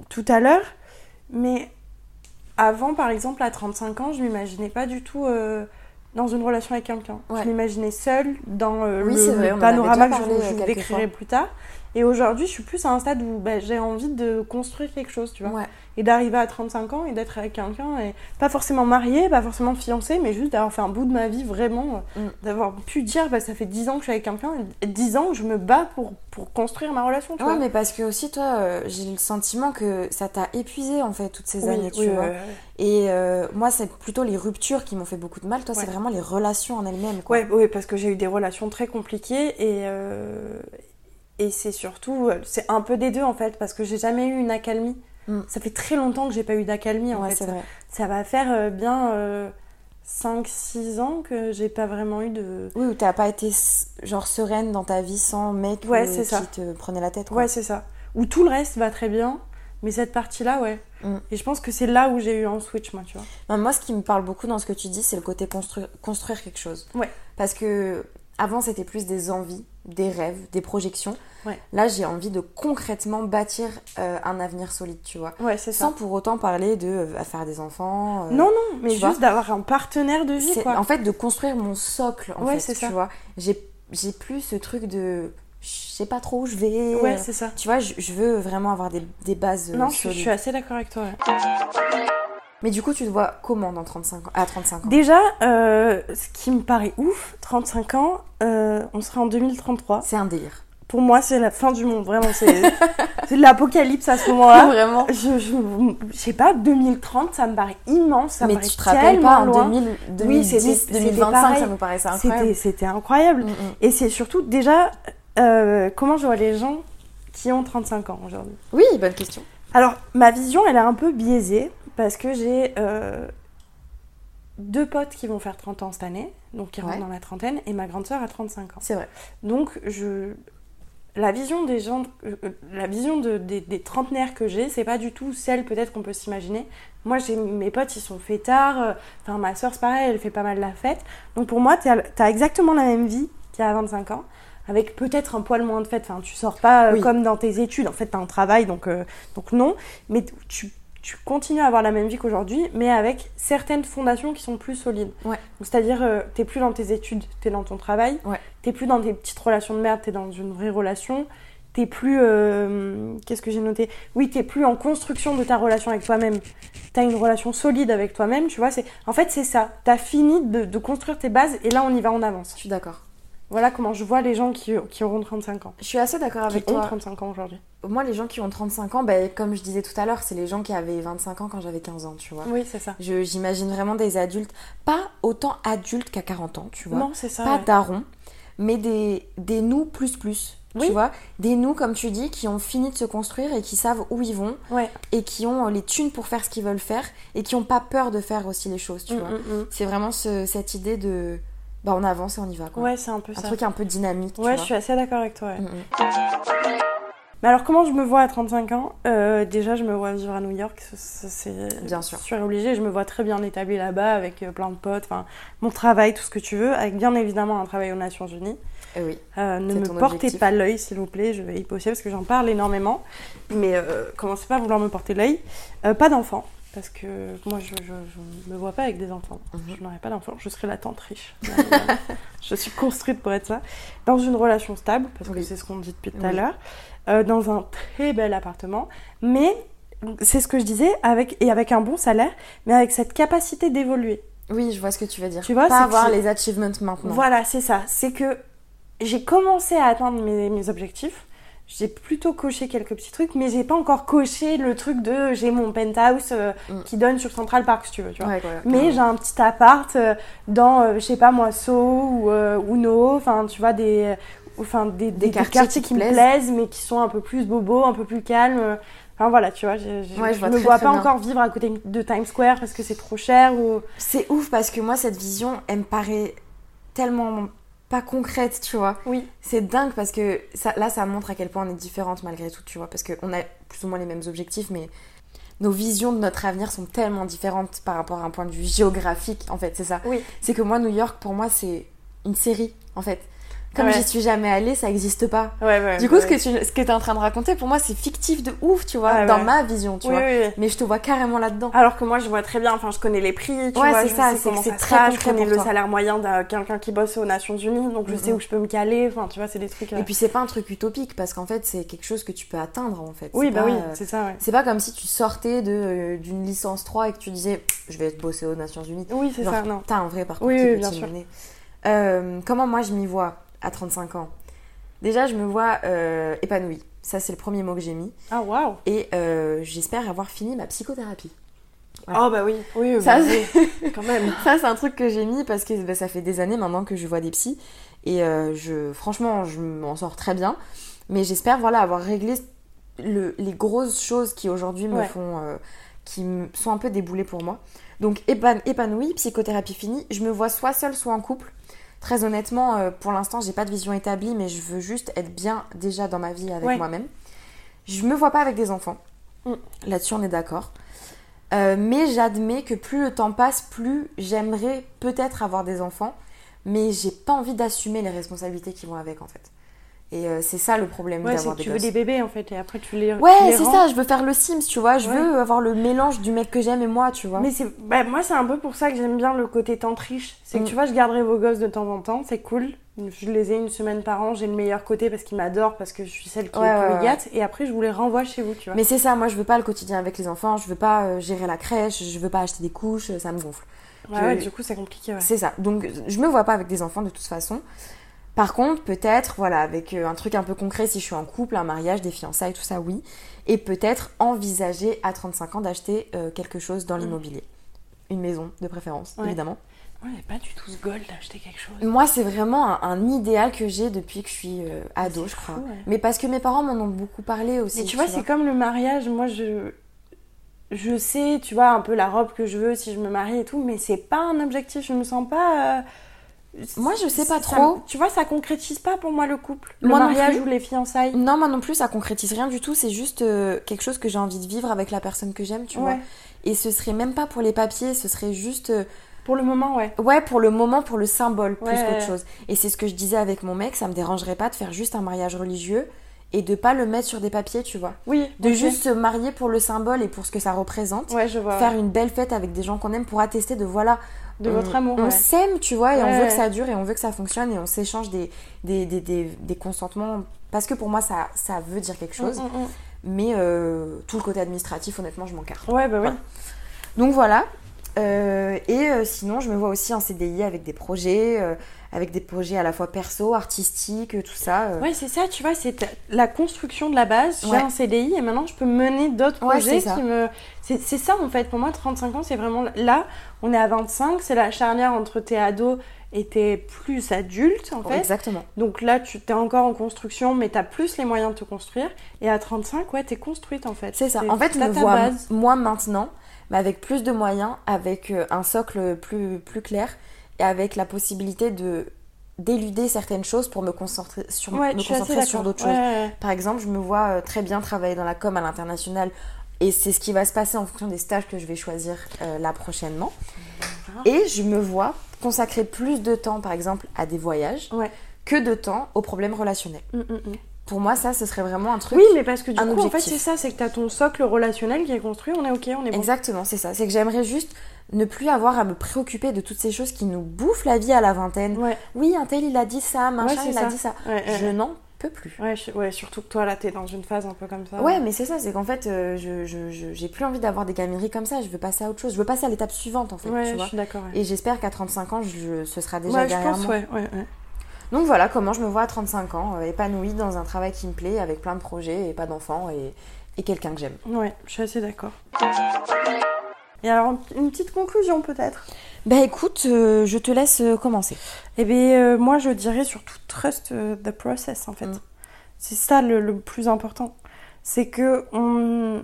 [SPEAKER 3] tout à l'heure, mais avant, par exemple, à 35 ans, je m'imaginais pas du tout... euh, dans une relation avec quelqu'un.
[SPEAKER 1] Ouais.
[SPEAKER 3] Je m'imaginais seule dans euh,
[SPEAKER 1] Oui,
[SPEAKER 3] le-
[SPEAKER 1] c'est
[SPEAKER 3] le,
[SPEAKER 1] vrai, on en avait
[SPEAKER 3] panorama que
[SPEAKER 1] déjà
[SPEAKER 3] je,
[SPEAKER 1] parlé,
[SPEAKER 3] vous- je
[SPEAKER 1] euh,
[SPEAKER 3] vous
[SPEAKER 1] quelques
[SPEAKER 3] décrirai
[SPEAKER 1] fois.
[SPEAKER 3] plus tard. Et aujourd'hui, je suis plus à un stade où bah, j'ai envie de construire quelque chose, tu vois. Et d'arriver à 35 ans et d'être avec quelqu'un, et pas forcément marié, pas forcément fiancé, mais juste d'avoir fait un bout de ma vie vraiment, euh,
[SPEAKER 1] Mm.
[SPEAKER 3] d'avoir pu dire, bah, ça fait 10 ans que je suis avec quelqu'un, et 10 ans je me bats pour, pour construire ma relation, tu
[SPEAKER 1] Ouais,
[SPEAKER 3] vois.
[SPEAKER 1] mais parce que aussi, toi, euh, j'ai le sentiment que ça t'a épuisé, en fait, toutes ces
[SPEAKER 3] Oui,
[SPEAKER 1] années, tu
[SPEAKER 3] oui,
[SPEAKER 1] vois.
[SPEAKER 3] ouais, ouais.
[SPEAKER 1] Et euh, moi, c'est plutôt les ruptures qui m'ont fait beaucoup de mal. Toi,
[SPEAKER 3] Ouais.
[SPEAKER 1] c'est vraiment les relations en elles-mêmes, quoi.
[SPEAKER 3] Ouais, ouais, parce que j'ai eu des relations très compliquées et, euh, et c'est surtout, euh, c'est un peu des deux en fait, parce que j'ai jamais eu une accalmie. Ça fait très longtemps que j'ai pas eu d'accalmie en
[SPEAKER 1] Mm. Ouais,
[SPEAKER 3] fait.
[SPEAKER 1] c'est
[SPEAKER 3] Ça-
[SPEAKER 1] vrai.
[SPEAKER 3] Ça va faire euh, bien 5-6 ans que j'ai pas vraiment eu de.
[SPEAKER 1] Oui, où t'as pas été s- genre sereine dans ta vie sans mec
[SPEAKER 3] Ouais,
[SPEAKER 1] euh,
[SPEAKER 3] c'est
[SPEAKER 1] qui
[SPEAKER 3] ça.
[SPEAKER 1] te prenait la tête. Quoi.
[SPEAKER 3] Ouais, c'est ça. Où tout le reste va très bien, mais cette partie-là, ouais.
[SPEAKER 1] Mm.
[SPEAKER 3] Et je pense que c'est là où j'ai eu un switch, moi, tu vois.
[SPEAKER 1] Non, moi, ce qui me parle beaucoup dans ce que tu dis, c'est le côté constru- construire quelque chose.
[SPEAKER 3] Ouais.
[SPEAKER 1] Parce que avant, c'était plus des envies, des rêves, des projections.
[SPEAKER 3] Ouais.
[SPEAKER 1] Là, j'ai envie de concrètement bâtir euh, un avenir solide, tu vois.
[SPEAKER 3] Ouais, c'est ça.
[SPEAKER 1] Sans pour autant parler de euh, faire des enfants. euh,
[SPEAKER 3] Non, non, mais
[SPEAKER 1] tu vois.
[SPEAKER 3] juste d'avoir un partenaire de vie,
[SPEAKER 1] C'est-
[SPEAKER 3] quoi.
[SPEAKER 1] En fait, de construire mon socle, en
[SPEAKER 3] Ouais,
[SPEAKER 1] fait,
[SPEAKER 3] c'est
[SPEAKER 1] tu
[SPEAKER 3] ça.
[SPEAKER 1] vois. J'ai j'ai plus ce truc de... Je sais pas trop où je vais.
[SPEAKER 3] Ouais, c'est ça.
[SPEAKER 1] Tu vois, je, je veux vraiment avoir des, des bases euh,
[SPEAKER 3] non, je,
[SPEAKER 1] solides.
[SPEAKER 3] je suis assez d'accord avec toi. ouais.
[SPEAKER 1] Mais du coup, tu te vois comment dans 35 ans À 35 ans.
[SPEAKER 3] Déjà, euh, ce qui me paraît ouf, 35 ans, euh, on sera en 2033.
[SPEAKER 1] C'est un délire.
[SPEAKER 3] Pour moi, c'est la fin du monde, vraiment. C'est c'est l'apocalypse à ce moment-là.
[SPEAKER 1] Vraiment.
[SPEAKER 3] Je, je, je sais pas, 2030, ça me paraît immense. Ça me
[SPEAKER 1] Mais
[SPEAKER 3] paraît
[SPEAKER 1] tu te rappelles
[SPEAKER 3] tellement
[SPEAKER 1] pas en
[SPEAKER 3] loin.
[SPEAKER 1] 2000,
[SPEAKER 3] Oui, c'était-
[SPEAKER 1] 2010,
[SPEAKER 3] c'était
[SPEAKER 1] 2025, ça
[SPEAKER 3] pareil.
[SPEAKER 1] me paraissait
[SPEAKER 3] C'était-
[SPEAKER 1] incroyable.
[SPEAKER 3] C'était incroyable.
[SPEAKER 1] Mm,
[SPEAKER 3] Et c'est surtout déjà euh, comment je vois les gens qui ont 35 ans aujourd'hui.
[SPEAKER 1] Oui, bonne question.
[SPEAKER 3] Alors, ma vision, elle est un peu biaisée parce que j'ai euh, deux potes qui vont faire 30 ans cette année, donc qui rentrent
[SPEAKER 1] Ouais.
[SPEAKER 3] dans la trentaine, et ma grande sœur a 35 ans.
[SPEAKER 1] C'est vrai.
[SPEAKER 3] Donc, je... la vision des gens, euh, la vision de- des, des trentenaires que j'ai, c'est pas du tout celle peut-être qu'on peut s'imaginer. Moi, j'ai mes potes, ils sont fêtards. euh, Enfin, ma sœur, c'est pareil, elle fait pas mal la fête. Donc, pour moi, t'as as exactement la même vie qu'il y a 25 ans. Avec peut-être un poil moins de fête. Enfin, tu sors pas euh,
[SPEAKER 1] Oui.
[SPEAKER 3] comme dans tes études. En fait, t'as un travail, donc, euh, donc non. Mais t- tu, tu continues à avoir la même vie qu'aujourd'hui, mais avec certaines fondations qui sont plus solides.
[SPEAKER 1] Ouais.
[SPEAKER 3] Donc, C'est-à-dire, euh, t'es plus dans tes études, t'es dans ton travail.
[SPEAKER 1] Ouais.
[SPEAKER 3] T'es plus dans tes petites relations de merde, t'es dans une vraie relation. T'es plus. euh, Qu'est-ce que j'ai noté Oui, t'es plus en construction de ta relation avec toi-même. T'as une relation solide avec toi-même, tu vois. c'est En fait, c'est ça. T'as fini de, de construire tes bases et là, on y va, on avance. Je
[SPEAKER 1] suis d'accord.
[SPEAKER 3] Voilà comment je vois les gens qui, qui auront 35 ans.
[SPEAKER 1] Je suis assez d'accord
[SPEAKER 3] Qui
[SPEAKER 1] avec
[SPEAKER 3] ont
[SPEAKER 1] toi.
[SPEAKER 3] 35 ans aujourd'hui.
[SPEAKER 1] Moi, les gens qui ont 35 ans, ben, comme je disais tout à l'heure, c'est les gens qui avaient 25 ans quand j'avais 15 ans, tu vois.
[SPEAKER 3] Oui, c'est ça.
[SPEAKER 1] Je- J'imagine vraiment des adultes, pas autant adultes qu'à 40 ans, tu vois.
[SPEAKER 3] Non, c'est ça,
[SPEAKER 1] Pas
[SPEAKER 3] ouais.
[SPEAKER 1] darons, mais des, des nous plus plus,
[SPEAKER 3] Oui.
[SPEAKER 1] tu vois. Des nous, comme tu dis, qui ont fini de se construire et qui savent où ils vont.
[SPEAKER 3] Ouais.
[SPEAKER 1] Et qui ont euh, les thunes pour faire ce qu'ils veulent faire et qui n'ont pas peur de faire aussi les choses, tu
[SPEAKER 3] Mm,
[SPEAKER 1] vois.
[SPEAKER 3] mm, mm.
[SPEAKER 1] C'est vraiment ce- cette idée de. Bah, on avance et on y va, quoi.
[SPEAKER 3] Ouais, c'est un peu
[SPEAKER 1] Un
[SPEAKER 3] ça.
[SPEAKER 1] truc un peu dynamique, tu
[SPEAKER 3] Ouais,
[SPEAKER 1] vois.
[SPEAKER 3] je suis assez d'accord avec toi. ouais.
[SPEAKER 1] Mhm.
[SPEAKER 3] Mais alors, comment je me vois à 35 ans Euh, Déjà, je me vois vivre à New York, ça, ça, c'est.
[SPEAKER 1] Bien sûr.
[SPEAKER 3] Je suis obligée, je me vois très bien établie là-bas avec euh, plein de potes, enfin, mon travail, tout ce que tu veux, avec bien évidemment un travail aux Nations Unies.
[SPEAKER 1] Eh oui.
[SPEAKER 3] Euh, ne
[SPEAKER 1] C'est
[SPEAKER 3] me
[SPEAKER 1] ton
[SPEAKER 3] portez
[SPEAKER 1] objectif.
[SPEAKER 3] pas l'œil, s'il vous plaît, je vais y poster parce que j'en parle énormément. Mais euh, commencez pas à vouloir me porter l'œil. Euh, pas d'enfants, parce que moi je, je, je me vois pas avec des enfants.
[SPEAKER 1] Mhm.
[SPEAKER 3] Je n'aurai pas d'enfants, je serai la tante riche. Euh, je suis construite pour être ça. Dans une relation stable, parce que c'est ce qu'on dit depuis tout à
[SPEAKER 1] Oui.
[SPEAKER 3] l'heure. Euh, dans un très bel appartement. Mais c'est ce que je disais, avec, et avec un bon salaire, mais avec cette capacité d'évoluer.
[SPEAKER 1] Oui, je vois ce que tu veux dire.
[SPEAKER 3] Tu vois,
[SPEAKER 1] pas
[SPEAKER 3] c'est
[SPEAKER 1] avoir
[SPEAKER 3] que-
[SPEAKER 1] les achievements maintenant.
[SPEAKER 3] Voilà, c'est ça. C'est que j'ai commencé à atteindre mes, mes objectifs. J'ai plutôt coché quelques petits trucs, mais j'ai pas encore coché le truc de j'ai mon penthouse euh, qui donne sur Central Park, si tu veux. Tu vois.
[SPEAKER 1] Ouais, voilà,
[SPEAKER 3] mais
[SPEAKER 1] carrément.
[SPEAKER 3] j'ai un petit appart euh, dans, euh, je sais pas moi, Sceaux ou euh, Uno, enfin, tu vois, des, euh, enfin, des, des- des quartiers, qui, me plaisent, mais qui sont un peu plus bobos, un peu plus calmes. euh. Enfin voilà, tu vois, je, je,
[SPEAKER 1] Ouais, je
[SPEAKER 3] je
[SPEAKER 1] vois
[SPEAKER 3] me
[SPEAKER 1] très,
[SPEAKER 3] vois
[SPEAKER 1] très
[SPEAKER 3] pas
[SPEAKER 1] bien.
[SPEAKER 3] encore vivre à côté de Times Square parce que c'est trop cher ou.
[SPEAKER 1] C'est ouf parce que moi, cette vision, elle me paraît tellement pas concrète, tu vois.
[SPEAKER 3] Oui.
[SPEAKER 1] C'est dingue parce que ça, là, ça montre à quel point on est différentes malgré tout, tu vois. Parce qu'on a plus ou moins les mêmes objectifs, mais nos visions de notre avenir sont tellement différentes par rapport à un point de vue géographique, en fait, c'est ça.
[SPEAKER 3] Oui.
[SPEAKER 1] C'est que moi, New York, pour moi, c'est une série, en fait. Comme
[SPEAKER 3] Ouais.
[SPEAKER 1] j'y suis jamais allée, ça n'existe pas.
[SPEAKER 3] Ouais, ouais,
[SPEAKER 1] du coup,
[SPEAKER 3] ouais.
[SPEAKER 1] ce que tu ce que es en train de raconter, pour moi, c'est fictif de ouf, tu vois,
[SPEAKER 3] Ouais,
[SPEAKER 1] dans
[SPEAKER 3] ouais.
[SPEAKER 1] ma vision, tu
[SPEAKER 3] Oui,
[SPEAKER 1] vois.
[SPEAKER 3] oui, oui.
[SPEAKER 1] Mais je te vois carrément là-dedans.
[SPEAKER 3] Alors que moi, je vois très bien, enfin, je connais les prix, tu
[SPEAKER 1] Ouais,
[SPEAKER 3] vois,
[SPEAKER 1] c'est
[SPEAKER 3] je
[SPEAKER 1] ça,
[SPEAKER 3] sais
[SPEAKER 1] c'est-
[SPEAKER 3] comment
[SPEAKER 1] c'est
[SPEAKER 3] ça se
[SPEAKER 1] très
[SPEAKER 3] passe, je
[SPEAKER 1] concret
[SPEAKER 3] connais
[SPEAKER 1] pour
[SPEAKER 3] le
[SPEAKER 1] toi.
[SPEAKER 3] salaire moyen d'un quelqu'un qui bosse aux Nations Unies, donc je sais
[SPEAKER 1] Mhm.
[SPEAKER 3] où je peux me caler, enfin, tu vois, c'est des trucs. euh,
[SPEAKER 1] Et puis c'est pas un truc utopique parce qu'en fait c'est quelque chose que tu peux atteindre en fait.
[SPEAKER 3] Oui,
[SPEAKER 1] C'est
[SPEAKER 3] bah
[SPEAKER 1] pas,
[SPEAKER 3] oui,
[SPEAKER 1] euh,
[SPEAKER 3] c'est ça, ouais.
[SPEAKER 1] C'est pas comme si tu sortais de, euh, d'une licence 3 et que tu disais je vais être bossé aux Nations Unies.
[SPEAKER 3] Oui, c'est
[SPEAKER 1] Genre,
[SPEAKER 3] ça, non.
[SPEAKER 1] T'as un vrai parcours
[SPEAKER 3] Oui,
[SPEAKER 1] qui
[SPEAKER 3] oui,
[SPEAKER 1] peut
[SPEAKER 3] bien
[SPEAKER 1] t'y
[SPEAKER 3] sûr.
[SPEAKER 1] mener. Euh, comment moi je m'y vois à 35 ans Déjà je me vois euh, épanouie. Ça c'est le premier mot que j'ai mis.
[SPEAKER 3] Ah waouh
[SPEAKER 1] Et euh, j'espère avoir fini ma psychothérapie.
[SPEAKER 3] Oh bah oui, oui, oui,
[SPEAKER 1] Ça,
[SPEAKER 3] bah
[SPEAKER 1] c'est-
[SPEAKER 3] oui, quand même.
[SPEAKER 1] Ça, c'est un truc que j'ai mis parce que bah, ça fait des années maintenant que je vois des psys. Et euh, je, franchement, je m'en sors très bien. Mais j'espère voilà, avoir réglé le- les grosses choses qui aujourd'hui me
[SPEAKER 3] Ouais.
[SPEAKER 1] font. euh, qui me- sont un peu déboulées pour moi. Donc épan- épanouie, psychothérapie finie. Je me vois soit seule, soit en couple. Très honnêtement, euh, pour l'instant, j'ai pas de vision établie, mais je veux juste être bien déjà dans ma vie avec
[SPEAKER 3] Ouais.
[SPEAKER 1] moi-même. Je me vois pas avec des enfants.
[SPEAKER 3] Mm.
[SPEAKER 1] Là-dessus, on est d'accord. Euh, mais j'admets que plus le temps passe, plus j'aimerais peut-être avoir des enfants, mais j'ai pas envie d'assumer les responsabilités qui vont avec en fait. Et euh, c'est ça le problème
[SPEAKER 3] Ouais, c'est
[SPEAKER 1] d'avoir
[SPEAKER 3] que
[SPEAKER 1] des
[SPEAKER 3] tu veux
[SPEAKER 1] gosses.
[SPEAKER 3] des bébés en fait, et après tu les. tu
[SPEAKER 1] Ouais,
[SPEAKER 3] les
[SPEAKER 1] c'est
[SPEAKER 3] rends.
[SPEAKER 1] ça, je veux faire le Sims, tu vois. Je
[SPEAKER 3] Ouais.
[SPEAKER 1] veux avoir le mélange du mec que j'aime et moi, tu vois.
[SPEAKER 3] Mais c'est, bah, moi, c'est un peu pour ça que j'aime bien le côté tantriche.
[SPEAKER 1] Mm.
[SPEAKER 3] C'est que tu vois, je garderai vos gosses de temps en temps, c'est cool. Je les ai une semaine par an, j'ai le meilleur côté parce qu'ils m'adorent, parce que je suis celle qui
[SPEAKER 1] Ouais,
[SPEAKER 3] est le plus
[SPEAKER 1] ouais,
[SPEAKER 3] gâte, et après je vous les renvoie chez vous, tu vois.
[SPEAKER 1] Mais c'est ça, moi je veux pas le quotidien avec les enfants, je veux pas euh, gérer la crèche, je veux pas acheter des couches, ça me gonfle.
[SPEAKER 3] Ouais,
[SPEAKER 1] Je-
[SPEAKER 3] ouais, du coup, c'est compliqué, ouais.
[SPEAKER 1] C'est ça. Donc je me vois pas avec des enfants de toute façon. Par contre, peut-être, voilà, avec euh, un truc un peu concret, si je suis en couple, un mariage, des fiançailles, tout ça, oui. Et peut-être envisager à 35 ans d'acheter euh, quelque chose dans l'immobilier. Une maison, de préférence,
[SPEAKER 3] Mm. Ouais.
[SPEAKER 1] évidemment.
[SPEAKER 3] Ouais, mais pas du tout ce goal d'acheter quelque chose.
[SPEAKER 1] Moi, c'est vraiment un, un idéal que j'ai depuis que je suis euh, ado, je crois.
[SPEAKER 3] fou, ouais.
[SPEAKER 1] Mais parce que mes parents m'en ont beaucoup parlé aussi.
[SPEAKER 3] Mais tu vois, c'est comme le mariage. Moi, je. Je sais, tu vois, un peu la robe que je veux si je me marie et tout, mais c'est pas un objectif. Je me sens pas. euh,
[SPEAKER 1] Moi, je sais pas
[SPEAKER 3] ça-
[SPEAKER 1] trop.
[SPEAKER 3] tu vois, ça concrétise pas pour moi le couple. Le
[SPEAKER 1] Moi non
[SPEAKER 3] mariage
[SPEAKER 1] plus.
[SPEAKER 3] ou les fiançailles.
[SPEAKER 1] Non, moi non plus, ça concrétise rien du tout. C'est juste euh, quelque chose que j'ai envie de vivre avec la personne que j'aime, tu vois.
[SPEAKER 3] Ouais.
[SPEAKER 1] Et ce serait même pas pour les papiers, ce serait juste. euh,
[SPEAKER 3] Pour le moment, ouais.
[SPEAKER 1] Ouais, pour le moment, pour le symbole, plus
[SPEAKER 3] Ouais.
[SPEAKER 1] qu'autre chose. Et c'est ce que je disais avec mon mec, ça me dérangerait pas de faire juste un mariage religieux et de pas le mettre sur des papiers, tu vois.
[SPEAKER 3] Oui.
[SPEAKER 1] De
[SPEAKER 3] ok.
[SPEAKER 1] juste se marier pour le symbole et pour ce que ça représente.
[SPEAKER 3] Ouais, je vois.
[SPEAKER 1] Faire
[SPEAKER 3] ouais.
[SPEAKER 1] une belle fête avec des gens qu'on aime pour attester de voilà.
[SPEAKER 3] De
[SPEAKER 1] on-
[SPEAKER 3] votre amour,
[SPEAKER 1] On
[SPEAKER 3] ouais.
[SPEAKER 1] s'aime, tu vois, et
[SPEAKER 3] Ouais,
[SPEAKER 1] on veut
[SPEAKER 3] ouais.
[SPEAKER 1] que ça dure et on veut que ça fonctionne et on s'échange des, des, des, des, des consentements. Parce que pour moi, ça, ça veut dire quelque chose.
[SPEAKER 3] Mm, mm, mm.
[SPEAKER 1] Mais euh, tout le côté administratif, honnêtement, je m'en carre.
[SPEAKER 3] Ouais, bah oui.
[SPEAKER 1] Donc voilà. Euh, et euh, sinon, je me vois aussi en CDI avec des projets, euh, avec des projets à la fois perso, artistiques, euh, tout ça. euh.
[SPEAKER 3] Ouais, c'est ça, tu vois, c'est la construction de la base. J'ai
[SPEAKER 1] Ouais.
[SPEAKER 3] un CDI et maintenant je peux mener d'autres
[SPEAKER 1] Ouais,
[SPEAKER 3] projets
[SPEAKER 1] c'est ça.
[SPEAKER 3] qui me. C'est c'est ça en fait, pour moi, 35 ans, c'est vraiment. Là, on est à 25, c'est la charnière entre tes ados et tes plus adultes en fait.
[SPEAKER 1] Exactement.
[SPEAKER 3] Donc là, tu t'es encore en construction, mais t'as plus les moyens de te construire. Et à 35, ouais, t'es construite en fait.
[SPEAKER 1] C'est ça. En fait, je
[SPEAKER 3] t'as
[SPEAKER 1] me
[SPEAKER 3] ta
[SPEAKER 1] vois
[SPEAKER 3] base.
[SPEAKER 1] moi maintenant, mais avec plus de moyens, avec euh, un socle plus, plus clair et avec la possibilité de d'éluder certaines choses pour me concentrer sur,
[SPEAKER 3] Ouais,
[SPEAKER 1] me
[SPEAKER 3] je suis assez
[SPEAKER 1] concentrer sur
[SPEAKER 3] d'accord.
[SPEAKER 1] d'autres
[SPEAKER 3] Ouais,
[SPEAKER 1] choses.
[SPEAKER 3] ouais, ouais.
[SPEAKER 1] Par exemple, je me vois euh, très bien travailler dans la com à l'international et c'est ce qui va se passer en fonction des stages que je vais choisir euh, là prochainement.
[SPEAKER 3] Ah.
[SPEAKER 1] Et je me vois consacrer plus de temps, par exemple, à des voyages que de temps aux problèmes relationnels.
[SPEAKER 3] Mm, mm, mm.
[SPEAKER 1] Pour moi, ça, ce serait vraiment un truc.
[SPEAKER 3] Oui, mais parce que du
[SPEAKER 1] un
[SPEAKER 3] coup, en fait,
[SPEAKER 1] objectif.
[SPEAKER 3] c'est ça, c'est que t'as ton socle relationnel qui est construit, on est ok, on est bon.
[SPEAKER 1] Exactement, c'est ça. C'est que j'aimerais juste ne plus avoir à me préoccuper de toutes ces choses qui nous bouffent la vie à la vingtaine. Oui, un tel, il a dit ça, machin,
[SPEAKER 3] c'est Euh,
[SPEAKER 1] il a dit ça.
[SPEAKER 3] Ouais, ouais,
[SPEAKER 1] je
[SPEAKER 3] ouais.
[SPEAKER 1] n'en peux plus.
[SPEAKER 3] Ouais, je- ouais, surtout que toi, là, t'es dans une phase un peu comme ça.
[SPEAKER 1] Ouais, mais c'est ça, c'est qu'en fait, euh, je, je- je- j'ai plus envie d'avoir des gamineries comme ça, je veux passer à autre chose, je veux passer à l'étape suivante en fait,
[SPEAKER 3] Ouais,
[SPEAKER 1] tu
[SPEAKER 3] je
[SPEAKER 1] vois.
[SPEAKER 3] suis d'accord, ouais.
[SPEAKER 1] Et j'espère qu'à 35 ans, je, ce sera déjà
[SPEAKER 3] Ouais, je
[SPEAKER 1] derrière
[SPEAKER 3] pense,
[SPEAKER 1] moi.
[SPEAKER 3] ouais, ouais, ouais.
[SPEAKER 1] Donc voilà comment je me vois à 35 ans, euh, épanouie dans un travail qui me plaît, avec plein de projets et pas d'enfants et, et quelqu'un que j'aime.
[SPEAKER 3] Ouais, je suis assez d'accord. Et alors, une petite conclusion peut-être
[SPEAKER 1] Bah écoute, euh, je te laisse euh, commencer.
[SPEAKER 3] Eh bien, euh, moi, je dirais surtout trust euh, the process, en fait. C'est ça le, le plus important. C'est que on...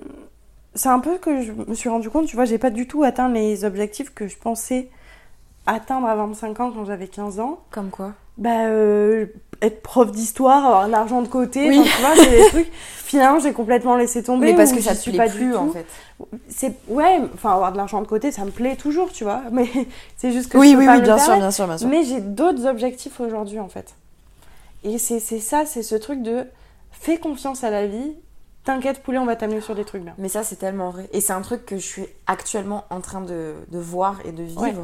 [SPEAKER 3] c'est un peu que je me suis rendu compte, tu vois, j'ai pas du tout atteint les objectifs que je pensais atteindre à 25 ans quand j'avais 15 ans.
[SPEAKER 1] Comme quoi
[SPEAKER 3] Bah, euh, être prof d'histoire, avoir de l'argent de côté,
[SPEAKER 1] Oui.
[SPEAKER 3] enfin, tu vois, c'est des trucs. Finalement, j'ai complètement laissé tomber.
[SPEAKER 1] Mais parce
[SPEAKER 3] ou
[SPEAKER 1] que ça
[SPEAKER 3] j'y
[SPEAKER 1] te
[SPEAKER 3] suis
[SPEAKER 1] plaît
[SPEAKER 3] pas du
[SPEAKER 1] plus, en
[SPEAKER 3] tout.
[SPEAKER 1] fait.
[SPEAKER 3] C'est ouais, enfin avoir de l'argent de côté, ça me plaît toujours, tu vois. Mais c'est juste que
[SPEAKER 1] Oui,
[SPEAKER 3] je peux
[SPEAKER 1] oui,
[SPEAKER 3] pas
[SPEAKER 1] oui,
[SPEAKER 3] me
[SPEAKER 1] bien
[SPEAKER 3] le
[SPEAKER 1] sûr,
[SPEAKER 3] permettre.
[SPEAKER 1] bien sûr, bien sûr.
[SPEAKER 3] Mais j'ai d'autres objectifs aujourd'hui, en fait. Et c'est c'est ça, c'est ce truc de fais confiance à la vie. T'inquiète, poulet, on va t'amener sur des trucs bien.
[SPEAKER 1] Mais ça, c'est tellement vrai. Et c'est un truc que je suis actuellement en train de, de voir et de vivre.
[SPEAKER 3] Ouais.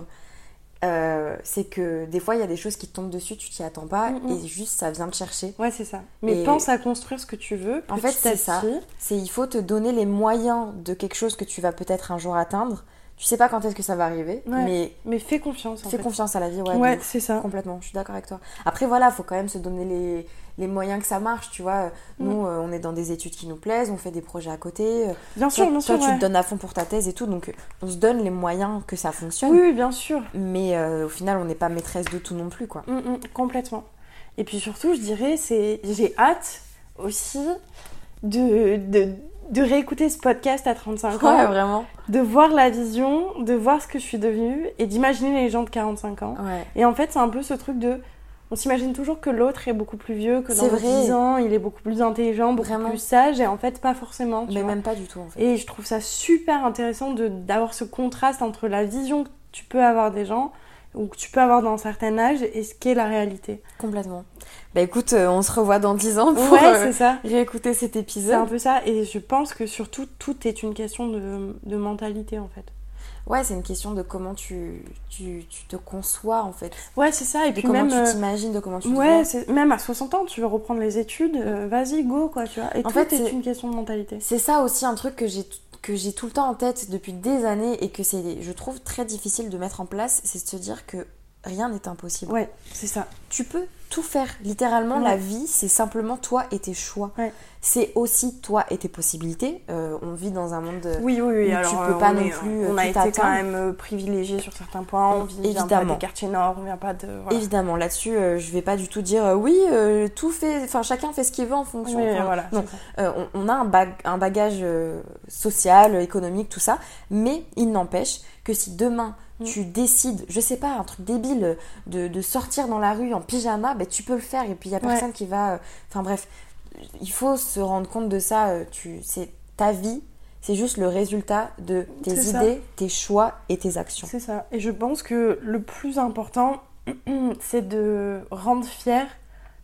[SPEAKER 1] Euh, c'est que des fois, il y a des choses qui te tombent dessus, tu t'y attends pas,
[SPEAKER 3] Mm, mm.
[SPEAKER 1] et juste ça vient te chercher.
[SPEAKER 3] Ouais, c'est ça. Mais
[SPEAKER 1] Et-
[SPEAKER 3] pense à construire ce que tu veux.
[SPEAKER 1] En fait,
[SPEAKER 3] petit à
[SPEAKER 1] c'est ça.
[SPEAKER 3] petit.
[SPEAKER 1] C'est il faut te donner les moyens de quelque chose que tu vas peut-être un jour atteindre. Tu sais pas quand est-ce que ça va arriver,
[SPEAKER 3] Ouais.
[SPEAKER 1] mais
[SPEAKER 3] fais confiance. en
[SPEAKER 1] fais
[SPEAKER 3] fait.
[SPEAKER 1] confiance à la vie. Ouais,
[SPEAKER 3] Ouais,
[SPEAKER 1] de ouf.
[SPEAKER 3] c'est ça.
[SPEAKER 1] Complètement, je suis d'accord avec toi. Après, voilà, faut quand même se donner les, les moyens que ça marche, tu vois.
[SPEAKER 3] Mm.
[SPEAKER 1] Nous, euh, on est dans des études qui nous plaisent, on fait des projets à côté. euh,
[SPEAKER 3] Bien
[SPEAKER 1] toi-
[SPEAKER 3] sûr, bien
[SPEAKER 1] toi,
[SPEAKER 3] sûr,
[SPEAKER 1] tu
[SPEAKER 3] ouais.
[SPEAKER 1] te donnes à fond pour ta thèse et tout, donc euh, on se donne les moyens que ça fonctionne.
[SPEAKER 3] Oui, oui, bien sûr.
[SPEAKER 1] Mais euh, au final, on n'est pas maîtresse de tout non plus, quoi.
[SPEAKER 3] Mm, mm, complètement. Et puis surtout, je dirais, c'est j'ai hâte aussi de, de, de réécouter ce podcast à 35 ans.
[SPEAKER 1] Ouais, vraiment.
[SPEAKER 3] De voir la vision, de voir ce que je suis devenue et d'imaginer les gens de 45 ans.
[SPEAKER 1] Ouais.
[SPEAKER 3] Et en fait, c'est un peu ce truc de. On s'imagine toujours que l'autre est beaucoup plus vieux, que dans
[SPEAKER 1] C'est vrai.
[SPEAKER 3] 10 ans, il est beaucoup plus intelligent, beaucoup
[SPEAKER 1] Vraiment.
[SPEAKER 3] plus sage, et en fait, pas forcément. tu
[SPEAKER 1] Mais
[SPEAKER 3] vois.
[SPEAKER 1] même pas du tout, en fait.
[SPEAKER 3] Et je trouve ça super intéressant de- d'avoir ce contraste entre la vision que tu peux avoir des gens ou que tu peux avoir dans un certain âge et ce qu'est la réalité.
[SPEAKER 1] Complètement. Bah écoute, euh, on se revoit dans 10 ans pour
[SPEAKER 3] Ouais,
[SPEAKER 1] euh,
[SPEAKER 3] c'est ça.
[SPEAKER 1] réécouter cet
[SPEAKER 3] C'est
[SPEAKER 1] épisode.
[SPEAKER 3] un peu ça, et je pense que surtout, tout est une question de, de mentalité en fait.
[SPEAKER 1] Ouais, c'est une question de comment tu, tu, tu te conçois en fait.
[SPEAKER 3] Ouais, c'est ça, et
[SPEAKER 1] De
[SPEAKER 3] puis
[SPEAKER 1] comment
[SPEAKER 3] même. euh,
[SPEAKER 1] tu t'imagines, de comment tu te
[SPEAKER 3] Ouais,
[SPEAKER 1] vois.
[SPEAKER 3] c'est- même à 60 ans, tu veux reprendre les études, euh, vas-y, go quoi, tu vois. Et
[SPEAKER 1] En
[SPEAKER 3] tout
[SPEAKER 1] fait,
[SPEAKER 3] est
[SPEAKER 1] c'est-
[SPEAKER 3] une question de mentalité.
[SPEAKER 1] C'est ça aussi un truc que j'ai que j'ai tout le temps en tête depuis des années et que c'est je trouve très difficile de mettre en place, c'est de se dire que rien n'est impossible.
[SPEAKER 3] Ouais, c'est ça.
[SPEAKER 1] Tu peux tout faire. Littéralement,
[SPEAKER 3] Ouais.
[SPEAKER 1] la vie, c'est simplement toi et tes choix. C'est aussi toi et tes possibilités. Euh, on vit dans un monde
[SPEAKER 3] Oui, oui,
[SPEAKER 1] où
[SPEAKER 3] oui.
[SPEAKER 1] tu
[SPEAKER 3] Alors,
[SPEAKER 1] peux
[SPEAKER 3] euh,
[SPEAKER 1] pas
[SPEAKER 3] on
[SPEAKER 1] non
[SPEAKER 3] est-
[SPEAKER 1] plus euh,
[SPEAKER 3] On a
[SPEAKER 1] tout
[SPEAKER 3] été quand
[SPEAKER 1] atteindre.
[SPEAKER 3] même euh, privilégiés sur certains points. On vit, vient pas
[SPEAKER 1] Évidemment.
[SPEAKER 3] des quartiers nord, on vient pas de. voilà.
[SPEAKER 1] Évidemment, là-dessus, euh, je vais pas du tout dire euh, oui, euh, tout fait, enfin chacun fait ce qu'il veut en fonction.
[SPEAKER 3] Oui,
[SPEAKER 1] enfin,
[SPEAKER 3] voilà,
[SPEAKER 1] non, Euh, on, on a un, bag- un bagage euh, social, économique, tout ça, mais il n'empêche que si demain
[SPEAKER 3] Mm.
[SPEAKER 1] tu décides, je sais pas, un truc débile de, de sortir dans la rue en pyjama, ben, tu peux le faire et puis il y a
[SPEAKER 3] Ouais.
[SPEAKER 1] personne qui va. euh, Enfin bref, il faut se rendre compte de ça. euh, tu, c'est ta vie, c'est juste le résultat de tes
[SPEAKER 3] C'est
[SPEAKER 1] idées,
[SPEAKER 3] ça.
[SPEAKER 1] tes choix et tes actions.
[SPEAKER 3] C'est ça. Et je pense que le plus important, c'est de rendre fière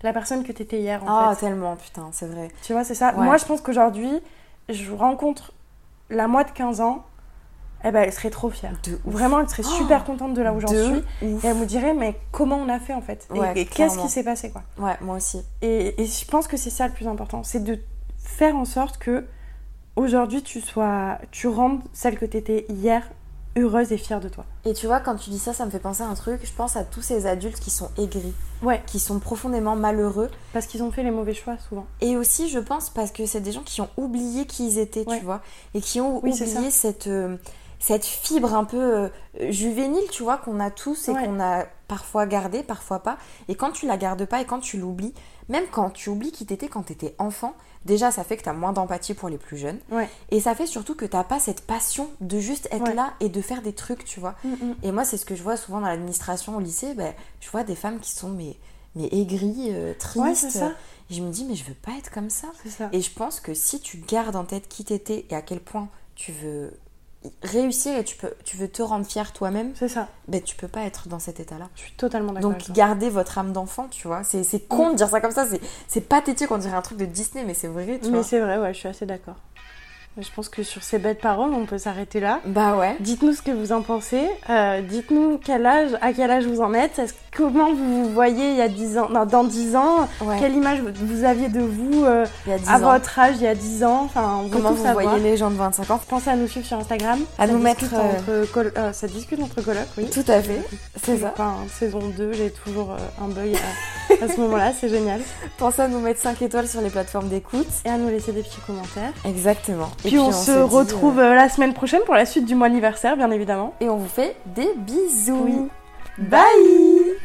[SPEAKER 3] la personne que t'étais hier en
[SPEAKER 1] Ah
[SPEAKER 3] fait.
[SPEAKER 1] tellement putain, c'est vrai.
[SPEAKER 3] Tu vois, c'est ça.
[SPEAKER 1] Ouais.
[SPEAKER 3] Moi, je pense qu'aujourd'hui, je rencontre la moi de 15 ans, eh ben, elle serait trop fière. Vraiment, elle serait
[SPEAKER 1] Oh
[SPEAKER 3] super contente de là où j'en
[SPEAKER 1] De
[SPEAKER 3] suis. Et elle me dirait, mais comment on a fait en fait Et-
[SPEAKER 1] Ouais,
[SPEAKER 3] Et, qu'est-ce
[SPEAKER 1] clairement.
[SPEAKER 3] qui s'est passé quoi
[SPEAKER 1] Ouais, moi aussi.
[SPEAKER 3] et, et je pense que c'est ça le plus important, c'est de faire en sorte que aujourd'hui tu sois, tu rendes celle que t'étais hier heureuse et fière de toi.
[SPEAKER 1] Et tu vois, quand tu dis ça, ça me fait penser à un truc. Je pense à tous ces adultes qui sont aigris,
[SPEAKER 3] Ouais.
[SPEAKER 1] qui sont profondément malheureux.
[SPEAKER 3] Parce qu'ils ont fait les mauvais choix souvent.
[SPEAKER 1] Et aussi, je pense, parce que c'est des gens qui ont oublié qui ils étaient,
[SPEAKER 3] Ouais.
[SPEAKER 1] tu vois, et qui ont
[SPEAKER 3] Oui, c'est
[SPEAKER 1] oublié cette, euh, cette fibre un peu euh, juvénile, tu vois, qu'on a tous et
[SPEAKER 3] Ouais.
[SPEAKER 1] qu'on a parfois gardé, parfois pas. Et quand tu la gardes pas et quand tu l'oublies, même quand tu oublies qui t'étais quand t'étais enfant, déjà, ça fait que t'as moins d'empathie pour les plus jeunes.
[SPEAKER 3] Ouais.
[SPEAKER 1] Et ça fait surtout que t'as pas cette passion de juste être là et de faire des trucs, tu vois. Et moi, c'est ce que je vois souvent dans l'administration au lycée. ben, je vois des femmes qui sont mais, mais aigries, euh, tristes.
[SPEAKER 3] Ouais, c'est ça.
[SPEAKER 1] Et je me dis, mais je veux pas être comme ça.
[SPEAKER 3] C'est ça.
[SPEAKER 1] Et je pense que si tu gardes en tête qui t'étais et à quel point tu veux réussir et tu, peux, tu veux te rendre fier toi-même,
[SPEAKER 3] c'est ça.
[SPEAKER 1] Ben, tu peux pas être dans cet état-là.
[SPEAKER 3] Je suis totalement d'accord. Mm.
[SPEAKER 1] Donc
[SPEAKER 3] avec toi.
[SPEAKER 1] gardez votre âme d'enfant, tu vois. C'est c'est con de dire ça comme ça, c'est- c'est pathétique, on dirait un truc de Disney, mais c'est vrai, tu
[SPEAKER 3] Mais
[SPEAKER 1] vois.
[SPEAKER 3] c'est vrai, ouais, je suis assez d'accord. Je pense que sur ces belles paroles, on peut s'arrêter là.
[SPEAKER 1] Bah ouais.
[SPEAKER 3] Dites-nous ce que vous en pensez. euh, Dites-nous quel âge, à quel âge vous en êtes. Est-ce- comment vous vous voyez il y a 10 ans, non, dans 10 ans
[SPEAKER 1] Ouais.
[SPEAKER 3] Quelle image vous- vous aviez de vous euh,
[SPEAKER 1] Il y a 10
[SPEAKER 3] à
[SPEAKER 1] ans.
[SPEAKER 3] votre âge il y a 10 ans Enfin, on veut
[SPEAKER 1] Comment
[SPEAKER 3] tout
[SPEAKER 1] vous
[SPEAKER 3] savoir.
[SPEAKER 1] voyez les gens de 25 ans
[SPEAKER 3] Pensez à nous suivre sur Instagram.
[SPEAKER 1] À
[SPEAKER 3] Ça
[SPEAKER 1] nous
[SPEAKER 3] discute
[SPEAKER 1] mettre, euh,
[SPEAKER 3] entre col- euh, ça discute entre colocs, oui.
[SPEAKER 1] Tout à fait, c'est ça.
[SPEAKER 3] Enfin, saison 2, j'ai toujours euh, un bug à, à ce moment-là, c'est génial.
[SPEAKER 1] Pensez à nous mettre 5 étoiles sur les plateformes d'écoute.
[SPEAKER 3] Et à nous laisser des petits commentaires.
[SPEAKER 1] Exactement.
[SPEAKER 3] Puis, on, se,
[SPEAKER 1] dit, euh,
[SPEAKER 3] retrouve euh, la semaine prochaine
[SPEAKER 1] euh,
[SPEAKER 3] pour la suite du mois anniversaire, bien évidemment.
[SPEAKER 1] Et on vous fait des bisous.
[SPEAKER 3] Bye